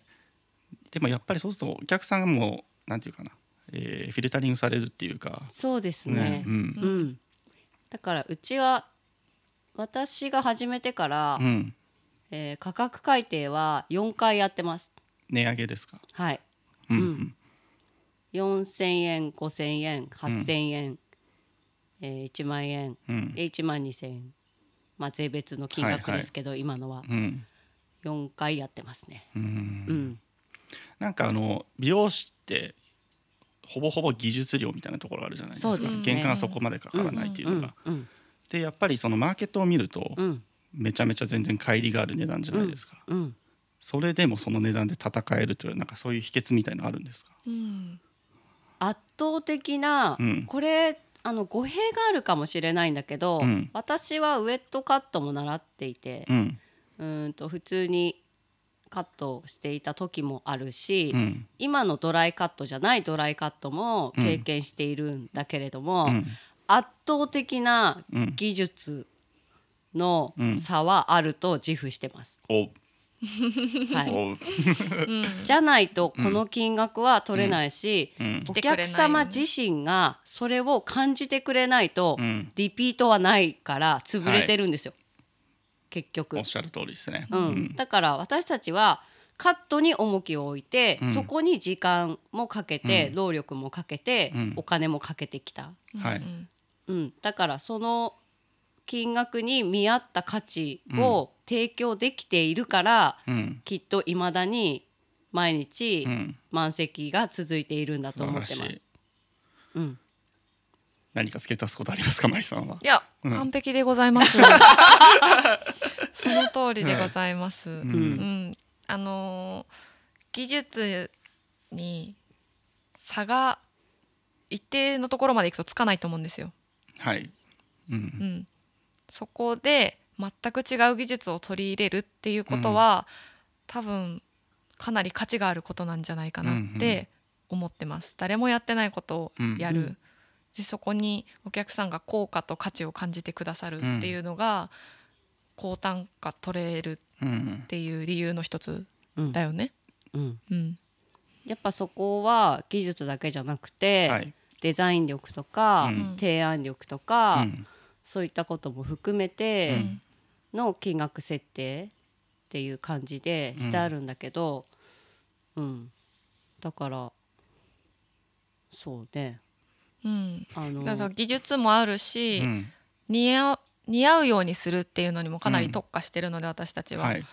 Speaker 1: でもやっぱりそうするとお客さんがもうなんていうかな、えーフィルタリングされるっていうか
Speaker 3: そうですね
Speaker 1: うん
Speaker 3: うん、だからうちは私が始めてから、
Speaker 1: うん、
Speaker 3: えー価格改定は4回やってます
Speaker 1: 値上げですか、
Speaker 3: はい
Speaker 1: うんう
Speaker 3: うんん4000円5000円8000円、えー1万円
Speaker 1: うん
Speaker 3: で1万2000円まあ税別の金
Speaker 1: はい
Speaker 3: 額
Speaker 1: はい
Speaker 3: ですけど、今のは
Speaker 1: うん
Speaker 3: 4回やってますね
Speaker 1: うん
Speaker 3: うん、
Speaker 1: なんかあの美容師ってほぼほぼ技術料みたいなところがあるじゃないですか
Speaker 3: そうですね
Speaker 1: 原価がそこまでかからないっていう
Speaker 3: う
Speaker 1: のが、
Speaker 3: んうん
Speaker 1: でやっぱりそのマーケットを見ると、
Speaker 3: うん
Speaker 1: めちゃめちゃ全然乖離がある値段じゃないですか、
Speaker 3: うん
Speaker 1: それでもその値段で戦えるというなんかそういう秘訣みたいのあるんですか
Speaker 4: うん
Speaker 3: 圧倒的な、
Speaker 1: うん
Speaker 3: これあの語弊があるかもしれないんだけど、
Speaker 1: うん
Speaker 3: 私はウエットカットも習っていて、
Speaker 1: うん
Speaker 3: うーんと普通にカットしていた時もあるし、
Speaker 1: うん
Speaker 3: 今のドライカットじゃないドライカットも
Speaker 1: うん
Speaker 3: 経験しているんだけれども、
Speaker 1: うん
Speaker 3: 圧倒的な
Speaker 1: うん
Speaker 3: 技術の
Speaker 1: うん
Speaker 3: 差はあると自負してます。
Speaker 1: おう
Speaker 3: はい、
Speaker 1: おう
Speaker 4: うん
Speaker 3: じゃないとこの金額は取れないし、
Speaker 1: うん
Speaker 3: お客様自身がそれを感じてくれないと、
Speaker 1: うん
Speaker 3: リピートはないから潰れてるんですよ、結局
Speaker 1: おっしゃる通りですね
Speaker 3: うんだから私たちはカットに重きを置いて、
Speaker 1: うん
Speaker 3: そこに時間もかけて、
Speaker 1: うん
Speaker 3: 労力もかけて、
Speaker 1: うん
Speaker 3: お金もかけてきた、
Speaker 1: はい
Speaker 4: うん
Speaker 3: うん、だからその金額に見合った価値を提供できているから、
Speaker 1: うん
Speaker 3: きっといまだに毎日
Speaker 1: うん
Speaker 3: 満席が続いているんだと思って
Speaker 1: 素
Speaker 3: ま
Speaker 1: 晴
Speaker 3: す
Speaker 1: らしい。
Speaker 3: うん、
Speaker 1: 何か付け足すことありますか舞さんはい
Speaker 4: や、
Speaker 1: うん
Speaker 4: 完璧でござい ます。その通りでございます。
Speaker 1: う
Speaker 4: うん、
Speaker 1: ん
Speaker 4: あのー技術に差が一定のところまでいくとつかないと思うんですよ。
Speaker 1: はいうんう
Speaker 4: うんん、そこで全く違う技術を取り入れるっていうことは、多分かなり価値があることなんじゃないかなって思ってます。誰もやってないことをやる、
Speaker 3: うん
Speaker 4: でそこにお客さんが効果と価値を感じてくださるっていうのが、高単価取れる
Speaker 1: うん
Speaker 4: っていう理由の一つ
Speaker 3: うん
Speaker 4: だよね。
Speaker 3: うん
Speaker 4: うん、
Speaker 3: やっぱそこは技術だけじゃなくて、
Speaker 1: はい
Speaker 3: デザイン力とか、
Speaker 1: うん
Speaker 3: 提案力と
Speaker 1: う
Speaker 3: か、
Speaker 1: ん
Speaker 3: そういったことも含め
Speaker 1: う
Speaker 3: て
Speaker 1: ん
Speaker 3: の金額設定っていう感じでしてあるんだけど、うんだからそうね
Speaker 4: うん
Speaker 3: あの
Speaker 4: だからその技術もあるし、
Speaker 1: うん
Speaker 4: 似合う似合うようにするっていうのにもかなり特化してるので、私たちは、
Speaker 1: はい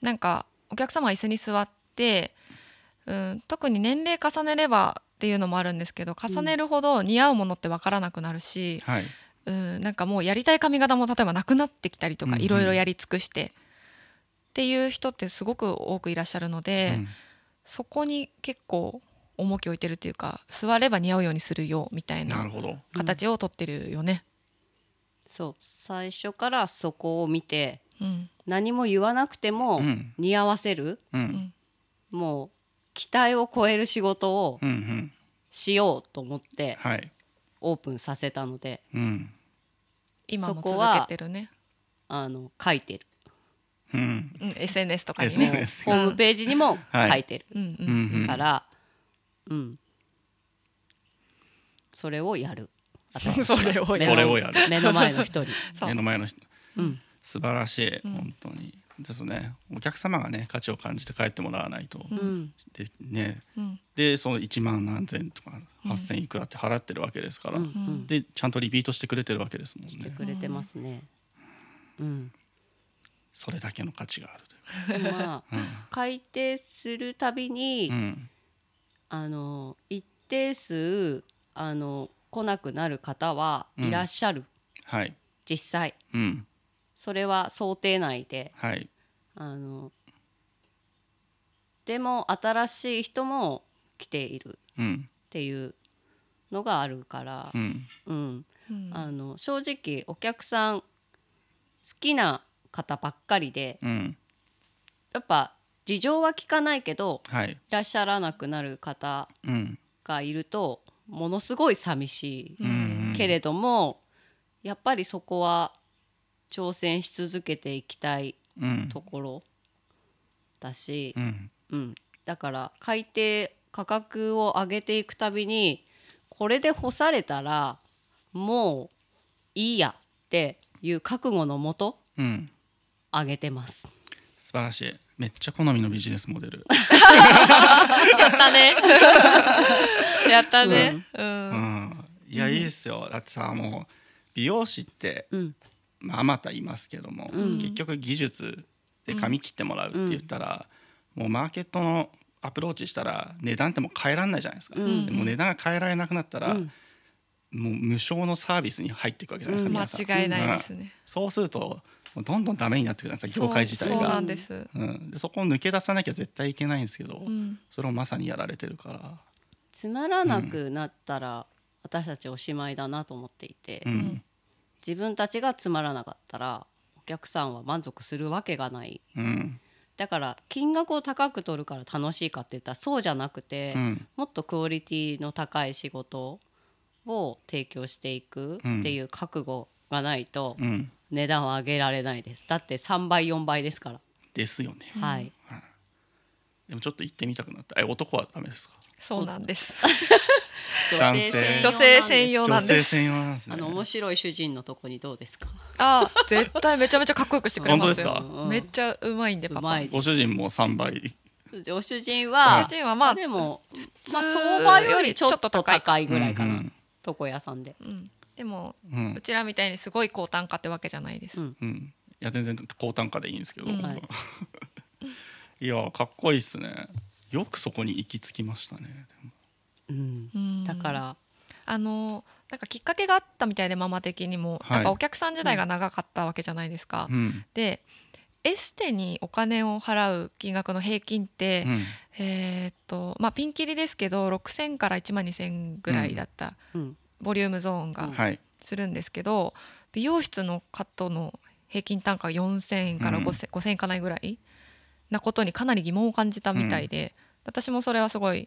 Speaker 4: なんかお客様は椅子に座って、うん、特に年齢重ねればっていうのもあるんですけど重ねるほど似合うものって分からなくなるし、
Speaker 1: はい
Speaker 4: うん、なんかもうやりたい髪型も例えばなくなってきたりと
Speaker 1: う
Speaker 4: か
Speaker 1: んうん
Speaker 4: いろいろやり尽くしてっていう人ってすごく多くいらっしゃるので、
Speaker 1: うん
Speaker 4: そこに結構重きを置いてるっていうか座れば似合うようにするよみたい
Speaker 1: な
Speaker 4: な
Speaker 1: るほど
Speaker 4: 形をとってるよね。
Speaker 3: そう最初からそこを見て
Speaker 4: うん
Speaker 3: 何も言わなくても
Speaker 1: うん
Speaker 3: 似合わせる、
Speaker 1: う
Speaker 4: うんん
Speaker 3: もう期待を超える仕事を
Speaker 1: うんうん
Speaker 3: しようと思って
Speaker 1: はい
Speaker 3: オープンさせたので
Speaker 1: うん
Speaker 4: 今も
Speaker 3: そ
Speaker 4: 続
Speaker 3: こは
Speaker 4: けてるね、
Speaker 3: あの書いて る
Speaker 1: うん
Speaker 4: うん、SNS とかにね。
Speaker 1: SNS
Speaker 3: ホームページにも書いてる。
Speaker 4: うんう
Speaker 1: うんんうん
Speaker 3: から、うん、それをやる。私
Speaker 4: それを
Speaker 1: やる
Speaker 3: 目の
Speaker 1: それをやる
Speaker 3: 目の前の人 に。
Speaker 4: そう
Speaker 1: 目の前の人
Speaker 3: うん、
Speaker 1: 素晴らしい、
Speaker 4: うん
Speaker 1: 本当にですねお客様がね価値を感じて帰ってもらわないと、
Speaker 4: うん
Speaker 3: うん、
Speaker 1: でね
Speaker 4: うん
Speaker 1: でその1万何千とか
Speaker 4: うん
Speaker 1: 8,000いくらって払ってるわけですから、
Speaker 3: うん、うん、
Speaker 1: でちゃんとリピートしてくれてるわけですもん
Speaker 3: して
Speaker 1: ね
Speaker 3: くれてますね。うん、
Speaker 1: それだけの価値があるという
Speaker 3: でもまあ、
Speaker 1: か
Speaker 3: 改定するたびに、
Speaker 1: うんうん
Speaker 3: あの一定数あの来なくなる方はいらっしゃる、
Speaker 1: はい
Speaker 3: 実際。
Speaker 1: うん
Speaker 3: それは想定内で
Speaker 1: はい
Speaker 3: あのでも新しい人も来ている
Speaker 1: うん
Speaker 3: っていうのがあるから
Speaker 1: う、ん
Speaker 3: うん
Speaker 4: うん
Speaker 3: あの正直お客さん好きな方ばっかりで
Speaker 1: うん
Speaker 3: やっぱ事情は聞かないけど
Speaker 1: はい
Speaker 3: いらっしゃらなくなる方
Speaker 1: うん
Speaker 3: がいるとものすごい寂し
Speaker 1: うんうん
Speaker 3: いけれども、やっぱりそこは挑戦し続けていきたい
Speaker 1: うん
Speaker 3: ところだし
Speaker 1: う、ん
Speaker 3: うん、だから改定価格を上げていくたびにこれで干されたらもういいやっていう覚悟のもと
Speaker 1: うん
Speaker 3: 上げてます。
Speaker 1: 素晴らしいめっちゃ好みのビジネスモデル
Speaker 4: やったねやったねうん
Speaker 1: うんいやいいっすよだってさもう美容師って
Speaker 3: うん、
Speaker 1: まああまたいますけども、
Speaker 3: うん
Speaker 1: 結局技術で髪切ってもらうって言ったら、もうマーケットのアプローチしたら値段ってもう変えられないじゃないですか、
Speaker 3: うん
Speaker 1: でも値段が変えられなくなったら、
Speaker 3: うん
Speaker 1: もう無償のサービスに入っていくわけじゃないですか、
Speaker 3: うん
Speaker 1: 皆さん
Speaker 4: 間違いないですね、
Speaker 1: そうするともうどんどんダメになってくるんですよ業界自体
Speaker 4: そうそうな
Speaker 1: が
Speaker 4: んです、
Speaker 1: そ,、うん、でそこを抜け出さなきゃ絶対いけないんですけど、
Speaker 4: うん
Speaker 1: それをまさにやられてるから、
Speaker 3: つまらなくなったら私たちおしまいだなと思っていて、
Speaker 1: うん
Speaker 4: ん
Speaker 3: 自分たちがつまらなかったらお客さんは満足するわけがない
Speaker 1: うん
Speaker 3: だから金額を高く取るから楽しいかって言ったらそうじゃなくて、
Speaker 1: うん
Speaker 3: もっとクオリティの高い仕事を提供していくっていう覚悟がないと
Speaker 1: うん、
Speaker 3: 値段は上げられないですだって3倍4倍ですから、
Speaker 1: ですよね
Speaker 3: はい
Speaker 1: でもちょっと行ってみたくなったえ男はダメですか
Speaker 4: そうなんです
Speaker 1: 男性
Speaker 4: 女性専
Speaker 3: 用
Speaker 4: 用な
Speaker 1: 女
Speaker 4: んで
Speaker 1: 性
Speaker 4: す
Speaker 1: 専用なんですね
Speaker 3: あの面白い主人のとこにどうですか
Speaker 4: あー絶対めちゃめちゃかっこよくしてくれますよ
Speaker 1: 本当ですか
Speaker 3: うん
Speaker 4: めっちゃうまいんでパパ
Speaker 3: うまい
Speaker 1: ご主人も3倍
Speaker 3: お主人は
Speaker 4: 主人はまあ
Speaker 3: でも、
Speaker 4: 通
Speaker 3: まあ、相場よりちょっと
Speaker 4: ちょっと高い
Speaker 3: 高いぐらいかな、
Speaker 1: うん
Speaker 3: 床屋さんで、
Speaker 4: うん、でも
Speaker 1: うんうん
Speaker 4: うちらみたいにすごい高単価ってわけじゃないです、
Speaker 3: うん
Speaker 1: うんいや全然高単価でいいんですけど、
Speaker 4: うん
Speaker 3: はい
Speaker 1: いやかっこいいっすねよくそこに行き着きましたね
Speaker 3: うん、
Speaker 4: うん
Speaker 3: だから、
Speaker 4: あのなんかきっかけがあったみたいでママ的にも、
Speaker 1: はい
Speaker 4: やっぱお客さん時代が長かったわけじゃないですか、
Speaker 1: でもうん
Speaker 4: でエステにお金を払う金額の平均って、
Speaker 1: うん
Speaker 4: えーっとまあピンキリですけど6,000から1万2,000ぐらいだった、
Speaker 3: うん
Speaker 4: ボリュームゾーンが
Speaker 1: はい
Speaker 4: するんですけど、美容室のカットの平均単価が4,000円から
Speaker 1: うん
Speaker 4: 5,000,、5,000円いかないぐらいなことにかなり疑問を感じたみたいで、私もそれはすごい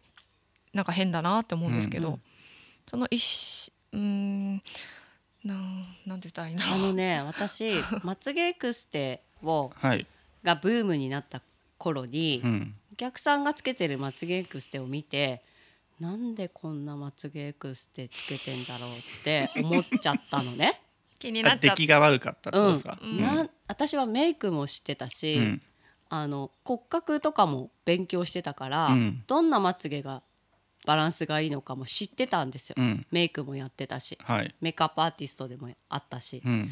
Speaker 4: なんか変だなって思うんですけど、
Speaker 3: うん
Speaker 4: その一うーんなんなんて言ったらいいんだろ
Speaker 3: あ
Speaker 4: う
Speaker 3: のね 私まつげエクステを
Speaker 1: はい、
Speaker 3: がブームになった頃に、
Speaker 1: うん、
Speaker 3: お客さんがつけてるまつげエクステを見てなんでこんなまつげエクステつけてんだろうって思っちゃったのね。
Speaker 4: 気にな
Speaker 1: あ
Speaker 4: っち
Speaker 1: 出
Speaker 4: ゃった
Speaker 1: 来が悪かったってことですか、
Speaker 4: うん
Speaker 3: なん私はメイクも知ってたし、
Speaker 1: うん
Speaker 3: あの骨格とかも勉強してたから、
Speaker 1: うん
Speaker 3: どんなまつげがバランスがいいのかも知ってたんですよ、
Speaker 1: うん
Speaker 3: メイクもやってたし
Speaker 1: はい、
Speaker 3: メイクアップアーティストでもあったし
Speaker 1: う、ん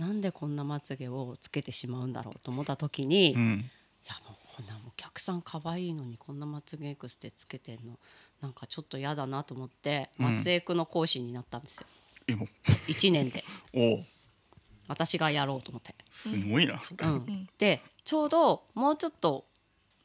Speaker 3: なんでこんなまつげをつけてしまうんだろうと思った時に、
Speaker 1: う
Speaker 3: い
Speaker 1: ん、
Speaker 3: やもうこんなお客さん可愛いのにこんなまつげエクステつけてんのなんかちょっと嫌だなと思って、
Speaker 1: うん
Speaker 3: まつエクの講師になったんですよ
Speaker 1: いやもう
Speaker 3: 1年で
Speaker 1: おう
Speaker 3: 私がやろうと思って。
Speaker 1: すごいなそれ、
Speaker 3: うん
Speaker 4: ん
Speaker 3: でちょうどもうちょっと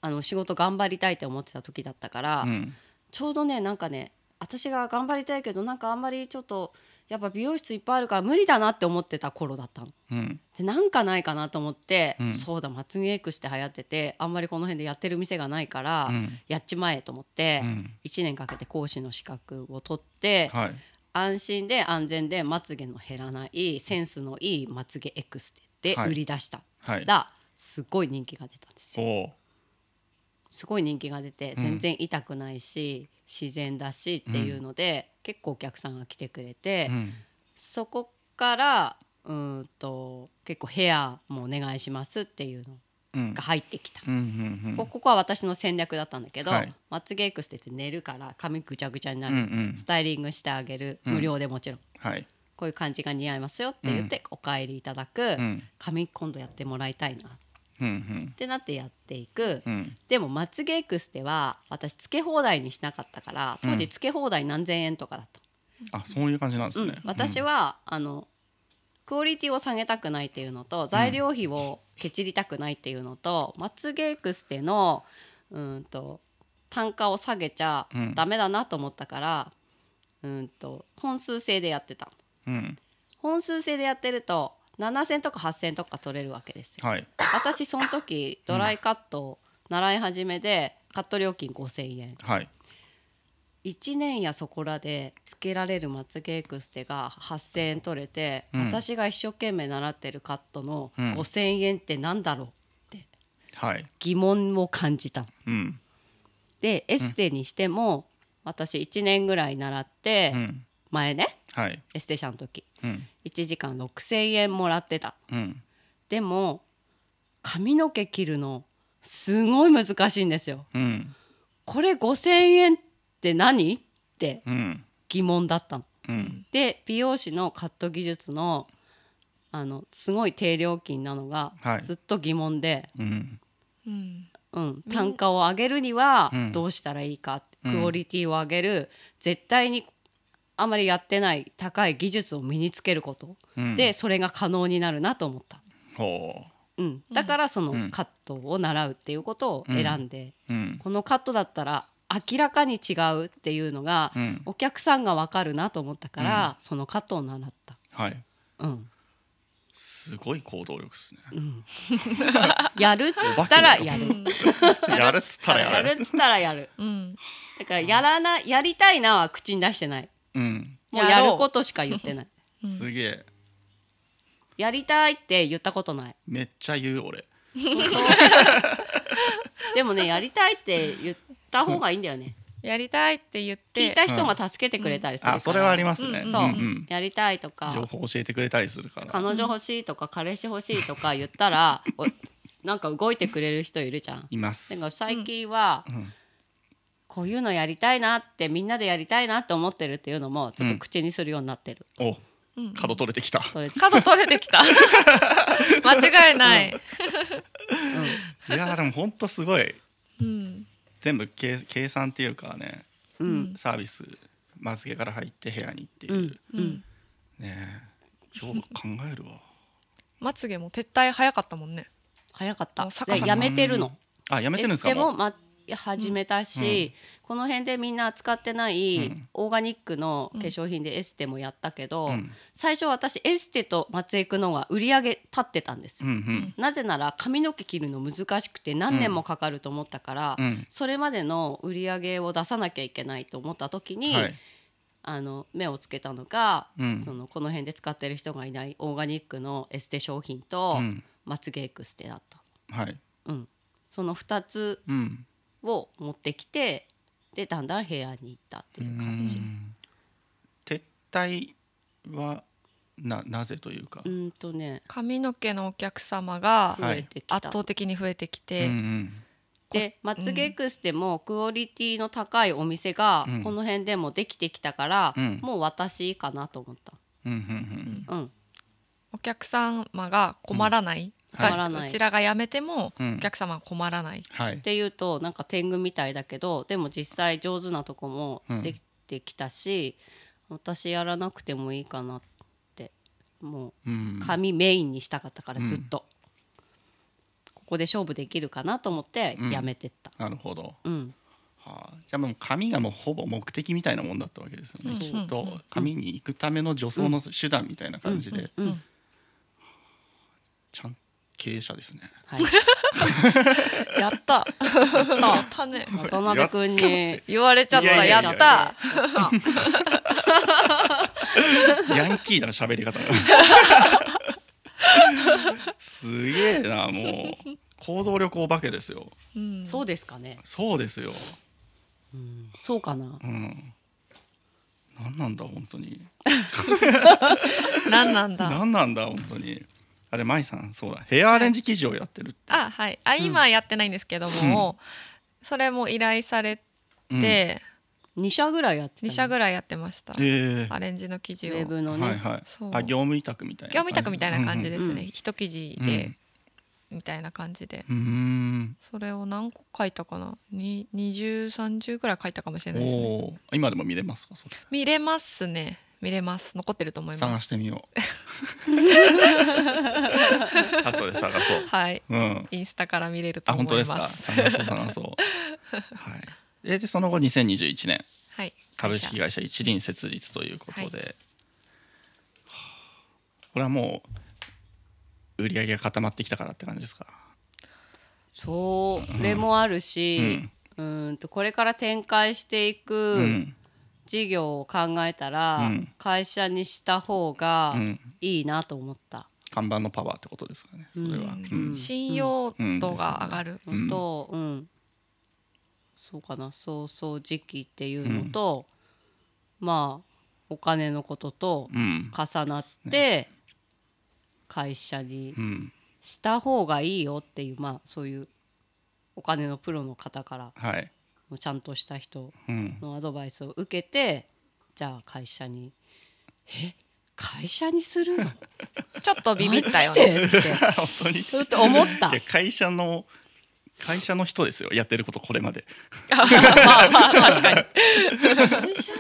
Speaker 3: あの仕事頑張りたいって思ってた時だったから、
Speaker 1: うん
Speaker 3: ちょうどねなんかね私が頑張りたいけどなんかあんまりちょっとやっぱ美容室いっぱいあるから無理だなって思ってた頃だったの。
Speaker 1: うん
Speaker 3: でなんかないかなと思って、
Speaker 1: うん
Speaker 3: そうだまつげエクステ流行っててあんまりこの辺でやってる店がないから、
Speaker 1: うん
Speaker 3: やっちまえと思って、
Speaker 1: うん
Speaker 3: 1年かけて講師の資格を取って、
Speaker 1: はい
Speaker 3: 安心で安全でまつげの減らないセンスのいいまつげエクステで
Speaker 1: はい
Speaker 3: 売り出した、
Speaker 1: はい
Speaker 3: だすごい人気が出たんですよ
Speaker 1: おう
Speaker 3: すごい人気が出て
Speaker 1: うん
Speaker 3: 全然痛くないし、自然だしっていうので、結構お客さんが来てくれて、
Speaker 1: うん
Speaker 3: そこからうーんと結構ヘアもお願いしますっていうの
Speaker 1: うん
Speaker 3: が入ってきた、
Speaker 1: うんうんうん
Speaker 3: こここは私の戦略だったんだけど、
Speaker 1: はい
Speaker 3: まつげエクステって寝るから髪ぐちゃぐちゃにな
Speaker 1: うん
Speaker 3: る、
Speaker 1: うん
Speaker 3: スタイリングしてあげる、
Speaker 1: うん
Speaker 3: 無料でもちろん
Speaker 1: はい
Speaker 3: こういう感じが似合いますよって言って、お帰りいただく、
Speaker 1: うん
Speaker 3: 髪今度やってもらいたいなっ
Speaker 1: うん
Speaker 3: てなってやっていく、
Speaker 1: うんうん
Speaker 3: でもまつげエクステは私つけ放題にしなかったから当
Speaker 1: う
Speaker 3: 時
Speaker 1: ん
Speaker 3: つけ放題何千円とかだっ
Speaker 1: あそういう感じなんで
Speaker 3: た、
Speaker 1: す
Speaker 3: うん
Speaker 1: ね、
Speaker 3: 私は、あのクオリティを下げたくないっていうのと材料費をけちりたくないっていうのと、まつげエクステのうーんと単価を下げちゃ
Speaker 1: うん
Speaker 3: ダメだなと思ったから、うーんと本数制でやってた
Speaker 1: うん
Speaker 3: 本数制でやってると7,000とか8,000とか取れるわけですよ。
Speaker 1: はい
Speaker 3: 私その時ドライカットを習い始めで、カット料金5,000円
Speaker 1: はい
Speaker 3: 1年やそこらでつけられるまつげエクステが8,000円取れて、
Speaker 1: うん
Speaker 3: 私が一生懸命習ってるカットの
Speaker 1: うん
Speaker 3: 5,000円ってなんだろうって
Speaker 1: はい
Speaker 3: 疑問を感じたの
Speaker 1: うん
Speaker 3: でエステにしても、私1年ぐらい習って、
Speaker 1: うん
Speaker 3: 前ね
Speaker 1: はい
Speaker 3: エステ社の時
Speaker 1: うん
Speaker 3: 1時間6,000円もらってた
Speaker 1: うん
Speaker 3: でも髪の毛切るのすごい難しいんですよ
Speaker 1: うん
Speaker 3: これ5,000円って何って
Speaker 1: うん
Speaker 3: 疑問だったの
Speaker 1: うん
Speaker 3: で美容師のカット技術のあのすごい低料金なのが
Speaker 1: はい
Speaker 3: ずっと疑問で、
Speaker 1: うん
Speaker 4: うん
Speaker 3: うん、
Speaker 4: みん
Speaker 3: 単価を上げるには
Speaker 1: うん
Speaker 3: どうしたらいいか、
Speaker 1: うん
Speaker 3: クオリティを上げる絶対にあまりやってない高い技術を身につけること
Speaker 1: うん
Speaker 3: でそれが可能になるなと思った、
Speaker 1: ほ
Speaker 3: うん、だからその
Speaker 1: うん
Speaker 3: カットを習うっていうことを選んで、
Speaker 1: ううん
Speaker 3: このカットだったら明らかに違うっていうのが
Speaker 1: うん
Speaker 3: お客さんが分かるなと思ったから、そのカットを習った。
Speaker 1: はい
Speaker 3: うん
Speaker 1: すごい行動力ですね
Speaker 3: うん、やるっつったらや
Speaker 4: う
Speaker 3: る
Speaker 4: ん
Speaker 1: やるっつったら
Speaker 3: や
Speaker 1: やる
Speaker 3: るっつったらやる
Speaker 4: うん
Speaker 3: だからやらなやりたいなは口に出してない
Speaker 1: うん
Speaker 3: もうやることしか 言ってない
Speaker 1: すげえ
Speaker 3: やりたいって言ったこ とない
Speaker 1: めっちゃ言う俺
Speaker 3: でもねやりたいって言った方がいいんだよね
Speaker 4: やりたいって言って
Speaker 3: 聞いた人が助けてくれたりするから、
Speaker 1: あそれはありますね
Speaker 4: うん
Speaker 3: そ
Speaker 1: ん
Speaker 3: う、
Speaker 1: ん
Speaker 3: やりたいと
Speaker 1: 情
Speaker 3: か
Speaker 1: 報教えてくれたりするから
Speaker 3: 彼女欲しいとか彼氏欲しいとか 言ったらおなんか動いてくれる人いるじゃん
Speaker 1: います
Speaker 3: だから最近は
Speaker 1: うん
Speaker 3: こういうのやりたいなってみんなでやりたいなって思ってるっていうのもちょっと口にするようになってる、
Speaker 1: お
Speaker 4: うん
Speaker 1: 角取れてきた
Speaker 3: それで
Speaker 4: 角取れて きた間違いない、
Speaker 3: うん
Speaker 1: いやーでも本当すごい
Speaker 4: うん
Speaker 1: 全部計計算っていうかね
Speaker 3: うん、
Speaker 1: サービスまつげから入って部屋にっていううん
Speaker 3: うん、
Speaker 1: ねえよう考えるわ
Speaker 4: まつげも撤退早かったもんね
Speaker 3: 早かっ
Speaker 4: も
Speaker 3: た
Speaker 4: う逆さ
Speaker 3: で
Speaker 4: ま
Speaker 3: やめてるの
Speaker 1: あやめてるんですか
Speaker 3: エステも
Speaker 1: もう
Speaker 3: ま始めたし、この辺でみんな使ってない、
Speaker 1: うん
Speaker 3: オーガニックの化粧品でエステもやったけど、
Speaker 1: うん
Speaker 3: 最初私エステと松江区の方が売り上げ立ってたんです
Speaker 1: う
Speaker 3: よ、
Speaker 1: ん
Speaker 3: なぜなら髪の毛切るの難しくて何年もかかると思ったから、
Speaker 1: うんうん
Speaker 3: それまでの売り上げを出さなきゃいけないと思った時に、
Speaker 1: はい
Speaker 3: あの目をつけたのが、
Speaker 1: うん
Speaker 3: そのこの辺で使ってる人がいないオーガニックのエステ商品と、
Speaker 1: うん
Speaker 3: まつげエクステだった、
Speaker 1: はい
Speaker 3: うん、その2つ
Speaker 1: うん
Speaker 3: を持ってきてでだんだん部屋に行ったっていう感じ。
Speaker 1: うん撤退はななぜというか
Speaker 3: うんとね
Speaker 4: 髪の毛のお客様が
Speaker 3: 増えてきた、
Speaker 4: 圧倒的に増えてき
Speaker 1: うんう
Speaker 4: て、
Speaker 1: ん
Speaker 3: でまつげエクステもクオリティの高いお店が
Speaker 1: うん
Speaker 3: この辺でもできてきたから、
Speaker 1: うん
Speaker 3: もう私いいかなと思った。
Speaker 1: うんうん
Speaker 3: うん
Speaker 4: お客様が困らない、
Speaker 1: はい
Speaker 4: 私
Speaker 3: 困らないう
Speaker 4: ちらが辞めても
Speaker 1: うん
Speaker 4: お客様は困らない、
Speaker 1: は
Speaker 3: っ
Speaker 1: い
Speaker 3: ていうとなんか天狗みたいだけどでも実際上手なとこもできてきたし、私やらなくてもいいかなってもう
Speaker 1: うん
Speaker 3: 紙メインにしたかったから
Speaker 1: うん
Speaker 3: ずっと、ここで勝負できるかなと思って
Speaker 1: うん
Speaker 3: やめてった、
Speaker 1: なるほど
Speaker 3: うん
Speaker 1: はあ、じゃあもう紙がもうほぼ目的みたいなもんだったわけですよね。
Speaker 4: そう
Speaker 1: きっと紙に行くための助走の手段みたいな感じで、
Speaker 3: うん
Speaker 1: ちゃん経営者ですね。
Speaker 3: はい、
Speaker 4: やったやったね
Speaker 3: 渡辺君に
Speaker 4: 言われちゃった
Speaker 1: いやいや
Speaker 4: やっ
Speaker 1: いや
Speaker 4: た
Speaker 1: ヤンキーだな喋り方が。すげえなもう行動力お化けですよ。
Speaker 4: うん
Speaker 3: そうですかね、
Speaker 1: そうですよ。
Speaker 3: うんそうかな
Speaker 1: うん。なんなんだ本当に。
Speaker 4: 何なんだ
Speaker 1: なんなんだ本当に。あで舞さんそうだヘアアレンジ記事をやってるって。
Speaker 4: あはいあ今やってないんですけども、それも依頼され
Speaker 1: うん、え
Speaker 4: て、
Speaker 3: 2社ぐらいやってた
Speaker 4: 2社ぐらいやってました、
Speaker 1: え
Speaker 4: アレンジの記
Speaker 3: ウ
Speaker 4: 事を
Speaker 3: ェブのね、
Speaker 1: はいはい
Speaker 4: そう。
Speaker 1: あ業務委託みたいな
Speaker 4: 業
Speaker 1: 感
Speaker 4: 務
Speaker 1: じ。
Speaker 4: 委託みたいな感じ
Speaker 1: うんうん
Speaker 4: ですね、
Speaker 3: うん
Speaker 4: 一記事で、みたいな感じで
Speaker 1: うーん。
Speaker 4: それを何個書いたかなに2030ぐらい書いたかもしれないですね
Speaker 1: おおー、今でも見れますか。それ
Speaker 4: 見れますね見れます残ってると思いま
Speaker 1: 探
Speaker 4: す
Speaker 1: してみよう。後で探そう。
Speaker 4: はい
Speaker 1: うん。
Speaker 4: インスタから見れると
Speaker 1: あ、
Speaker 4: 思い
Speaker 1: 本当
Speaker 4: ま
Speaker 1: ですすか。探そう探そう。はい。ででその後2021年
Speaker 4: はい
Speaker 1: 株式会社一輪設立ということで、
Speaker 4: は
Speaker 1: はあこれはもう売り上げが固まってきたからって感じですか。
Speaker 3: それもある
Speaker 1: う
Speaker 3: し、
Speaker 1: ん、
Speaker 3: うーん、とこれから展開していうく
Speaker 1: ん、
Speaker 3: 事業を考えたら、
Speaker 1: うん
Speaker 3: 会社にした方が
Speaker 1: うん、
Speaker 3: いいなと思った。
Speaker 1: 看板のパワーってことですかね。それは。
Speaker 3: う
Speaker 1: うんん
Speaker 4: 信用度が上がる、
Speaker 1: うん
Speaker 3: と、うんそうかな早々時期っていうのと、まあお金のことと
Speaker 1: うん、
Speaker 3: 重なって会社に
Speaker 1: うん、
Speaker 3: した方がいいよっていうまあそういうお金のプロの方から
Speaker 1: はい、
Speaker 3: ちゃんとした人
Speaker 1: うん、
Speaker 3: のアドバイスを受けてじゃあ会社にえ会社にするの
Speaker 4: ちょっとビビったよ
Speaker 3: マジ
Speaker 4: ね
Speaker 3: でって
Speaker 1: 本当に。
Speaker 3: ふと思 った
Speaker 1: いや会社の会社の人ですよ。やってることこれまで。
Speaker 3: まあまあ確かに会社にす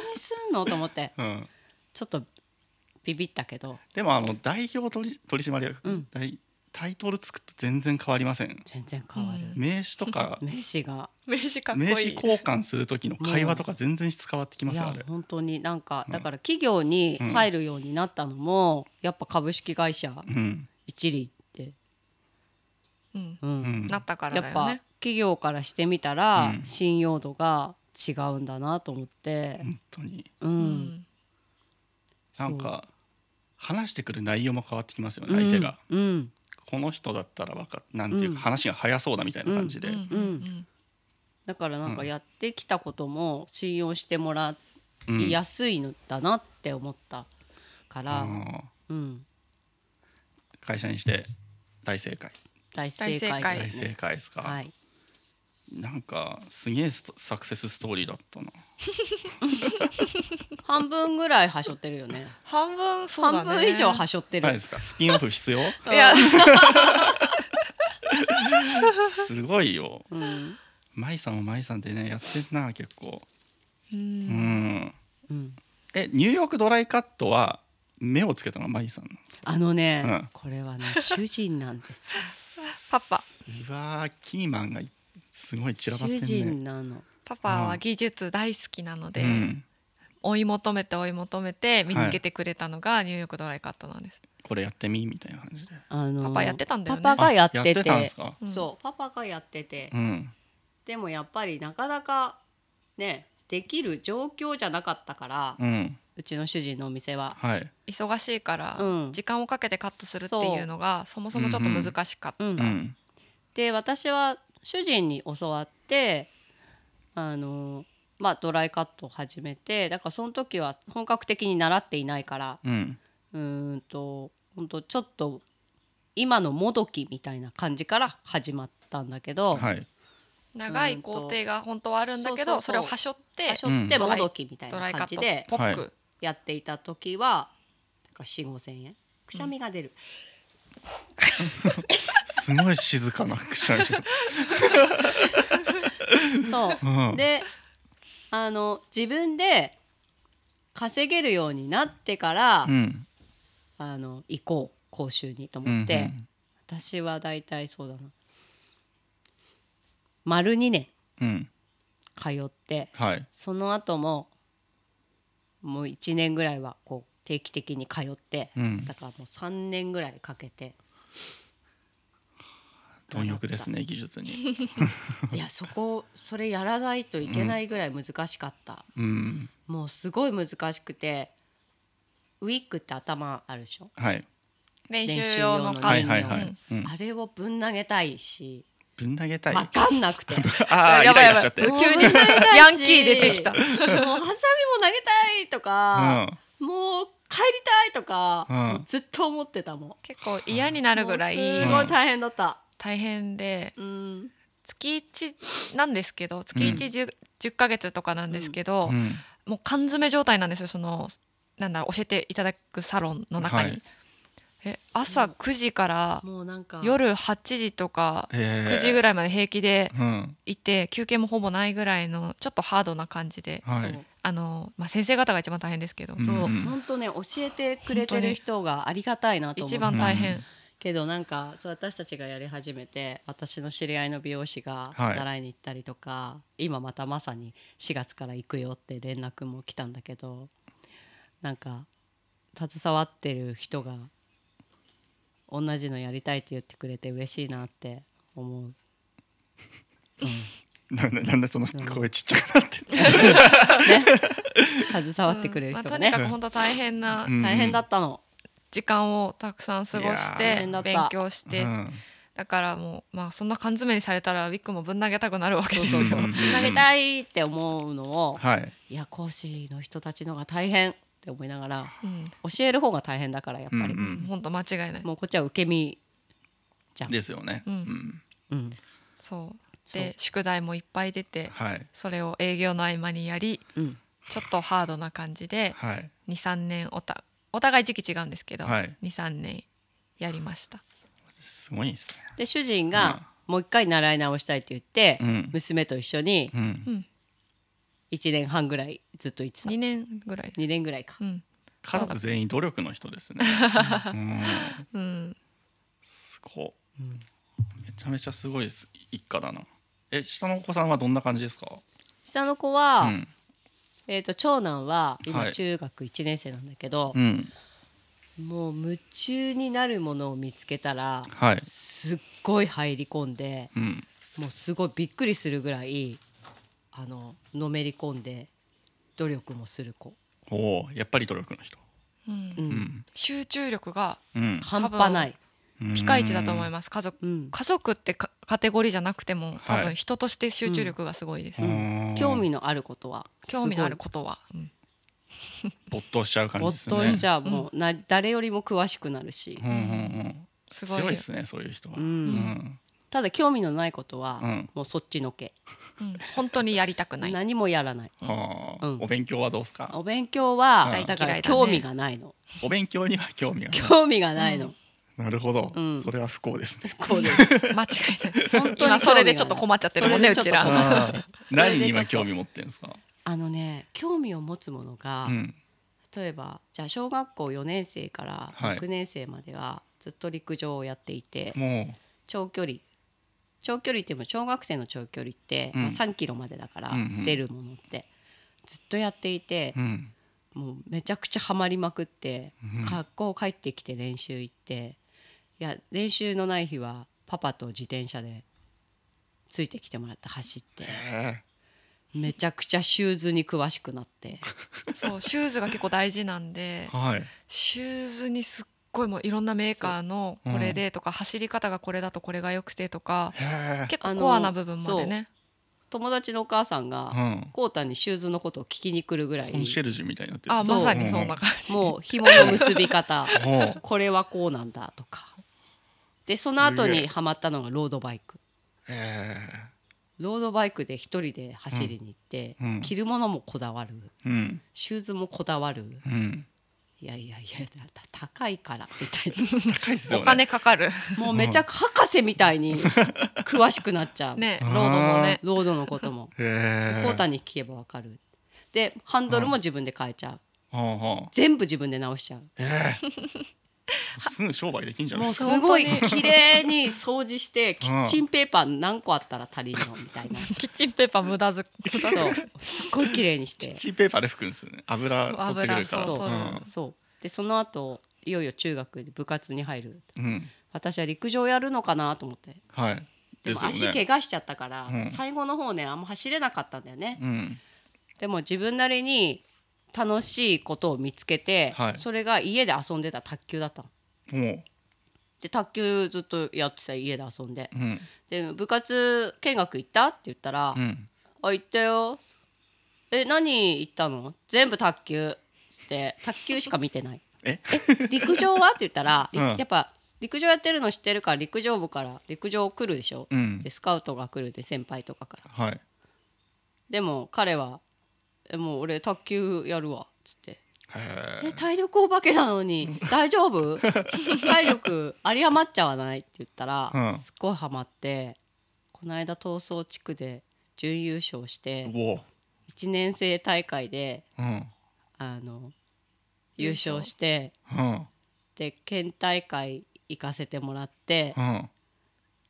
Speaker 3: んのと思って
Speaker 1: うん。
Speaker 3: ちょっとビビったけど
Speaker 1: でもあの代表取り取締役、
Speaker 3: うん
Speaker 1: 大タイトルつくと全然変わりません。
Speaker 3: 全然変わる、
Speaker 4: うん
Speaker 1: 名刺とか
Speaker 3: 名刺が
Speaker 4: 名刺かっこい
Speaker 1: 名
Speaker 4: い
Speaker 1: 刺交換する時の会話とか全然質変わってきま
Speaker 3: い
Speaker 1: すよ
Speaker 3: や
Speaker 1: あれ。
Speaker 3: 本当になんか
Speaker 1: うん
Speaker 3: だから企業に入るようになったのも、やっぱ株式会社
Speaker 1: うん、
Speaker 3: 一理って、
Speaker 4: うん
Speaker 3: うん
Speaker 1: うん、
Speaker 4: なったから
Speaker 3: やっ
Speaker 4: だよ
Speaker 3: ぱ
Speaker 4: ね
Speaker 3: 企業からしてみたら
Speaker 1: うん
Speaker 3: 信用度が違うんだなと思って、
Speaker 1: 本当に
Speaker 3: うん
Speaker 4: うん
Speaker 1: なんか話してくる内容も変わってきますよね
Speaker 3: うん
Speaker 1: 相手が。
Speaker 3: うん
Speaker 1: この人だったらわかなんていう
Speaker 3: うん
Speaker 1: か話が早そうだみたいな感じで、
Speaker 4: うんうん
Speaker 3: だからなん
Speaker 1: う
Speaker 3: か
Speaker 1: ん
Speaker 3: やってきたことも信用してもら
Speaker 1: うん
Speaker 3: いやすいのだなって思ったから、
Speaker 1: うん
Speaker 3: うん、
Speaker 1: 会社にして大正解
Speaker 3: 大正解
Speaker 1: 大
Speaker 3: です
Speaker 1: 正
Speaker 3: ね。
Speaker 1: 解ですか、
Speaker 3: はい、
Speaker 1: なんかすげえストサクセスストーリーだったな
Speaker 3: 半分ぐらいはしょってるよ ね。
Speaker 4: 半分そうだ
Speaker 3: 半
Speaker 4: ね
Speaker 3: 分以上はしょってる。
Speaker 1: ないですかスピンオフ 必要
Speaker 4: いや
Speaker 1: すごいよ
Speaker 3: うん、
Speaker 1: 舞さんも舞さんでねやってんな結構
Speaker 4: う
Speaker 1: うんん
Speaker 3: うん、
Speaker 1: えニューヨークドライカットは目をつけたのは舞さんなんですか
Speaker 3: あのね、
Speaker 1: うん
Speaker 3: こ れはね、主人なんです。
Speaker 4: パパ
Speaker 1: うわーキーマンがすごい散らばって
Speaker 3: 主
Speaker 1: んね
Speaker 3: 人なの。
Speaker 4: パパは技術大好きなので、
Speaker 1: うん、
Speaker 4: 追い求めて追い求めて見つけてくれたのがニューヨークドライカットなんです、
Speaker 1: これやってみみたいな感じで
Speaker 3: あの
Speaker 4: パパやってたんだよね
Speaker 3: パパがやって
Speaker 1: あ
Speaker 3: て、
Speaker 1: たんですか
Speaker 4: うん
Speaker 3: そう、パパがやってて、
Speaker 1: うん
Speaker 3: でもやっぱりなかなかね、できる状況じゃなかったから、う
Speaker 1: うん
Speaker 3: ちの主人のお店は。
Speaker 1: はい
Speaker 4: 忙しいから、
Speaker 3: うん
Speaker 4: 時間をかけてカットするっていうのがそもそもちょっと難しかった、
Speaker 3: うん
Speaker 1: うん
Speaker 3: で私は主人に教わってあのまあドライカットを始めてだからその時は本格的に習っていないから
Speaker 1: うん
Speaker 3: うーんと本当ちょっと今のもどきみたいな感じから始まったんだけど、
Speaker 1: はい
Speaker 4: 長い工程が本当はあるんだけど、
Speaker 3: うんと
Speaker 4: それをはしょって
Speaker 3: 場所って
Speaker 4: うん
Speaker 3: もどきみたい
Speaker 4: ド
Speaker 3: な
Speaker 4: ライカ
Speaker 3: 感
Speaker 4: ッ
Speaker 3: じ
Speaker 4: ト
Speaker 3: で
Speaker 4: ポッ
Speaker 1: は
Speaker 4: ク、
Speaker 3: やっていた時は4 5千円くしゃみが出る、
Speaker 1: すごい静かなくしゃみが
Speaker 3: そう
Speaker 1: うん
Speaker 3: であの自分で稼げるようになってから、
Speaker 1: うん
Speaker 3: あの行こう講習にと
Speaker 1: うん
Speaker 3: 思って、私は大体そうだな丸2年
Speaker 1: うんうん
Speaker 3: 通って
Speaker 1: はい
Speaker 3: その後ももう1年ぐらいはこう定期的に通って
Speaker 1: うん
Speaker 3: だからもう3年ぐらいかけて
Speaker 1: 貪欲ですね技術に
Speaker 3: いやそこそれやらないといけないぐらい難しかった、
Speaker 1: うん
Speaker 3: もうすごい難しくてウィッグって頭あるでしょ、
Speaker 1: はい
Speaker 4: 練習用のカ
Speaker 1: は
Speaker 4: ッ
Speaker 1: い
Speaker 4: ト、
Speaker 1: はいはいうん
Speaker 3: あれをぶん投げたいし
Speaker 1: ぶん投げたい
Speaker 3: 分かんなくて
Speaker 1: ああイ
Speaker 4: やばい
Speaker 1: ライラ
Speaker 4: や
Speaker 1: しちゃっ
Speaker 4: ば
Speaker 1: て
Speaker 4: い
Speaker 1: うん
Speaker 4: 急に
Speaker 3: もう問題だし
Speaker 4: ヤンキー出てきた
Speaker 3: もうハサミも投げたいとか、もう帰りたいとか、
Speaker 1: うん
Speaker 3: もうずっと思ってたもん。
Speaker 4: 結構嫌になるぐらい
Speaker 3: もうす
Speaker 1: ん
Speaker 3: ごい大変だった。
Speaker 4: 大変で
Speaker 3: うん。
Speaker 4: 月1なんですけど月1 10, 10ヶ月とかなんですけど、
Speaker 1: うん
Speaker 4: もう缶詰状態なんですよそのなんだろう教えていただくサロンの中に、
Speaker 1: はい
Speaker 4: え朝9時から
Speaker 3: もうなんか
Speaker 4: 夜8時とか9
Speaker 1: 9
Speaker 4: 時
Speaker 1: らい
Speaker 4: ぐらいまで平気で
Speaker 1: うん
Speaker 4: いて休憩もほぼないぐらいのちょっとハードな感じで
Speaker 3: そう、
Speaker 1: はい
Speaker 4: あの、まあ、先生方が一番大変ですけど、
Speaker 1: うん
Speaker 4: そう
Speaker 3: そううん本当ね教えてくれてる人がありがたいなと思
Speaker 4: 一
Speaker 3: う
Speaker 4: 番大変、
Speaker 1: うん
Speaker 3: けどなんかそう私たちがやり始めて私の知り合いの美容師が
Speaker 1: はい
Speaker 3: 習いに行ったりとか、今またまさに4月から行くよって連絡も来たんだけどなんか携わってる人が同じのやりたいって言ってくれて嬉しいなって思う。
Speaker 1: なんでなんでその声ちっちゃくなって
Speaker 3: 携わってくれる人
Speaker 4: まあ
Speaker 3: が
Speaker 4: とに
Speaker 3: ね
Speaker 4: か、く本当大変な
Speaker 1: うん
Speaker 3: 大変だったの。
Speaker 4: 時間をたくさん過ごし
Speaker 1: いや
Speaker 4: て
Speaker 3: ー
Speaker 4: 勉強して、
Speaker 1: うん
Speaker 4: だからもうまあそんな缶詰にされたらウィッグもぶん投げたくなるわけ
Speaker 3: そ
Speaker 4: で
Speaker 3: う
Speaker 4: す
Speaker 3: そう
Speaker 4: よ
Speaker 3: そう。
Speaker 1: うんうんうん
Speaker 3: 投げたいって思うのを、
Speaker 1: はい
Speaker 3: いや講師の人たちのが大変って思いながら
Speaker 4: うん
Speaker 3: 教える方が大変だからやっぱり、
Speaker 1: うんうん
Speaker 4: 本当間違いない
Speaker 3: もうこっちは受け身あ
Speaker 1: ですよね、
Speaker 4: うん
Speaker 1: ん
Speaker 3: うん
Speaker 4: そう
Speaker 3: そう
Speaker 4: で宿題もいっぱい出て
Speaker 1: はい
Speaker 4: それを営業の合間にやり
Speaker 3: うん
Speaker 4: ちょっとハードな感じで
Speaker 1: はい
Speaker 4: 23年おたお互い時期違うんですけど、
Speaker 1: はい
Speaker 4: 23年やりました
Speaker 1: すごいですね
Speaker 3: で主人がもう一回習い直したいって言って、
Speaker 1: うん
Speaker 3: 娘と一緒に
Speaker 1: うん
Speaker 3: 1年半ぐらいずっと行ってた
Speaker 4: 2年ぐらい、
Speaker 3: 2年ぐらいか
Speaker 4: うん
Speaker 1: 家族全員努力の人ですね、うん、
Speaker 4: うん、
Speaker 1: すごいめちゃめちゃすごいです一家だなえ下のお子さんはどんな感じですか
Speaker 3: 下の子は、
Speaker 1: うん
Speaker 3: えー、と長男は
Speaker 1: は
Speaker 3: 今
Speaker 1: い
Speaker 3: 中学1年生なんだけど、
Speaker 1: うん
Speaker 3: もう夢中になるものを見つけたら、
Speaker 1: はい
Speaker 3: すっごい入り込んで
Speaker 1: うん
Speaker 3: もうすごいびっくりするぐらいあののめり込んで努力もする子、
Speaker 1: おーやっぱり努力の人
Speaker 4: うん
Speaker 3: うん
Speaker 1: うん
Speaker 4: 集中力が
Speaker 1: うん
Speaker 3: 半端ない、
Speaker 4: ピカイチだと思い
Speaker 1: ま
Speaker 4: ます家族
Speaker 3: うん、
Speaker 4: 家族ってかカテゴリーじゃなくても多
Speaker 1: はい
Speaker 4: 分人として集中力がすごいです、
Speaker 3: うん興味のあることは
Speaker 4: 興味のあることは、うん
Speaker 1: 没頭しちゃう
Speaker 3: す
Speaker 1: 感
Speaker 3: ご
Speaker 1: じ
Speaker 3: い
Speaker 1: です
Speaker 3: 没
Speaker 1: ね
Speaker 3: 頭しちゃう、
Speaker 4: うん
Speaker 3: もうな誰よりも詳しくなるし
Speaker 1: う、んうんうん
Speaker 4: すごい
Speaker 1: 強いですねそういう人は
Speaker 3: うん
Speaker 1: うん
Speaker 3: ただ興味のないことは、
Speaker 1: うん
Speaker 3: もうそっちのけ
Speaker 4: うん本当にやりたくない
Speaker 3: 何もやらない
Speaker 1: はあ
Speaker 3: うん
Speaker 1: お勉強はどうですか
Speaker 3: お勉強は、
Speaker 1: うん
Speaker 3: だか
Speaker 4: 大嫌
Speaker 3: ら
Speaker 4: いだね
Speaker 3: 興味がないの、
Speaker 1: お勉強には興味がない
Speaker 3: 興味がないの、
Speaker 4: うん
Speaker 1: なるほど
Speaker 3: うん
Speaker 1: それは不幸ですね
Speaker 3: こうです
Speaker 4: 間違いない
Speaker 3: 本当に
Speaker 4: 今それでちょっと困っちゃってるもんねう
Speaker 3: そ
Speaker 4: ち
Speaker 3: れでちょっと困
Speaker 4: ら
Speaker 3: っ
Speaker 1: あー
Speaker 3: それで
Speaker 1: 何に今
Speaker 3: ち
Speaker 1: 興
Speaker 3: ょっと
Speaker 1: 味持ってるんですか
Speaker 3: あのね興味を持つものが、
Speaker 1: うん
Speaker 3: 例えばじゃあ小学校4年生から
Speaker 1: はい
Speaker 3: 6年生まではずっと陸上をやっていて、
Speaker 1: も
Speaker 3: 長距離長距離っても小学生の長距離って、
Speaker 1: うん
Speaker 3: まあ3キロまでだから、
Speaker 1: うんうん
Speaker 3: 出るものってずっとやっていて
Speaker 1: う、うん
Speaker 3: もうめちゃくちゃハマりまくって、
Speaker 1: うん
Speaker 3: 学校帰ってきて練習行っていや練習のない日はパパと自転車でついてきてもらって走って
Speaker 1: へ
Speaker 3: めちゃくちゃシューズに詳しくなって。
Speaker 4: そうシューズが結構大事なんで
Speaker 1: えはい
Speaker 4: シューズにすっごいもういろんなメーカーの
Speaker 1: そう
Speaker 4: これでとか、走り方がこれだとこれが良くてとか
Speaker 1: へえ
Speaker 4: 結
Speaker 3: あ
Speaker 4: 構
Speaker 3: の
Speaker 4: コアな部分までね
Speaker 3: 友達のお母さん
Speaker 1: う
Speaker 3: が
Speaker 1: ん
Speaker 3: こうたにシューズのことを聞きに来るぐらい
Speaker 1: コンシェルジュみたいになってる
Speaker 4: あ
Speaker 3: そう
Speaker 4: まさにそんな感じ
Speaker 3: もう紐の結び 方
Speaker 1: おう
Speaker 3: これはこうなんだとかでその後
Speaker 1: すげえ
Speaker 3: にハマったのがロードバイク
Speaker 1: へえ
Speaker 3: ロードバイクで一人で走りに行って、
Speaker 1: うん
Speaker 3: 着るものもこだわる
Speaker 1: うん
Speaker 3: シューズもこだわる
Speaker 1: うん
Speaker 3: いやいやいやだ高いからみた い
Speaker 1: 高いですよね
Speaker 4: お金かかる
Speaker 3: なもうめちゃく博士みたいに詳しくなっちゃう、
Speaker 4: ね
Speaker 1: う
Speaker 4: ロ
Speaker 1: ん
Speaker 4: ードもね
Speaker 3: ロードのことも
Speaker 1: へえ
Speaker 3: こうたに聞けばわかるでハンドルも自分で変えちゃう
Speaker 1: ほうほう
Speaker 3: 全部自分で直しちゃう
Speaker 1: へえすぐ商売できんじゃないで
Speaker 3: もう
Speaker 1: す
Speaker 3: す
Speaker 1: か
Speaker 3: ごい綺麗に掃除 してキッチンペーパー何個あったら足りんのみたいなそ
Speaker 4: キッチンペーパー無駄ず無駄
Speaker 3: うすっごい綺麗にし
Speaker 1: キッ
Speaker 3: て
Speaker 1: チンペーパーで拭くんですよね油
Speaker 4: そう
Speaker 1: 取ってくるから
Speaker 4: 油
Speaker 3: そう
Speaker 1: うん
Speaker 3: そうでその後いよいよ中学で部活に入る
Speaker 1: うん
Speaker 3: 私は陸上やるのかなと思って
Speaker 1: はい
Speaker 3: でも
Speaker 1: す
Speaker 3: 足
Speaker 1: よね
Speaker 3: 怪我しちゃったから、
Speaker 1: うん
Speaker 3: 最後の方ねあんま走れなかったんだよね、
Speaker 1: うん
Speaker 3: でも自分なりに楽しいことを見つけて、
Speaker 1: はい
Speaker 3: それが家で遊んでた卓球だったの
Speaker 1: も
Speaker 3: で卓球ずっとやってた家で遊んで
Speaker 1: ううん
Speaker 3: で部活見学行ったって言ったら、
Speaker 1: うん
Speaker 3: あ行ったよえ何行ったの全部卓球つって卓球しか見てない
Speaker 1: え
Speaker 3: 陸上はって言ったら、り
Speaker 1: うん
Speaker 3: やっぱ陸上やってるの知ってるから陸上部から陸上来るでしょ、
Speaker 1: うん
Speaker 3: でスカウトが来るで先輩とかから
Speaker 1: はい
Speaker 3: でも彼はえ「もう俺卓球やるわ」っつって
Speaker 1: へ
Speaker 3: 「え
Speaker 1: え
Speaker 3: 体力お化けなのに大丈夫体力有り余っちゃわない?」って言ったら、
Speaker 1: うん
Speaker 3: すっごいハマってこの間闘争地区で準優勝して。
Speaker 1: おう
Speaker 3: 1年生大会で
Speaker 1: うん
Speaker 3: あの優
Speaker 4: 優勝
Speaker 3: 勝して
Speaker 1: うん
Speaker 3: で県大会行かせてもらって
Speaker 1: う
Speaker 3: っ
Speaker 1: ん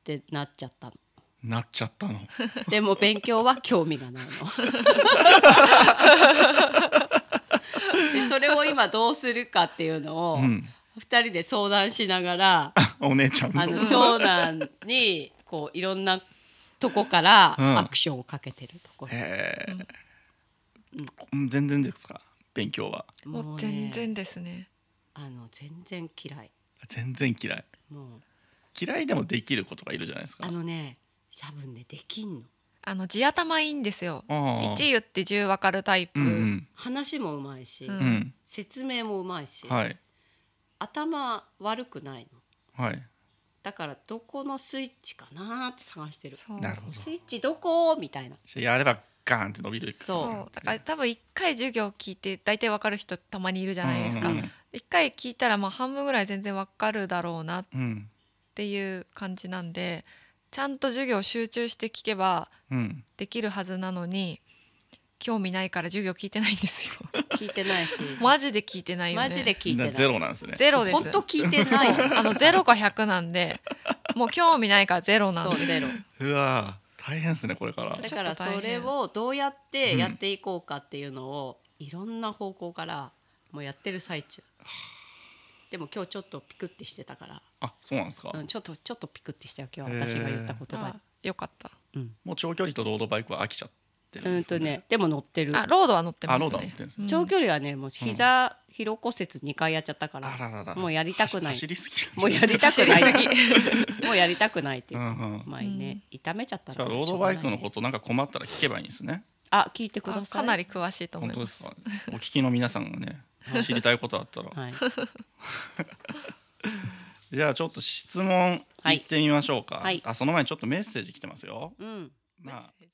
Speaker 3: てなっちゃったの
Speaker 1: なっちゃったの
Speaker 3: でも勉強は興味がないのでそれを今どうするかっていうのを、
Speaker 1: うん
Speaker 3: 2人で相談しながら
Speaker 1: お姉ちゃんの
Speaker 3: あの長男にこういろんなとこから
Speaker 1: うん
Speaker 3: アクションをかけてるところ、
Speaker 1: へえ、うん全然ですか勉強は
Speaker 3: もう
Speaker 4: もう
Speaker 3: ね
Speaker 4: 全然ですね
Speaker 3: あの全然嫌い
Speaker 1: 全然嫌い
Speaker 3: もう
Speaker 1: 嫌いでもできることがいるじゃないですか
Speaker 3: あのね多分ねできんの
Speaker 4: あの地頭いいんですよ
Speaker 1: ああ
Speaker 4: 1言って10分かるタイプ、
Speaker 1: うんうん
Speaker 3: 話もうまいし、
Speaker 4: う
Speaker 1: うん、
Speaker 3: 説明もうまいし、
Speaker 1: はい
Speaker 3: 頭悪くないの
Speaker 1: はい
Speaker 3: だからどこのスイッチかなーって探してる
Speaker 4: そう
Speaker 1: なるほど
Speaker 3: スイッチどこみたいな
Speaker 1: じゃあやればガーンって伸びる
Speaker 3: ど
Speaker 4: そうだから多分1回授業聞いて大体わかる人たまにいるじゃないですか、
Speaker 1: う
Speaker 4: 一
Speaker 1: んうん
Speaker 4: 1回聞いたらまあ半分ぐらい全然わかるだろうなっ
Speaker 1: うん
Speaker 4: ていう感じなんでちゃんと授業集中して聞けば
Speaker 1: うん
Speaker 4: できるはずなのに興味ないから授業聞いてないんですよ
Speaker 3: 聞いてないし
Speaker 4: マジで聞いてないよね
Speaker 3: マジで聞いてない
Speaker 1: ゼロなんですね
Speaker 4: ゼロです
Speaker 3: 本当聞いてない
Speaker 4: あのゼロか100なんでもう興味ないからゼロなん
Speaker 3: そう
Speaker 4: で
Speaker 3: ゼロ
Speaker 1: うわー大変ですねこれから
Speaker 4: ちょっ
Speaker 3: だか
Speaker 4: と大
Speaker 3: ら
Speaker 4: 変
Speaker 3: それをどうやってやっていこうかっていうのを、いろんな方向からもうやってる最中でも今日ちょっとピクってしてたか、
Speaker 1: あそうなんですから
Speaker 3: うん、ちょっとちょっとピクってしたよ今日私が言った言葉
Speaker 4: あよかった
Speaker 3: に、
Speaker 1: もう長距離とロードバイクは飽きちゃってる
Speaker 3: うん、うん
Speaker 1: です
Speaker 3: と
Speaker 1: よ
Speaker 3: ねでも乗ってる
Speaker 4: あロードは乗ってますね
Speaker 1: あロードは乗ってるんですね
Speaker 4: うん
Speaker 3: 長距離はねもう膝疲労骨折2回やっちゃったか
Speaker 1: あ
Speaker 3: ら
Speaker 1: ららら
Speaker 3: もうやりたくない
Speaker 1: 走りすぎ
Speaker 3: もうやりたくな
Speaker 4: 走り
Speaker 3: いもうやりたくないっていううんか、
Speaker 1: うん
Speaker 3: 前ね痛めちゃった
Speaker 1: じゃあ
Speaker 3: ら、
Speaker 1: ロードバイクの
Speaker 3: しょうがない
Speaker 1: こ
Speaker 3: ね
Speaker 1: となんか困ったら聞けばいいんですね
Speaker 3: あ聞い てくださ
Speaker 4: あ
Speaker 3: い
Speaker 4: かなり詳しいと思
Speaker 1: 本
Speaker 4: い
Speaker 1: 当
Speaker 4: ま
Speaker 1: ですすかお聞きの皆さんが ね知りたいことあったら
Speaker 3: はい
Speaker 1: じゃあちょっと質問
Speaker 3: はい
Speaker 1: いってみましょうか、
Speaker 3: はい
Speaker 1: あその前にちょっとメッセージ来てますよ、
Speaker 3: うん
Speaker 1: まあ
Speaker 4: メッセージ